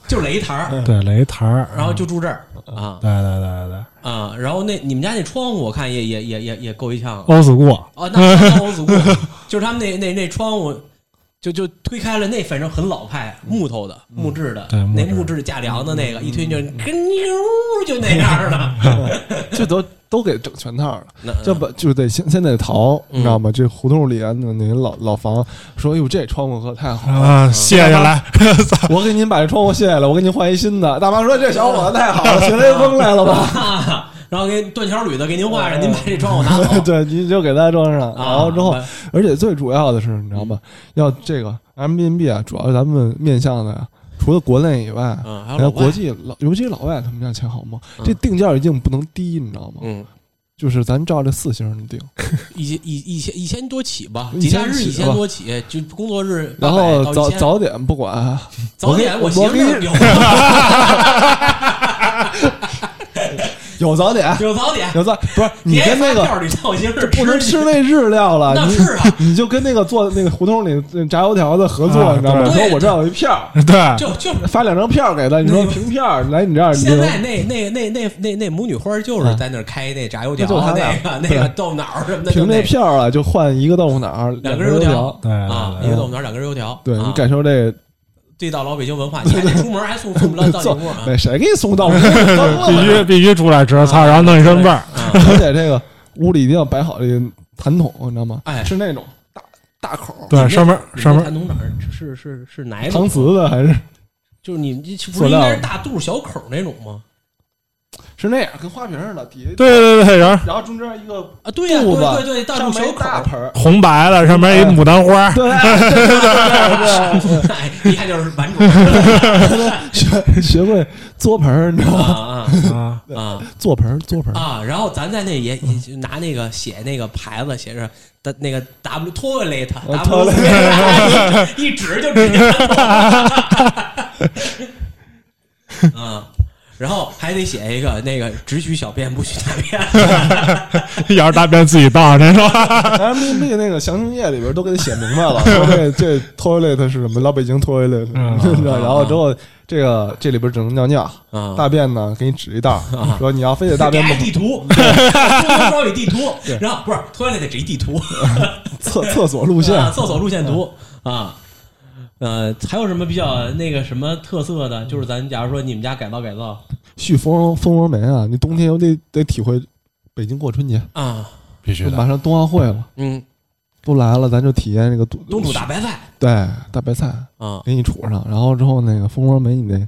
D: 就是垒一台儿，
C: 对，垒一台儿，
D: 然后就住这儿啊
C: 对对对对
D: 啊，然后那你们家那窗户我看也也也也也够一呛
C: 对，欧死过，
D: 哦，那那老祖顾，就是他们那那那窗户。就就推开了，那反正很老派，木头的、木质的，
C: 嗯对木
D: 那
C: 质嗯
D: 木质的架梁的那个，一推就跟妞儿就那样 的。
B: 这都都给整全套了。
D: 那
B: 这不就得先先得逃，
D: 嗯
B: 你知道吗？这胡同里啊，那那老老房说，哎呦，这窗户可太好了，
C: 啊，卸下来，
D: 嗯
C: 操
B: 我给您把这窗户卸下来，我给您换一新的。大妈说，这小伙子太好了，学雷锋来了吧？。
D: 啊然后给断桥铝的给您换上，您把这窗户拿 走
B: 对，你就给他装上，
D: 啊嗯
B: 然后之后，而且最主要的是，你知道吗？要这个 M B N B 啊，主要是咱们面向的呀，除了国内以外，
D: 嗯，还
B: 还
D: 有老
B: 有
D: 外
B: 国，际老，尤其老外他们家钱好吗？
D: 嗯
B: 这定价一定不能低，你知道吗？
D: 嗯，
B: 就是咱照这四星 儿定，
D: 一千一一千一千多起吧，
B: 一
D: 节假
B: 千
D: 日
B: 起
D: 一千多起，就工作日
B: 然后
D: 800到
B: 早
D: 1000
B: 早点不管，啊
D: 早点
B: 我
D: 我
B: 给
D: 媳妇
B: 我
D: 儿
B: 给
D: 有
B: 有早点，
D: 有早点，
B: 有早不是你
D: 别
B: 跟那
D: 发票
B: 个
D: 里到媳妇儿
B: 不能
D: 吃
B: 吃那日料了，
D: 那
B: 你
D: 是啊
B: 你就跟那个做那个胡同里那炸油条的合作，
C: 啊
B: 你知道吗？
C: 对
B: 说我这儿有一票儿，
C: 对，
D: 就就
B: 发两张票儿给他，你说
D: 那个
B: 凭票儿来你这 儿，你就啊
D: 现在那那那那那那母女花就是在那儿开那炸油条
B: 那就他俩
D: 那个那个豆腐脑儿什么的，
B: 凭
D: 就那
B: 这
D: 个
B: 票儿啊就换一个豆腐脑儿，
D: 两根
B: 根
D: 油
B: 条
D: 条，
C: 对
D: 啊，
C: 对对
D: 一个豆腐脑儿两根油条，
B: 对
D: 啊
B: 你感受这
D: 这到老北京 文化，你还得出门还送送不了到酒
B: 送
D: 窝啊，
B: 那哎谁给你送到 我这儿？到我这儿
C: 必须必须出来吃，操，然后弄一身味儿，
D: 啊
B: 而且这个屋里一定要摆好这个痰桶，你知道吗？
D: 哎
B: 是那种大大口儿
C: 对，上面
D: 啊你
C: 上
D: 那
C: 面
D: 坛桶哪儿是是是哪种
B: 搪？瓷的还是
D: 就是你们这不
B: 塑
D: 是
B: 料
D: 应
B: 的
D: 该是大肚小口那种吗？
B: 是那样，跟花瓶似的，底下
C: 对对对，然后
B: 然后中间一个
D: 啊，对呀，
B: 肚子
D: 对对对，大
B: 上
D: 肚
B: 面
D: 小
B: 一大
D: 口。
B: 盆儿，
C: 红白的，上面一牡丹花儿，
B: 对，对对
D: 哎，一看就是完种
B: 对学学会嘬盆儿，你知道吗？
D: 啊
C: 啊，
D: 啊啊
B: 嘬盆儿，嘬盆儿，
D: 啊！然后咱在那也也就拿那个写那个牌子，写着的那个 W toilet
B: 呃
D: W，一 指就指见 了。嗯，然后还得写一个那个只许小便不许大 便。
C: 要是大便自己倒，您说
B: 咱们那那个详情页里边都给他写明 白了，说这这 toilet 是什么，老北京 toilet，
C: 嗯 嗯
B: 你知道然后之后这个这里边只能尿尿，
D: 啊
B: 大便呢给你指一道
D: 啊，
B: 说你要非得大便
D: 给
B: 不
D: 还 地图，中国有地图
B: 对，
D: 然后不是 toilet 只一地图。
B: 厕厕所路线，
D: 啊，
C: 嗯
D: 厕所路线图啊。呃，还有什么比较那个什么特色的？就是咱假如说你们家改造改造
B: 续蜂蜂窝煤啊，你冬天又得得体会北京过春节，
D: 啊，
C: 必 须
B: 马上冬奥会了，
D: 嗯，
B: 都来了，咱就体验这个冬
D: 冬储大白菜
B: 对大白菜
C: 嗯
D: 啊，
B: 给你杵上，然后之后那个蜂窝煤你得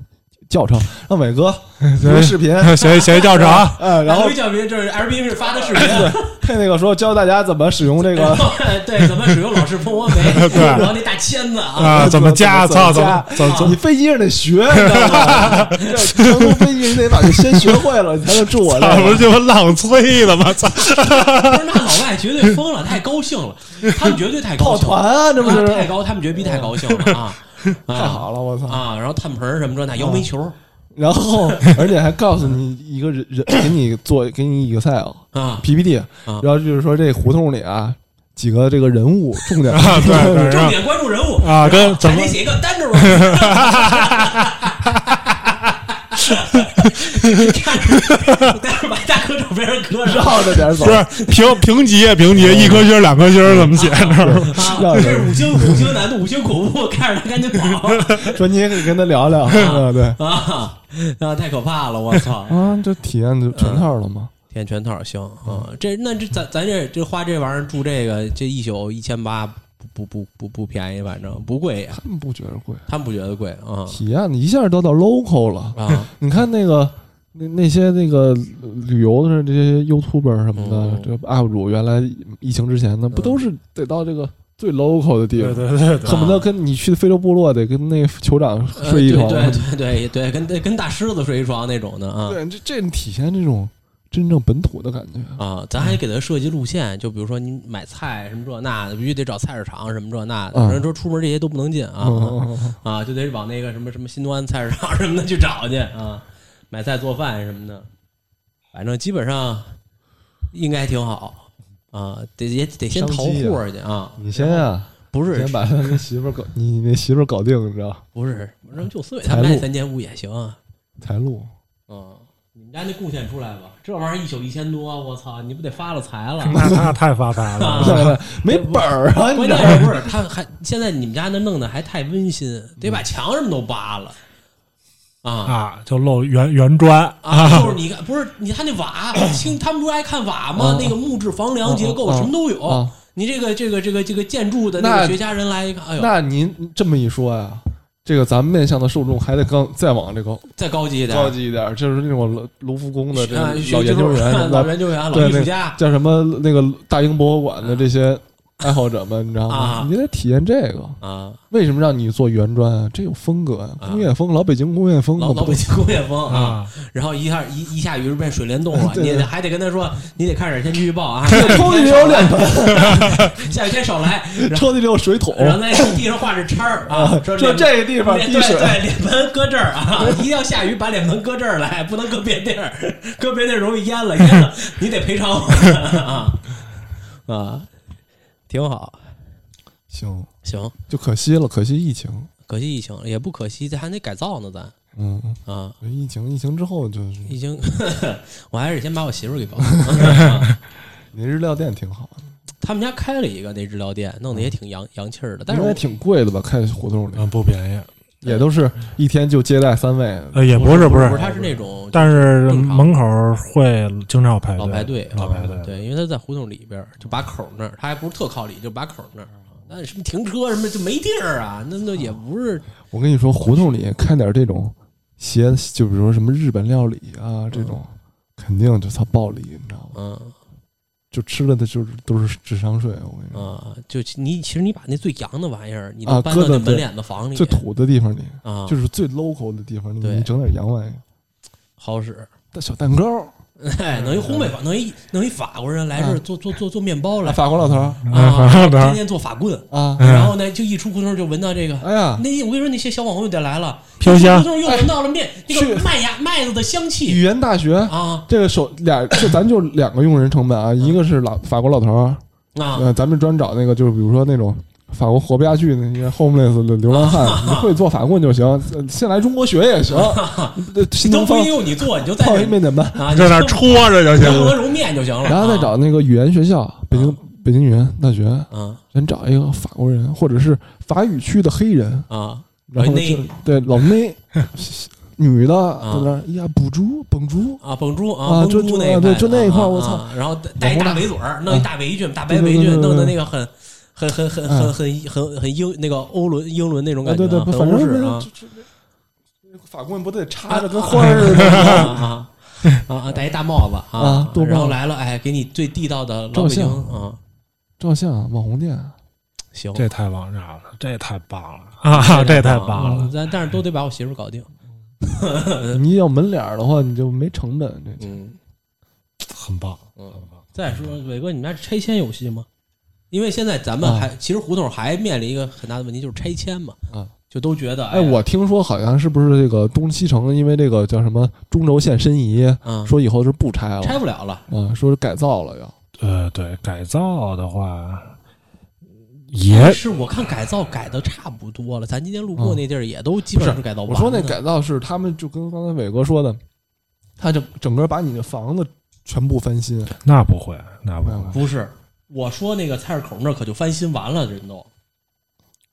B: 教程，让伟哥
C: 对
B: 录视频，
C: 谁谁教程？啊
B: 哎，然后
D: 微教别这是 L B 是发的视频，
B: 配那个说教大家怎么使用这
D: 然
B: 个。
D: 后哎 对怎么使用老式蜂窝煤， 然后那大签子啊，
C: 啊，怎么加？操，怎么
B: 加？
C: 怎么？
B: 你飞机上得学，你知道 吗？这成都飞机你得把这先学会了，你才能住我这
C: 操， 不
B: 个
C: 是。鸡巴 浪吹的吗？操！
D: 不是那老外绝对疯了，太高兴了，他们绝对太高
B: 抱
D: 兴
B: 团
D: 了，
B: 啊，这不是
D: 啊太高，他们绝逼太高兴了啊，
B: 太
D: 太
B: 好了，我操！
D: 啊，然后炭盆儿什么这那摇煤球
B: 然后而且还告诉你一个人人给你做给你 Excel
D: 啊
B: PPT，然后就是说这胡同里啊几个这个人物重点
C: 啊，对对，
D: 重
C: 然后
D: 点关注人物
C: 啊跟
D: 然后
C: 怎么
D: 还得写一个单着文，看着，待会儿把大哥照片搁上。 啊
B: 绕着点走
C: 不，是平平级啊平级，一颗星儿两颗星儿怎么写？知道吗？
D: 啊，
B: 绕
D: 这
B: 着
D: 是五星五星难度，五星恐怖，看着他赶紧跑
B: 说你也可以跟他聊聊，啊对
D: 啊啊！太可怕了，我 操！
B: 啊，就体验就全套了嘛。
D: 填全套行啊，这那这咱咱这这花这玩意儿住这个这一宿一千八，不不不不不便宜，反正不贵呀，
B: 他们不觉得贵，
D: 他们不觉得贵啊
B: 体验一下都到 local 了。
D: 啊！
B: 你看那个那那些那个呃旅游的这些 YouTuber 什么的
D: 嗯，
B: 这 UP 主原来疫情之前呢，不都是得到这个最 local 的地方，
C: 对对
B: 恨不得跟你去非洲部落得跟那酋长
D: 呃
B: 睡一床。
D: 对对对对，跟跟大狮子睡一床那种的啊。
B: 对，这这体现这种真正本土的感觉。
D: 啊，咱还给他设计路线，就比如说你买菜什么这那的，必须得找菜市场什么这那的，
B: 嗯
D: 人说出门这些都不能进
B: 嗯
D: 啊啊，就得往那个什么什么新东安菜市场什么的去找去啊，买菜做饭什么的，反正基本上应该挺好啊，得也得先
B: 商
D: 淘
B: 机啊
D: 货去啊，
B: 你先啊，
D: 不是
B: 先把他那媳妇儿搞，你那媳妇儿搞定，你知道？
D: 不是，我让就思伟
B: 财
D: 他
B: 路
D: 卖三千五也行啊。
B: 财路，
D: 嗯，你们家那贡献出来吧，这玩意儿一宿一千多，我操，你不得发了财了？
C: 那那太发财 了。
D: 啊
B: 没本儿啊，你
D: 关
B: 知道
D: 键
B: 吗？
D: 是不是他还现在你们家那弄的还太温馨，得把墙什么都扒了啊
C: 啊，就露原原砖
D: 啊！就是你看，不是你看那瓦，清他们不是爱看瓦吗？那个木质房梁结构
B: 啊啊啊
D: 什么都有
B: 啊。
D: 你这个这个这个这个建筑的那
B: 那
D: 个学家人来一看，哎呦，
B: 那您这么一说呀，这个咱们面向的受众还得更再往这个
D: 再高级一点，
B: 高级一点儿，就是那种卢卢浮宫的这
D: 啊
B: 个
D: 学
B: 老研究员
D: 就是
B: 什么
D: 老
B: 的，
D: 研究员、老
B: 对
D: 艺
B: 那
D: 术
B: 个
D: 家
B: 叫什么那个大英博物馆的这些爱好者们，你知道吗
D: 啊？
B: 你得体验这个。
D: 啊，
B: 为什么让你做原砖啊？这有风格啊，
D: 啊
B: 工业风，老北京工业风嘛，
D: 老老
B: 不
D: 北京工业风啊。
C: 啊，
D: 然后一下一一下雨就变水帘洞 了，你还得跟他说，你得看点天气预报啊，
B: 抽屉里有脸盆，
D: 下雨天少来。然后
B: 抽屉里有水桶，
D: 然后在地上画着叉儿啊，说
B: 就
D: 脸
B: 这个地方
D: 脸
B: 滴水
D: 对，对，脸盆搁这儿啊，一定要下雨把脸盆搁这儿来，不能搁别地儿，搁别地儿容易淹了，淹了你得赔偿我们啊 啊，挺好，
B: 行，
D: 行，
B: 就可惜了，可惜疫情，
D: 可惜疫情也不可惜，这还得改造呢，咱
B: 嗯，
D: 啊。
B: 疫情，疫情之后就是
D: 已经，我还是先把我媳妇儿给帮了。
B: 您日料店挺好的，
D: 他们家开了一个那日料店，弄得也挺洋洋气儿的，但是
B: 应该
D: 我
B: 挺贵的吧？开胡同里
C: 嗯，不便宜。
B: 也都是一天就接待三位，
C: 呃，也不是不
D: 不
C: 是，
D: 他是那种
C: 但是
D: 正常
C: 门口会经常有排
D: 老
C: 队，啊
D: 排队，啊
C: 老排队。
D: 对，因为他在胡同里边儿，就把口儿那儿，他还不是特靠里，就把口儿那儿。
B: 嗯
D: 那什么停车什么就没地儿啊，那那也不是
B: 我跟你说，胡同里开点这种鞋，就比如说什么日本料理啊这种，肯定就操暴利，你知道吗？
D: 嗯
B: 就吃了的就是都是智商税，我跟你说，
D: 啊，就其你其实你把那最洋的玩意儿，你
B: 啊
D: 都搬
B: 搁
D: 到那
B: 到
D: 门
B: 对
D: 脸的房里
B: 最土的地方你
D: 啊，
B: 就是最 local 的地方，你
D: 对
B: 你整点洋玩意儿，
D: 好使。
B: 但小蛋糕，
D: 哎，弄一烘焙坊，弄一弄一法国人来这儿
B: 啊
D: 做做做做面包 来
B: 法国老头儿
D: 啊，
C: 啊
D: 天天做法棍，
B: 啊，
D: 然后呢就一出胡同就闻到这个。
B: 哎呀，
D: 那我跟你说，那些小网红又得来了，
C: 飘香
D: 一出胡同又闻到了面那个
B: 去
D: 麦芽麦子的香
B: 语
D: 气
B: 言大学。
D: 啊
B: 这个手俩，就咱就两个用人成本啊，一个是老法国老头儿，
D: 啊！
B: 呃，咱们专找那个，就是比如说那种法国活不下去那些 homeless 的流浪 汉，你会做法棍就行，呃先来中国学也行。呃新
D: 都
B: 东
D: 不
B: 方
D: 应用你做，你就在
B: 泡
D: 那
B: 一面点半，
D: 啊，你
C: 在那儿
D: 就
C: 戳着就行
D: 融合
C: 了。
D: 揉面就行了，
B: 然后再找那个语言学校，北京北京语言大学，
D: 啊
B: 咱找一个法国人或者是法语区的黑人，
D: 啊啊，
B: 然后
D: 老内
B: 就对老 妹，女的在那儿，哎呀，补猪蹦猪，
D: 啊，蹦猪
B: 啊
D: 蹦
B: 就
D: 猪
B: 就
D: 那一
B: 啊
D: 派
B: 对就那一块
D: 啊
B: 我
D: 啊
B: 操
D: 啊然后戴一大围嘴儿，弄一大围裙，大白
B: 对对
D: 围
B: 对
D: 裙，
B: 对
D: 弄的
B: 对
D: 那个很很很很很很很很英那个欧伦英伦那种
B: 啊
D: 感觉
B: 对
D: 啊，
B: 对，
D: 很
B: 反
D: 欧
B: 正
D: 式
B: 是
D: 啊
B: 就就就法棍不得插着跟花儿似 的。
D: 啊啊啊啊，戴一大帽子啊
B: 啊，多棒
D: 然后来了，哎，给你最地道的老
B: 照
D: 北京
B: 相
D: 啊，
B: 照相网红店，
D: 行，
C: 这太王炸了，这太棒了啊！这太棒
D: 嗯
C: 了，
D: 但但是都得把我媳妇儿搞定，
B: 你要门脸儿的话，你就没成本。这
D: 呃嗯。
C: 很棒。
D: 再说，伟哥，你们家拆迁有戏吗？因为现在咱们还、其实胡同还面临一个很大的问题，就是拆迁嘛，
B: 啊
D: 就都觉得
B: 哎，
D: 呀
B: 我听说好像是不是这个东西城因为这个叫什么中轴线申遗，
D: 嗯
B: 说以后是不拆了，
D: 拆不了了，
B: 啊，说是改造了要。
C: 呃，对，改造的话也
D: 是我看改造改的差不多了，咱今天路过那地儿也都基本上是改造哦完
B: 啊我
D: 了
B: 说那改造是他们就跟刚才伟哥说的，他就整个把你的房子全部翻新，
C: 那不会，那不
B: 那
C: 会，
D: 不是，我说那个菜市口那儿可就翻新完了，人都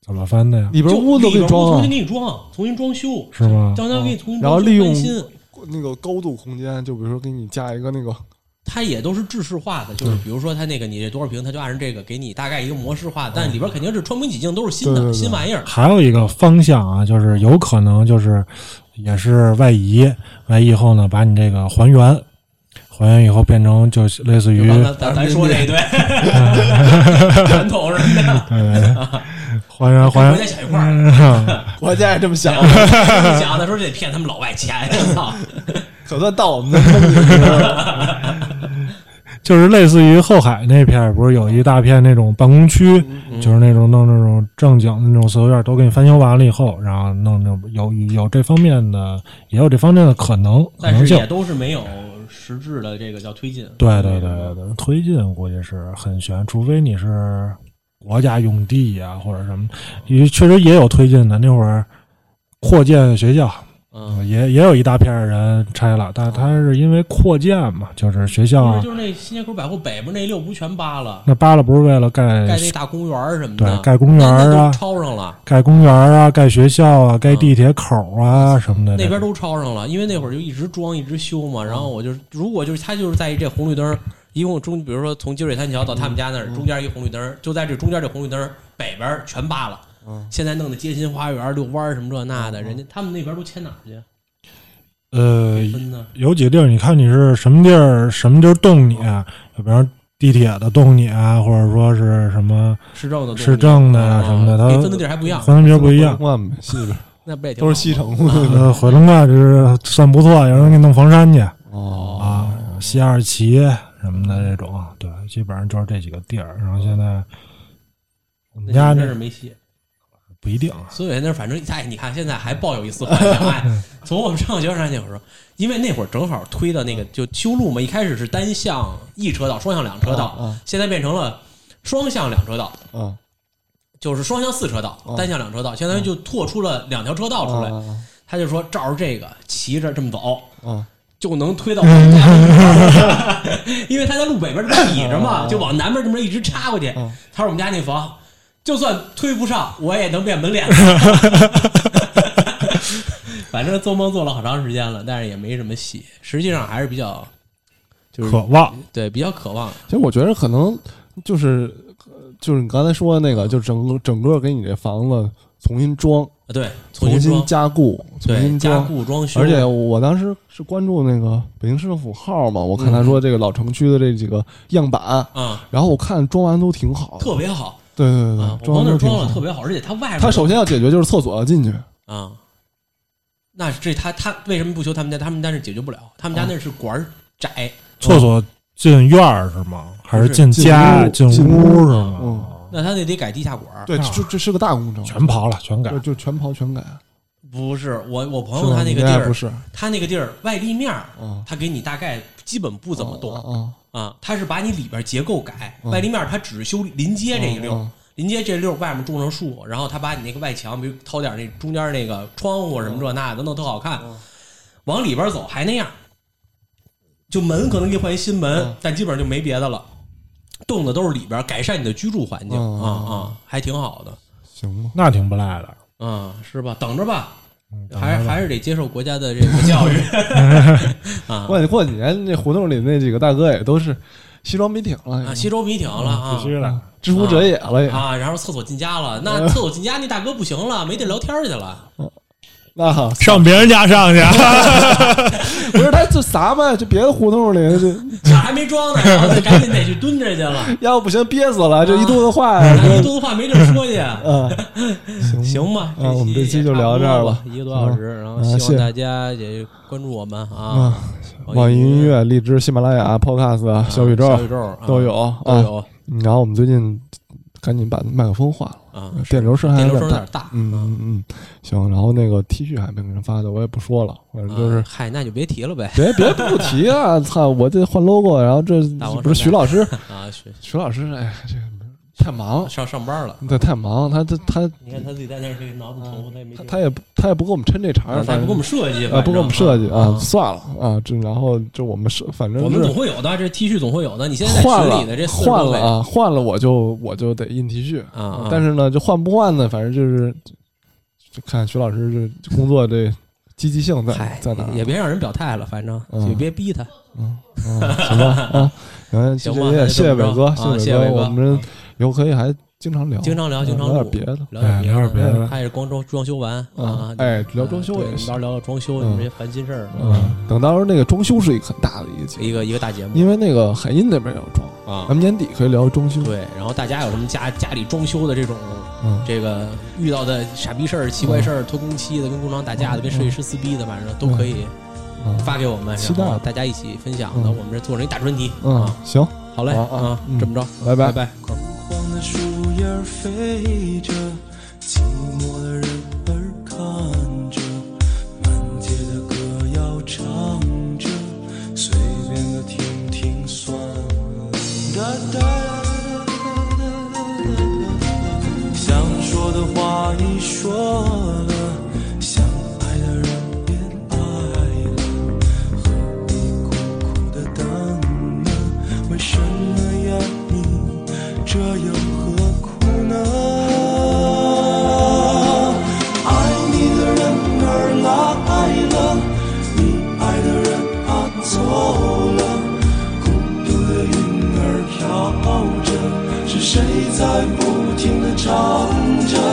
C: 怎么翻的呀？
B: 里边
D: 就
B: 屋子都
D: 里
B: 给
D: 边
B: 你
D: 重
B: 装
D: 新
B: 了
D: 给你装，重新装修，
C: 是吗？
D: 当然给你重新
B: 然后
D: 装修
B: 利用
D: 翻新，
B: 那个高度空间，就比如说给你加一个 那个
D: 它也都是制式化的，
B: 嗯
D: 就是比如说它那个你这多少平，它就按照这个给你大概一个模式化，但里边肯定是穿孔起镜都是新
B: 嗯对
D: 的
B: 对对
D: 新玩意儿。
C: 还有一个方向啊，就是有可能就是也是外移，外移后呢，把你这个还原，还原以后变成就是类似
D: 就
C: 于
D: 刚 才咱咱说这一堆传统什么的，
C: 还原 还嗯
D: 国
C: 原
D: 家想一块儿，
B: 国家也这么想
D: 我跟你讲，他说这得骗他们老 外钱，操！
B: 可算到我们的梦里了。
C: 就是类似于后海那片儿，不是有一大片那种办公区，
D: 嗯
C: 就是那种弄那种正经的那种四合院，都给你翻修完了以后，然后弄那种有有这方面的，也有这方面的可能可能
D: 但是
C: 性
D: 也。都是没有实质的这个叫推进。
C: 对对对对对，推进估计是很悬，除非你是国家用地呀、或者什么，也确实也有推进的。那会儿扩建学校，
D: 嗯，
C: 也也有一大片儿人拆了，但他是因为扩建嘛，就是学校
D: 不是
C: 啊，
D: 就是那新街口百货北边那六不全扒了，
C: 那扒了不是为了盖
D: 盖那大公园儿什么的
C: 对，盖公园
D: 那
C: 儿
D: 那
C: 啊
D: 都，抄上了，
C: 盖公园儿啊，盖学校啊，盖地铁口啊什么的，
D: 嗯那边都抄上了，因为那会儿就一直装一直修嘛。然后我就是，如果就是他就是在这红绿灯儿，一共中，比如说从积水潭桥到他们家那儿，
C: 嗯
D: 中间一红绿灯儿，就在这中间这红绿灯儿北边儿全扒了。
C: 嗯
D: 现在弄的街心花园、遛弯儿什么这那的，人家他们那边都迁哪儿去？啊
C: 呃，
D: 分呢？
C: 有几个地儿，你看你是什么地儿，什么地儿动你、啊，比方说地铁的动你啊，或者说是什么
D: 市政的、
C: 市政的呀、
D: 啊
C: 什么的，它
D: 每分的地儿还不一样，
C: 分的地儿不一样。
B: 万呗，西边
D: 那不也挺
B: 都
D: 好
B: 是西城
C: 呃，回龙观就是算不错，有人给你弄房山去
B: 哦，
D: 嗯
C: 啊，西二旗什么的这种，啊对，基本上就是这几个地儿。然后现在我们
D: 那
C: 家
D: 你真
C: 那
D: 是没戏。
C: 不一定，啊
D: 所以那反正哎，你看现在还抱有一丝幻想。哎， 从我们上学时候那会儿说，因为那会儿正好推的
B: 嗯
D: 那个就修路嘛，一开始是单向一车道、双向两车道，
B: 啊啊
D: 现在变成了双向两车道，
B: 嗯，
D: 就是双向四车道、
B: 啊
D: 单向两车道，相当于就拓出了两条车道出来。
B: 啊
D: 他就说照着这个骑着这么走。
B: 啊
D: 就能推到我们家， 因为他在路北边倚着嘛，就往南边这么一直插过去。
B: 嗯
D: 他说我们家那房，就算推不上，我也能变门脸。 反正做梦做了好长时间了，但是也没什么戏。实际上还是比较，就是嗯
C: 渴望
D: 对比较渴望。
B: 其实我觉得可能就是呃就是你刚才说的那个，就整个整个给你这房子重新装、
D: 呃对，重
B: 重
D: 装，
B: 加固、重
D: 对
B: 新
D: 加
B: 装。
D: 固装修，
B: 而且我当时是关注那个北京市政府号嘛，我
D: 嗯
B: 看他说这个老城区的这几个样板，
D: 啊、
B: 然后我看装完都挺好的，
D: 特别好
B: 对对对
D: 啊！
B: 对，
D: 我往
B: 完都
D: 那
B: 嗯
D: 儿
B: 挺
D: 装
B: 好
D: 了特。别好，而且它外边
B: 他首先要解决就是厕所要进去，
D: 啊，那是这他他为什么不修他们家？他们家是解决不了，他
B: 哦
D: 们家那是管儿窄，
C: 厕所进院儿是吗？还是
D: 不是
C: 进
B: 进
C: 家
B: 屋
C: 进
B: 进
C: 屋是吗？
B: 嗯
D: 那他那得改地下管儿。
B: 对，
C: 啊
B: 这这是个大工程，
C: 全刨了，全改
B: 就。就全刨全改。
D: 不是我我朋
B: 是
D: 友
B: 吧
D: 他那
B: 你
D: 个
B: 这
D: 地
B: 还不
D: 儿，
B: 是啊
D: 他那个地儿外立面儿，
B: 嗯
D: 他给你大概基本不怎么动
B: 啊啊
D: 啊，他是把你里边儿结构改，
B: 嗯
D: 外立面儿他只是修临街这一溜儿
B: 嗯嗯，
D: 临街这溜儿外面种上树，然后他把你那个外墙，比如掏点儿那中间儿那个窗户什么
B: 嗯
D: 这那的，弄特好看，往里边儿走还那样，就门可能给你换一新门
B: 嗯，
D: 但基本上就没别的了。动的都是里边儿改善你的居住环境
B: 嗯
D: 啊啊，还挺好的，
B: 行吧，
C: 那挺不赖的，
D: 嗯，是吧？等着吧，
C: 嗯
D: 还是还是得接受国家的这个 教育啊
B: 过过几年那胡同里那几个大哥也都是西装笔挺了，
D: 啊！西周笔挺了
B: 嗯
C: 必
D: 啊
C: 须的。
B: 知乎者也了也，
D: 啊，然后厕所进家了，
B: 嗯
D: 那厕所进家那大哥不行了，没地儿聊天去了，
B: 那
C: 上别人家上去，
B: 啊
C: 啊
B: 不是他就啥嘛，就别的胡同里， 就
D: 这还没装呢，然后就赶紧得去蹲着去 了，
B: 要不行憋死
D: 啊
B: 了，这一肚子话 呀。
D: 那一肚子话没地儿说去。
B: 嗯，
D: 行吧，
B: 啊我们这
D: 期
B: 期就聊到这儿
D: 了
B: 吧，嗯
D: 一个多小时，然后希望大家也关注我们啊，
B: 网易音乐、荔枝、喜马拉雅、Podcast、小宇宙
D: 小宇宙啊
B: 都有
D: 都
B: 啊。
D: 有
B: 嗯然后我们最近赶紧把麦克风换了，
D: 啊，
B: 电流声还
D: 电
B: 有
D: 流声
B: 点
D: 有
B: 大
D: 点。大，啊
B: 嗯嗯嗯，行。然后那个 T 恤还没给人发的，我也不说了，反正嗯就是
D: 啊嗨，那就别提了呗
B: 别别不提 啊！操，我这换 logo，然后这
D: 大王
B: 不是
D: 说
B: 徐老师，
D: 啊，学
B: 徐老师，哎，这个太忙，
D: 上上班了。
B: 对，太忙，他他他
D: 你看他自己在那儿这挠着头发，他也没劲
B: 他他也不他也不给我们抻这茬
D: 嗯啊
B: 儿，
D: 他
B: 反正
D: 不给我们设计，
B: 啊，不给我们设计
D: 反正
B: 啊，算了啊，这然后这我们是反正
D: 我们
B: 是
D: 总会有的，这 T 恤总会有的。你现在在
B: 换
D: 群里的
B: 了
D: 这40
B: 换
D: 多
B: 了
D: 位
B: 啊，换了我就我就得印 T 恤
D: 啊啊
B: 但是呢，就换不换呢，反正就是就看徐老师这工作这积极性在
D: 嗨，
B: 在哪儿，
D: 也别让人表态了，反正
B: 嗯
D: 也别逼他。
B: 嗯行吧啊，嗯，
D: 行
B: 就这
D: 吧那
B: 些，谢
D: 就这
B: 谢
D: 么着
B: 伟哥，
D: 啊
B: 谢
D: 谢谢伟
B: 伟
D: 哥
B: 我们以后可以还经常聊，
D: 经常聊，
B: 嗯
D: 经常
B: 聊
D: 录
B: 点别的，
D: 聊点
C: 哎聊点别的
D: 他也是光装装修完啊
B: 嗯，哎聊装修
D: 对
B: 也
D: 我们
B: 行
D: 到时候聊聊装修，你
B: 嗯
D: 这些烦心事儿，
B: 嗯，等到时候那个装修是一个很大的一个节目
D: 一个一个大节目
B: 因为那个海印那边也要装，
D: 啊
B: 咱。们年底可以聊装修，
D: 对，然后大家有什么家家里装修的这种
B: 嗯，
D: 这个遇到的傻逼事儿、奇怪事儿、拖工期的、跟工厂打架的、跟设计师撕逼的，反正都可以
B: 嗯
D: 发给我们，
B: 期待
D: 然后大家一起分享的。
B: 嗯
D: 我们这做成一大专题
B: 嗯
D: 啊，，
B: 行，
D: 好嘞
B: 好啊
D: 啊，
B: 嗯
D: 这么着，
B: 拜拜
D: 拜。拜。
F: 黄的树叶儿飞着，寂寞的人儿看着，满街的歌谣唱着，随便的听听算了。哒哒哒哒哒哒哒哒哒说了，想爱的人别爱了，何必苦苦的等呢？为什么要你？这又何苦呢？爱你的人哪儿来了？你爱的人啊走了，孤独的云儿飘着，是谁在不停地唱着？